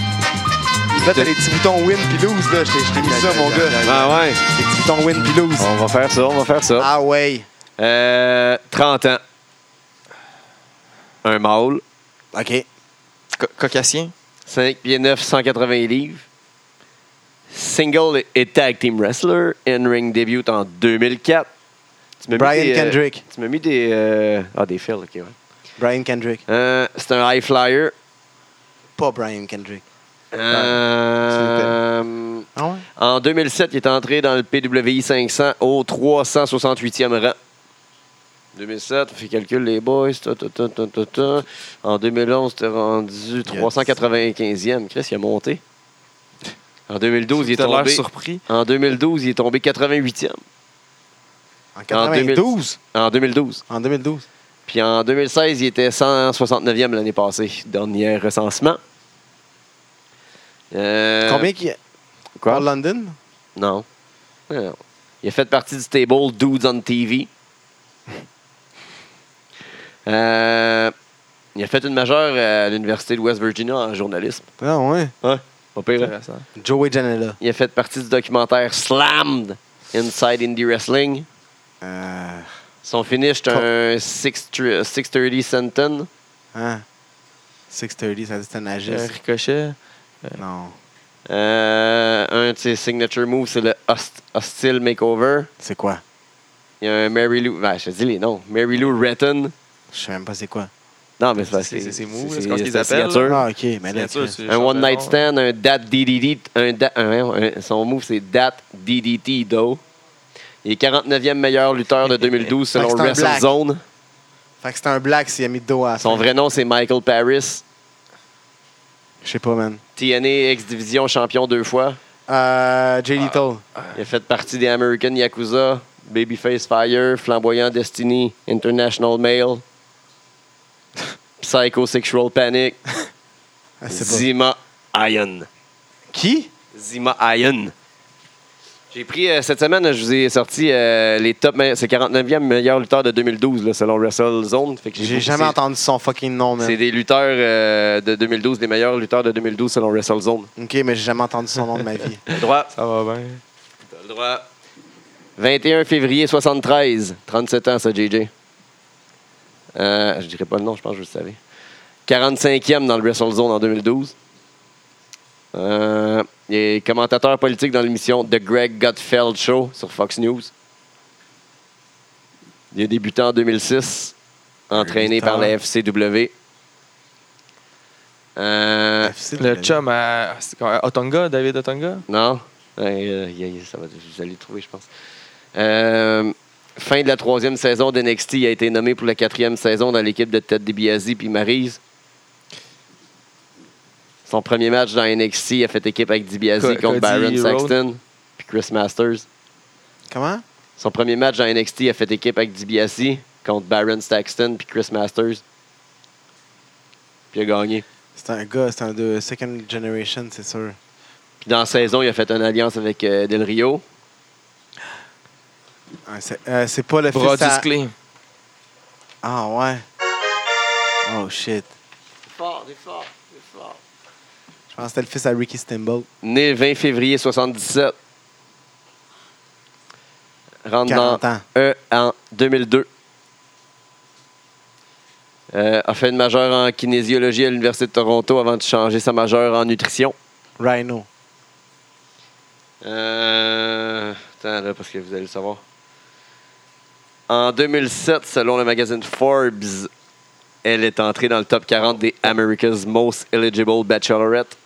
Speaker 3: Là, t'as les petits boutons win puis lose, là. Je t'ai- je t'ai mis ça, mon gars.
Speaker 2: Ah ouais.
Speaker 3: Les petits boutons win puis lose.
Speaker 2: On va faire ça, on va faire ça.
Speaker 3: Ah ouais.
Speaker 2: Euh, 30 ans. Un mâle.
Speaker 3: OK.
Speaker 1: Co- Caucasien.
Speaker 2: 5 pieds 9, 180 livres. Single et tag team wrestler. In-ring debut en 2004. Tu m'as mis
Speaker 3: Brian
Speaker 2: des, euh,
Speaker 3: Kendrick.
Speaker 2: tu m'as mis des... euh, ah, des fils, OK, ouais.
Speaker 3: Brian Kendrick.
Speaker 2: Euh, c'est un high flyer.
Speaker 3: Pas Brian Kendrick.
Speaker 2: Euh,
Speaker 3: Ah ouais?
Speaker 2: en 2007, il est entré dans le PWI 500 au 368e rang. 2007, on fait calcul les boys. ta, ta, ta, ta, ta, ta. En 2011, c'était rendu 395e. Chris, il a monté. En 2012, il est
Speaker 1: T'as l'air
Speaker 2: tombé.
Speaker 1: surpris.
Speaker 2: En 2012, il est tombé 88e.
Speaker 3: En
Speaker 2: En
Speaker 3: 92.
Speaker 2: En 2012.
Speaker 3: En 2012.
Speaker 2: Puis en 2016, il était 169e l'année passée, dernier recensement. Euh,
Speaker 3: Combien qui.
Speaker 2: quoi?
Speaker 3: Paul London?
Speaker 2: Non. Non. Il a fait partie du stable Dudes on TV. Euh, il a fait une majeure à l'Université de West Virginia en journalisme.
Speaker 3: Ah ouais.
Speaker 2: Ouais, pas pire. hein?
Speaker 1: Intéressant.
Speaker 3: Joey Janela.
Speaker 2: Il a fait partie du documentaire Slammed Inside Indie Wrestling.
Speaker 3: Euh.
Speaker 2: Son finish est un 630 630 senton.
Speaker 3: Hein? 630, ça dit que c'est un
Speaker 1: Euh,
Speaker 3: agis.
Speaker 1: Ricochet.
Speaker 3: Non.
Speaker 2: Euh, un de ses signature moves, c'est le host- Hostile Makeover.
Speaker 3: C'est quoi?
Speaker 2: Il y a un Mary Lou. Ben, je te dis les noms. Mary Lou Retton.
Speaker 3: Je sais même pas c'est quoi.
Speaker 2: Non, mais c'est parce
Speaker 1: C'est-
Speaker 2: que
Speaker 1: c'est ses moves, là,
Speaker 2: c'est-
Speaker 1: c'est comment
Speaker 2: c'est
Speaker 1: qu'ils
Speaker 2: sa
Speaker 1: appellent, là.
Speaker 2: signature.
Speaker 3: Ah, ok. Mais là,
Speaker 1: Signature,
Speaker 3: Chris.
Speaker 1: c'est
Speaker 2: Un one
Speaker 1: champion.
Speaker 2: night stand, un dat DDT, un dat, un- un- son move c'est dat DDT do. Il est 49e meilleur lutteur de 2012 selon
Speaker 3: Fait que c'est un black.
Speaker 2: WrestleZone.
Speaker 3: Fait que c'est un black s'il a mis dos à la
Speaker 2: Son
Speaker 3: fin.
Speaker 2: vrai nom c'est Michael Paris.
Speaker 3: Je sais pas, man.
Speaker 2: TNA X Division champion deux fois.
Speaker 3: Euh, Jay
Speaker 1: Ah.
Speaker 3: Little.
Speaker 2: Il a fait partie des American Yakuza, Babyface Fire, Flamboyant Destiny, International Male, Psychosexual Panic,
Speaker 3: Ah, c'est pas-
Speaker 2: Zima Ion.
Speaker 3: Qui?
Speaker 2: Zima Ayan. J'ai pris euh, cette semaine, je vous ai sorti euh, les top. me- C'est 49e meilleur lutteur de 2012 là, selon WrestleZone. Fait que
Speaker 3: J'ai
Speaker 2: beaucoup-
Speaker 3: jamais
Speaker 2: c'est-
Speaker 3: entendu son fucking nom, man.
Speaker 2: C'est des lutteurs euh, de 2012, des meilleurs lutteurs de 2012 selon WrestleZone.
Speaker 3: Ok, mais j'ai jamais entendu son nom de ma vie.
Speaker 2: Le droit.
Speaker 1: Ça va bien.
Speaker 2: Le droit. 21 février 73. 37 ans, ça, JJ. Euh, je dirais pas le nom, je pense que vous le savez. 45e dans le WrestleZone en 2012. Euh, il est commentateur politique dans l'émission The Greg Gutfeld Show sur Fox News. Il est débutant en 2006, entraîné par la FCW. Euh,
Speaker 1: Le chum à c'est quoi, à Otonga, David Otonga.
Speaker 2: non. Euh, y- y- ça va, vous allez le trouver, je pense. Euh, fin de la troisième saison d'NXT, il a été nommé pour la quatrième saison dans l'équipe de Ted DiBiase puis Maryse. Son premier match dans NXT, il a fait équipe avec DiBiase
Speaker 1: Co- Cody
Speaker 2: contre Byron
Speaker 1: Rhodes.
Speaker 2: Saxton puis Chris Masters.
Speaker 3: Comment?
Speaker 2: Son premier match dans NXT, il a fait équipe avec DiBiase contre Byron Saxton puis Chris Masters. Puis il a gagné.
Speaker 3: C'est un gars, c'est un de second generation, c'est sûr.
Speaker 2: Puis dans la saison, il a fait une alliance avec euh, Del Rio.
Speaker 3: Ouais, c'est, euh, c'est pas le
Speaker 1: Bras
Speaker 3: fils à-
Speaker 1: musclé.
Speaker 3: Ah ouais. Oh shit. Je pense que c'était le fils à Ricky Stimble.
Speaker 2: Né le 20 février 77. Rentre
Speaker 3: 40
Speaker 2: dans
Speaker 3: ans.
Speaker 2: E en 2002. Euh, a fait une majeure en kinésiologie à l'Université de Toronto avant de changer sa majeure en nutrition.
Speaker 3: Rhino.
Speaker 2: Euh, attends, là, parce que vous allez le savoir. En 2007, selon le magazine Forbes, elle est entrée dans le top 40 des America's Most Eligible Bachelorette.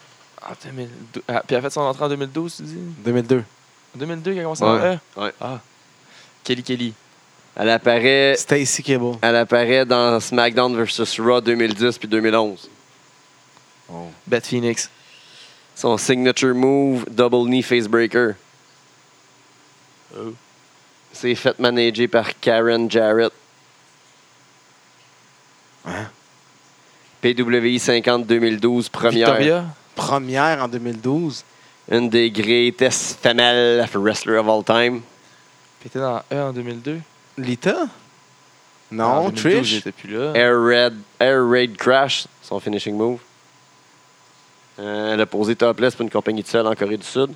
Speaker 1: Ah, 2002. Ah, puis elle a fait son entrée en 2012, tu dis
Speaker 3: 2002.
Speaker 1: En 2002 qu'elle a commencé en E.
Speaker 2: Ouais. ouais.
Speaker 1: Ah. Kelly Kelly.
Speaker 2: Elle
Speaker 1: Eh.
Speaker 2: apparaît
Speaker 3: Stacy Cable.
Speaker 2: Elle apparaît dans SmackDown vs. Raw 2010 puis 2011.
Speaker 1: Beth Phoenix.
Speaker 2: Son signature move, double knee facebreaker.
Speaker 1: Oh.
Speaker 2: C'est fait manager par Karen Jarrett. Hein? PWI 50 2012, première.
Speaker 1: Victoria.
Speaker 3: Première en 2012.
Speaker 2: Une des greatest femelles wrestler of all time.
Speaker 1: Puis était dans E en 2002.
Speaker 3: Lita? Ah,
Speaker 1: En
Speaker 3: Non,
Speaker 1: 2012,
Speaker 3: Trish.
Speaker 1: J'étais plus là.
Speaker 2: Air, Raid, Air Raid Crash, son finishing move. Euh, elle a posé topless pour une compagnie de sel en Corée du Sud.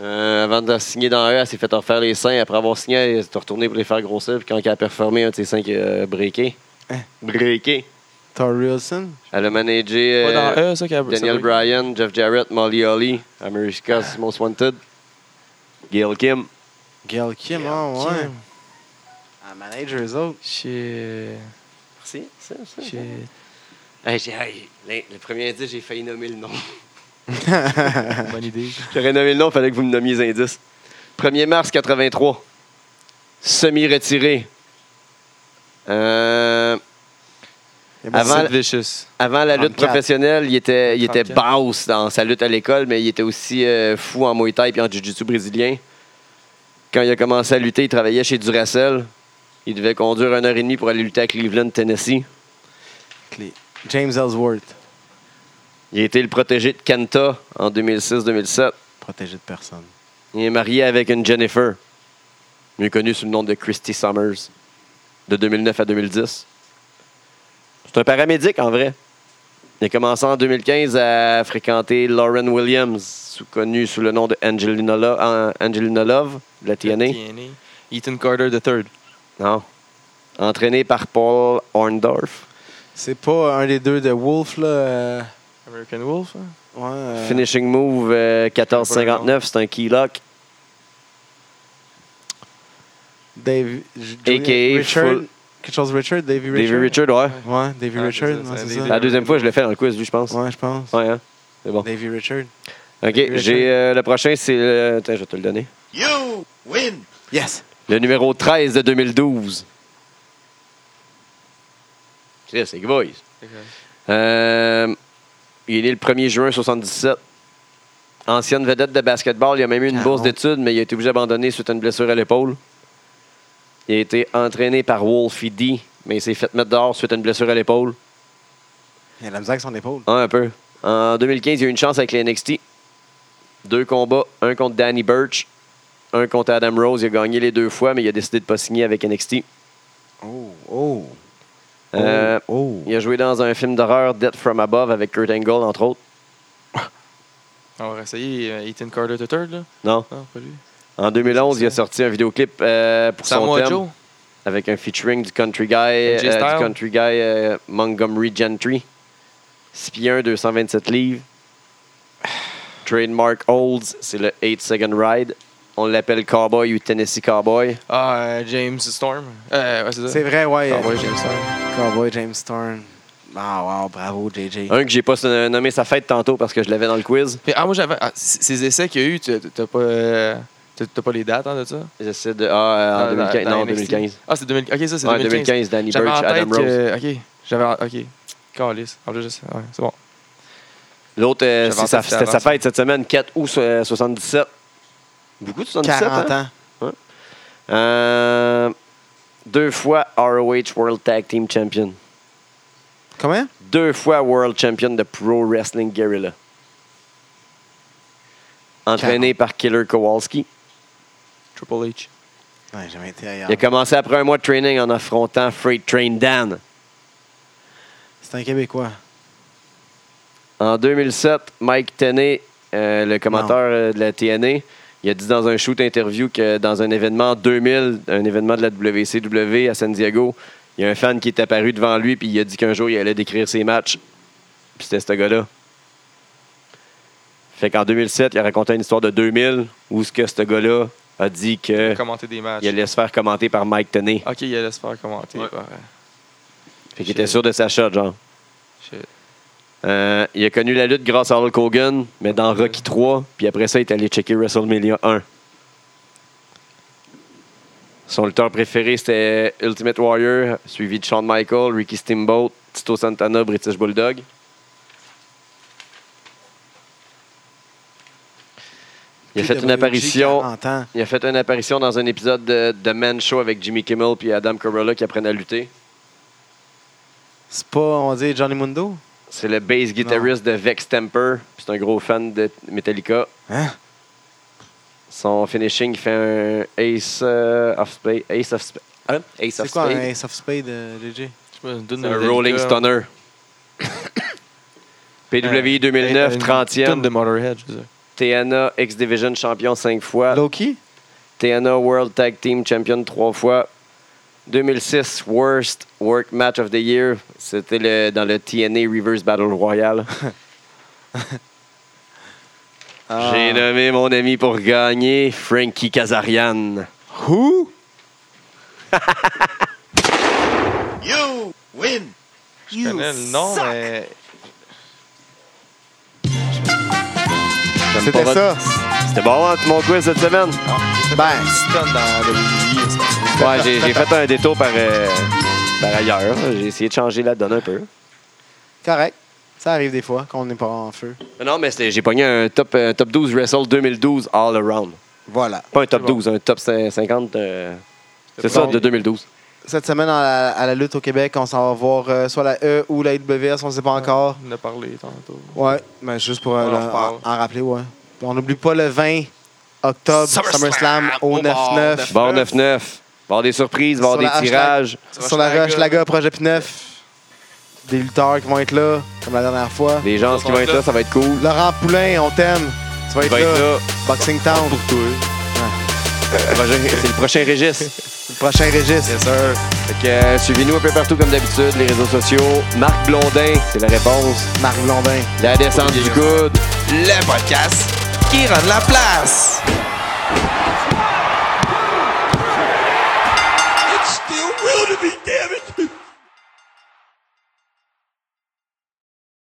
Speaker 2: Euh, avant de signer dans eux, elle s'est fait refaire les seins. Après avoir signé, elle s'est retournée pour les faire grossir. Puis quand elle a performé, un de ses seins qui a breaké.
Speaker 3: Hein?
Speaker 2: Breaké.
Speaker 3: Tori Wilson.
Speaker 2: Elle a managé
Speaker 1: Pas
Speaker 2: euh,
Speaker 1: dans E, ça qu'elle a
Speaker 2: Daniel
Speaker 1: ça, oui.
Speaker 2: Bryan, Jeff Jarrett, Molly Holly, America's Most Wanted, Gail Kim.
Speaker 3: Gail Kim, ah ouais. Elle manage eux autres.
Speaker 1: Chez.
Speaker 2: Merci. c'est- c'est-
Speaker 1: Chez.
Speaker 2: Hey, j'ai- hey, le le premier indice, j'ai failli nommer le nom.
Speaker 1: Bonne idée.
Speaker 2: J'aurais nommé le nom, fallait que vous me nommiez les indices. 1er mars 83. Semi-retiré. Euh, Avant-
Speaker 1: Sid Vicious.
Speaker 2: avant la lutte
Speaker 3: 34.
Speaker 2: professionnelle, il était, il était
Speaker 1: 34.
Speaker 2: basse dans sa lutte à l'école, mais il était aussi euh, fou en Muay Thai et en Jiu-Jitsu brésilien. Quand il a commencé à lutter, il travaillait chez Duracell. Il devait conduire une heure et demie pour aller lutter à Cleveland, Tennessee.
Speaker 3: Clé- James Ellsworth.
Speaker 2: Il a été le protégé de Kenta en 2006-2007.
Speaker 3: Protégé de personne.
Speaker 2: Il est marié avec une Jennifer, mieux connue sous le nom de Christy Summers, de 2009 à 2010. C'est un paramédic en vrai. Il a commencé en 2015 à fréquenter Lauren Williams, sous- connue sous le nom de Angelina, Lo- euh, Angelina Love, de la TNA.
Speaker 1: TNA. Ethan Carter III.
Speaker 2: Non. Entraîné par Paul Orndorff.
Speaker 3: C'est pas un des deux de Wolf, là. euh,
Speaker 1: American Wolf. hein?
Speaker 3: Ouais. euh,
Speaker 2: Finishing move euh, 1459, c'est un key lock.
Speaker 3: Dave. J-
Speaker 2: AKA
Speaker 3: Richard.
Speaker 2: full-
Speaker 3: Quelque chose Richard? Davy Richard?
Speaker 2: Davey Richard, ouais.
Speaker 3: Ouais, Davy
Speaker 1: Ah,
Speaker 3: Richard.
Speaker 1: c'est ça,
Speaker 3: ouais,
Speaker 1: c'est
Speaker 3: c'est
Speaker 1: un
Speaker 3: ça.
Speaker 2: La deuxième fois, je l'ai fait dans le quiz, lui, je pense. Ouais,
Speaker 3: Ouais, je pense.
Speaker 2: hein. C'est bon.
Speaker 3: Davy Richard.
Speaker 2: OK, j'ai euh, le prochain, c'est le... Attends, je vais te le donner.
Speaker 6: You win.
Speaker 3: Yes.
Speaker 2: Le numéro 13 de 2012. C'est c'est que boys. Euh, il est né le 1er juin 77. Ancienne vedette de basketball, il a même eu une
Speaker 3: Ah,
Speaker 2: bourse
Speaker 3: non.
Speaker 2: d'études, mais il a été obligé d'abandonner suite à une blessure à l'épaule. Il a été entraîné par Wolfie D, mais il s'est fait mettre dehors suite à une blessure à l'épaule.
Speaker 3: Il a la misère avec son épaule.
Speaker 2: Ah, un peu. En 2015, il a eu une chance avec les NXT. Deux combats, un contre Danny Birch, un contre Adam Rose. Il a gagné les deux fois, mais il a décidé de ne pas signer avec NXT.
Speaker 3: Oh, oh.
Speaker 2: Euh,
Speaker 3: oh.
Speaker 2: Il a joué dans un film d'horreur, Death from Above, avec Kurt Angle, entre autres.
Speaker 1: On va essayer Ethan Carter III, là.
Speaker 2: Non.
Speaker 1: Non, pas lui.
Speaker 2: En 2011, il a sorti un vidéoclip euh, pour son
Speaker 1: Samoa
Speaker 2: thème,
Speaker 1: Joe.
Speaker 2: avec un featuring du country guy, euh,
Speaker 1: Styles.
Speaker 2: du country guy euh, Montgomery Gentry. 6 pieds 1, 227 livres. Trademark Olds, c'est le 8 Second Ride. On l'appelle Cowboy ou Tennessee Cowboy.
Speaker 1: Ah, euh, James Storm. Euh, ouais, c'est ça.
Speaker 3: C'est vrai, ouais.
Speaker 1: Ah, ouais,
Speaker 3: euh,
Speaker 1: James Storm.
Speaker 3: Cowboy James Storm. Ah, wow, bravo, JJ.
Speaker 2: Un que j'ai pas son- nommé sa fête tantôt parce que je l'avais dans le quiz.
Speaker 1: Puis, ah, moi, j'avais. ah, c- ces essais qu'il y a eu, tu- t'as pas. euh, t'as- T'as pas les dates hein, de ça?
Speaker 2: J'essaie de. Ah, euh, en
Speaker 1: Dans-
Speaker 2: 2015.
Speaker 1: dans
Speaker 2: non, en
Speaker 1: NXT.
Speaker 2: 2015.
Speaker 1: Ah, c'est 2015. Ok, ça, c'est
Speaker 2: Ouais,
Speaker 1: 2015.
Speaker 2: 2015, Danny
Speaker 1: J'avais en
Speaker 2: Birch, Adam
Speaker 1: tête
Speaker 2: Rose.
Speaker 1: que- Ok, j'avais. en- Ok. Calice. En plus, je sais- ouais, c'est bon.
Speaker 2: L'autre, euh,
Speaker 1: J'avais
Speaker 2: c'est sa-
Speaker 1: entendu ça
Speaker 2: c'était sa
Speaker 1: avant, ça.
Speaker 2: fête cette semaine, 4 août so- 77. Beaucoup de 77,
Speaker 3: 40
Speaker 2: hein?
Speaker 3: ans.
Speaker 2: Euh, deux fois ROH World Tag Team Champion.
Speaker 3: Comment?
Speaker 2: Deux fois World Champion de Pro Wrestling Guerrilla. entraîné par Killer Kowalski.
Speaker 1: Triple H.
Speaker 3: Ouais, j'ai jamais été ailleurs.
Speaker 2: Il a commencé après un mois de training en affrontant Freight Train Dan.
Speaker 3: C'est un Québécois.
Speaker 2: En 2007, Mike Tenney, euh, le commentateur euh, de la TNA, il a dit dans un shoot interview que dans un événement en 2000, un événement de la WCW à San Diego, il y a un fan qui est apparu devant lui puis il a dit qu'un jour il allait décrire ses matchs. Puis c'était ce gars-là. Fait qu'en 2007, il a raconté une histoire de 2000 où ce que ce gars-là a dit que
Speaker 1: Commenter des matchs.
Speaker 2: il allait se faire commenter par Mike Tenney.
Speaker 1: Ok, il allait se faire commenter. par, euh,
Speaker 2: Fait qu'il était sûr de sa shot, genre.
Speaker 1: shit.
Speaker 2: Euh, il a connu la lutte grâce à Hulk Hogan, mais dans Rocky 3, puis après ça, il est allé checker WrestleMania 1. Son lutteur préféré, c'était Ultimate Warrior, suivi de Shawn Michaels, Ricky Steamboat, Tito Santana, British Bulldog. Il a fait une apparition. Il a fait une apparition dans un épisode de The Man Show avec Jimmy Kimmel puis Adam Carolla qui apprennent à lutter.
Speaker 3: C'est pas, on dit, Johnny Mundo?
Speaker 2: C'est le bass guitariste de Vex Temper. puis C'est un gros fan de Metallica.
Speaker 3: Hein?
Speaker 2: Son finishing, il fait un Ace euh, of Spades. Ace of Spades. Ace of
Speaker 3: C'est quoi un
Speaker 2: Spades.
Speaker 3: Ace of Spade, euh, JJ?
Speaker 1: Je me donne
Speaker 2: C'est Un
Speaker 1: une
Speaker 2: Rolling
Speaker 1: délicat.
Speaker 2: Stoner. PWI 2009,
Speaker 1: Une tonne
Speaker 2: 30e.
Speaker 1: de Motorhead, je veux dire.
Speaker 2: TNA X Division champion 5 fois.
Speaker 3: Loki?
Speaker 2: TNA World Tag Team Champion trois fois. 2006 Worst Work Match of the Year. C'était le- dans le TNA Reverse Battle Royale.
Speaker 3: Ah.
Speaker 2: J'ai nommé mon ami pour gagner, Frankie Kazarian.
Speaker 3: Who?
Speaker 6: You win.
Speaker 1: Je connais le nom, mais.
Speaker 2: J'aime
Speaker 3: C'était
Speaker 2: pas
Speaker 3: ça.
Speaker 2: votre- C'était bon, hein, mon quiz cette semaine?
Speaker 3: Ben,
Speaker 1: Petite tonne dans WWE.
Speaker 3: Ah.
Speaker 2: Ouais, j'ai j'ai fait un détour par, euh, par ailleurs. J'ai essayé de changer la donne un peu.
Speaker 3: correct. Ça arrive des fois qu'on n'est pas en feu.
Speaker 2: Non, mais c'était- j'ai pogné un top, un top 12 Wrestle 2012 All Around.
Speaker 3: Voilà.
Speaker 2: Pas un top
Speaker 1: C'est bon.
Speaker 2: 12, un top 50. euh, C'est ça,
Speaker 3: bon.
Speaker 2: de 2012.
Speaker 3: Cette semaine, à la, à la lutte au Québec, on s'en va voir euh, soit la E ou la IWS, on ne sait pas encore.
Speaker 1: On en a parlé tantôt.
Speaker 3: Ouais, mais juste pour euh,
Speaker 1: On en
Speaker 3: le-
Speaker 1: reparle.
Speaker 3: en, en rappeler, ouais. Puis on n'oublie pas le 20 octobre, SummerSlam, au 9-9.
Speaker 2: Bon 9-9. Il va y avoir des surprises, il va y
Speaker 3: Sur
Speaker 2: avoir
Speaker 3: la
Speaker 2: des tirages.
Speaker 3: Sur la roche, la gars, projet P9. Des lutteurs qui vont être là, comme la dernière fois.
Speaker 2: Des gens qui vont être là, ça va être cool.
Speaker 3: Laurent Poulain, on t'aime. Tu vas
Speaker 2: Il
Speaker 3: être,
Speaker 2: va
Speaker 3: là.
Speaker 2: être là.
Speaker 3: Boxing Town,
Speaker 2: Le prochain- C'est le prochain Régis.
Speaker 3: le prochain registre.
Speaker 1: Yes, sir.
Speaker 2: Fait que, euh, suivez-nous un peu partout comme d'habitude, les réseaux sociaux. Marc Blondin, c'est la réponse.
Speaker 3: Marc Blondin.
Speaker 2: La descente du coude.
Speaker 1: Le podcast qui rend la place.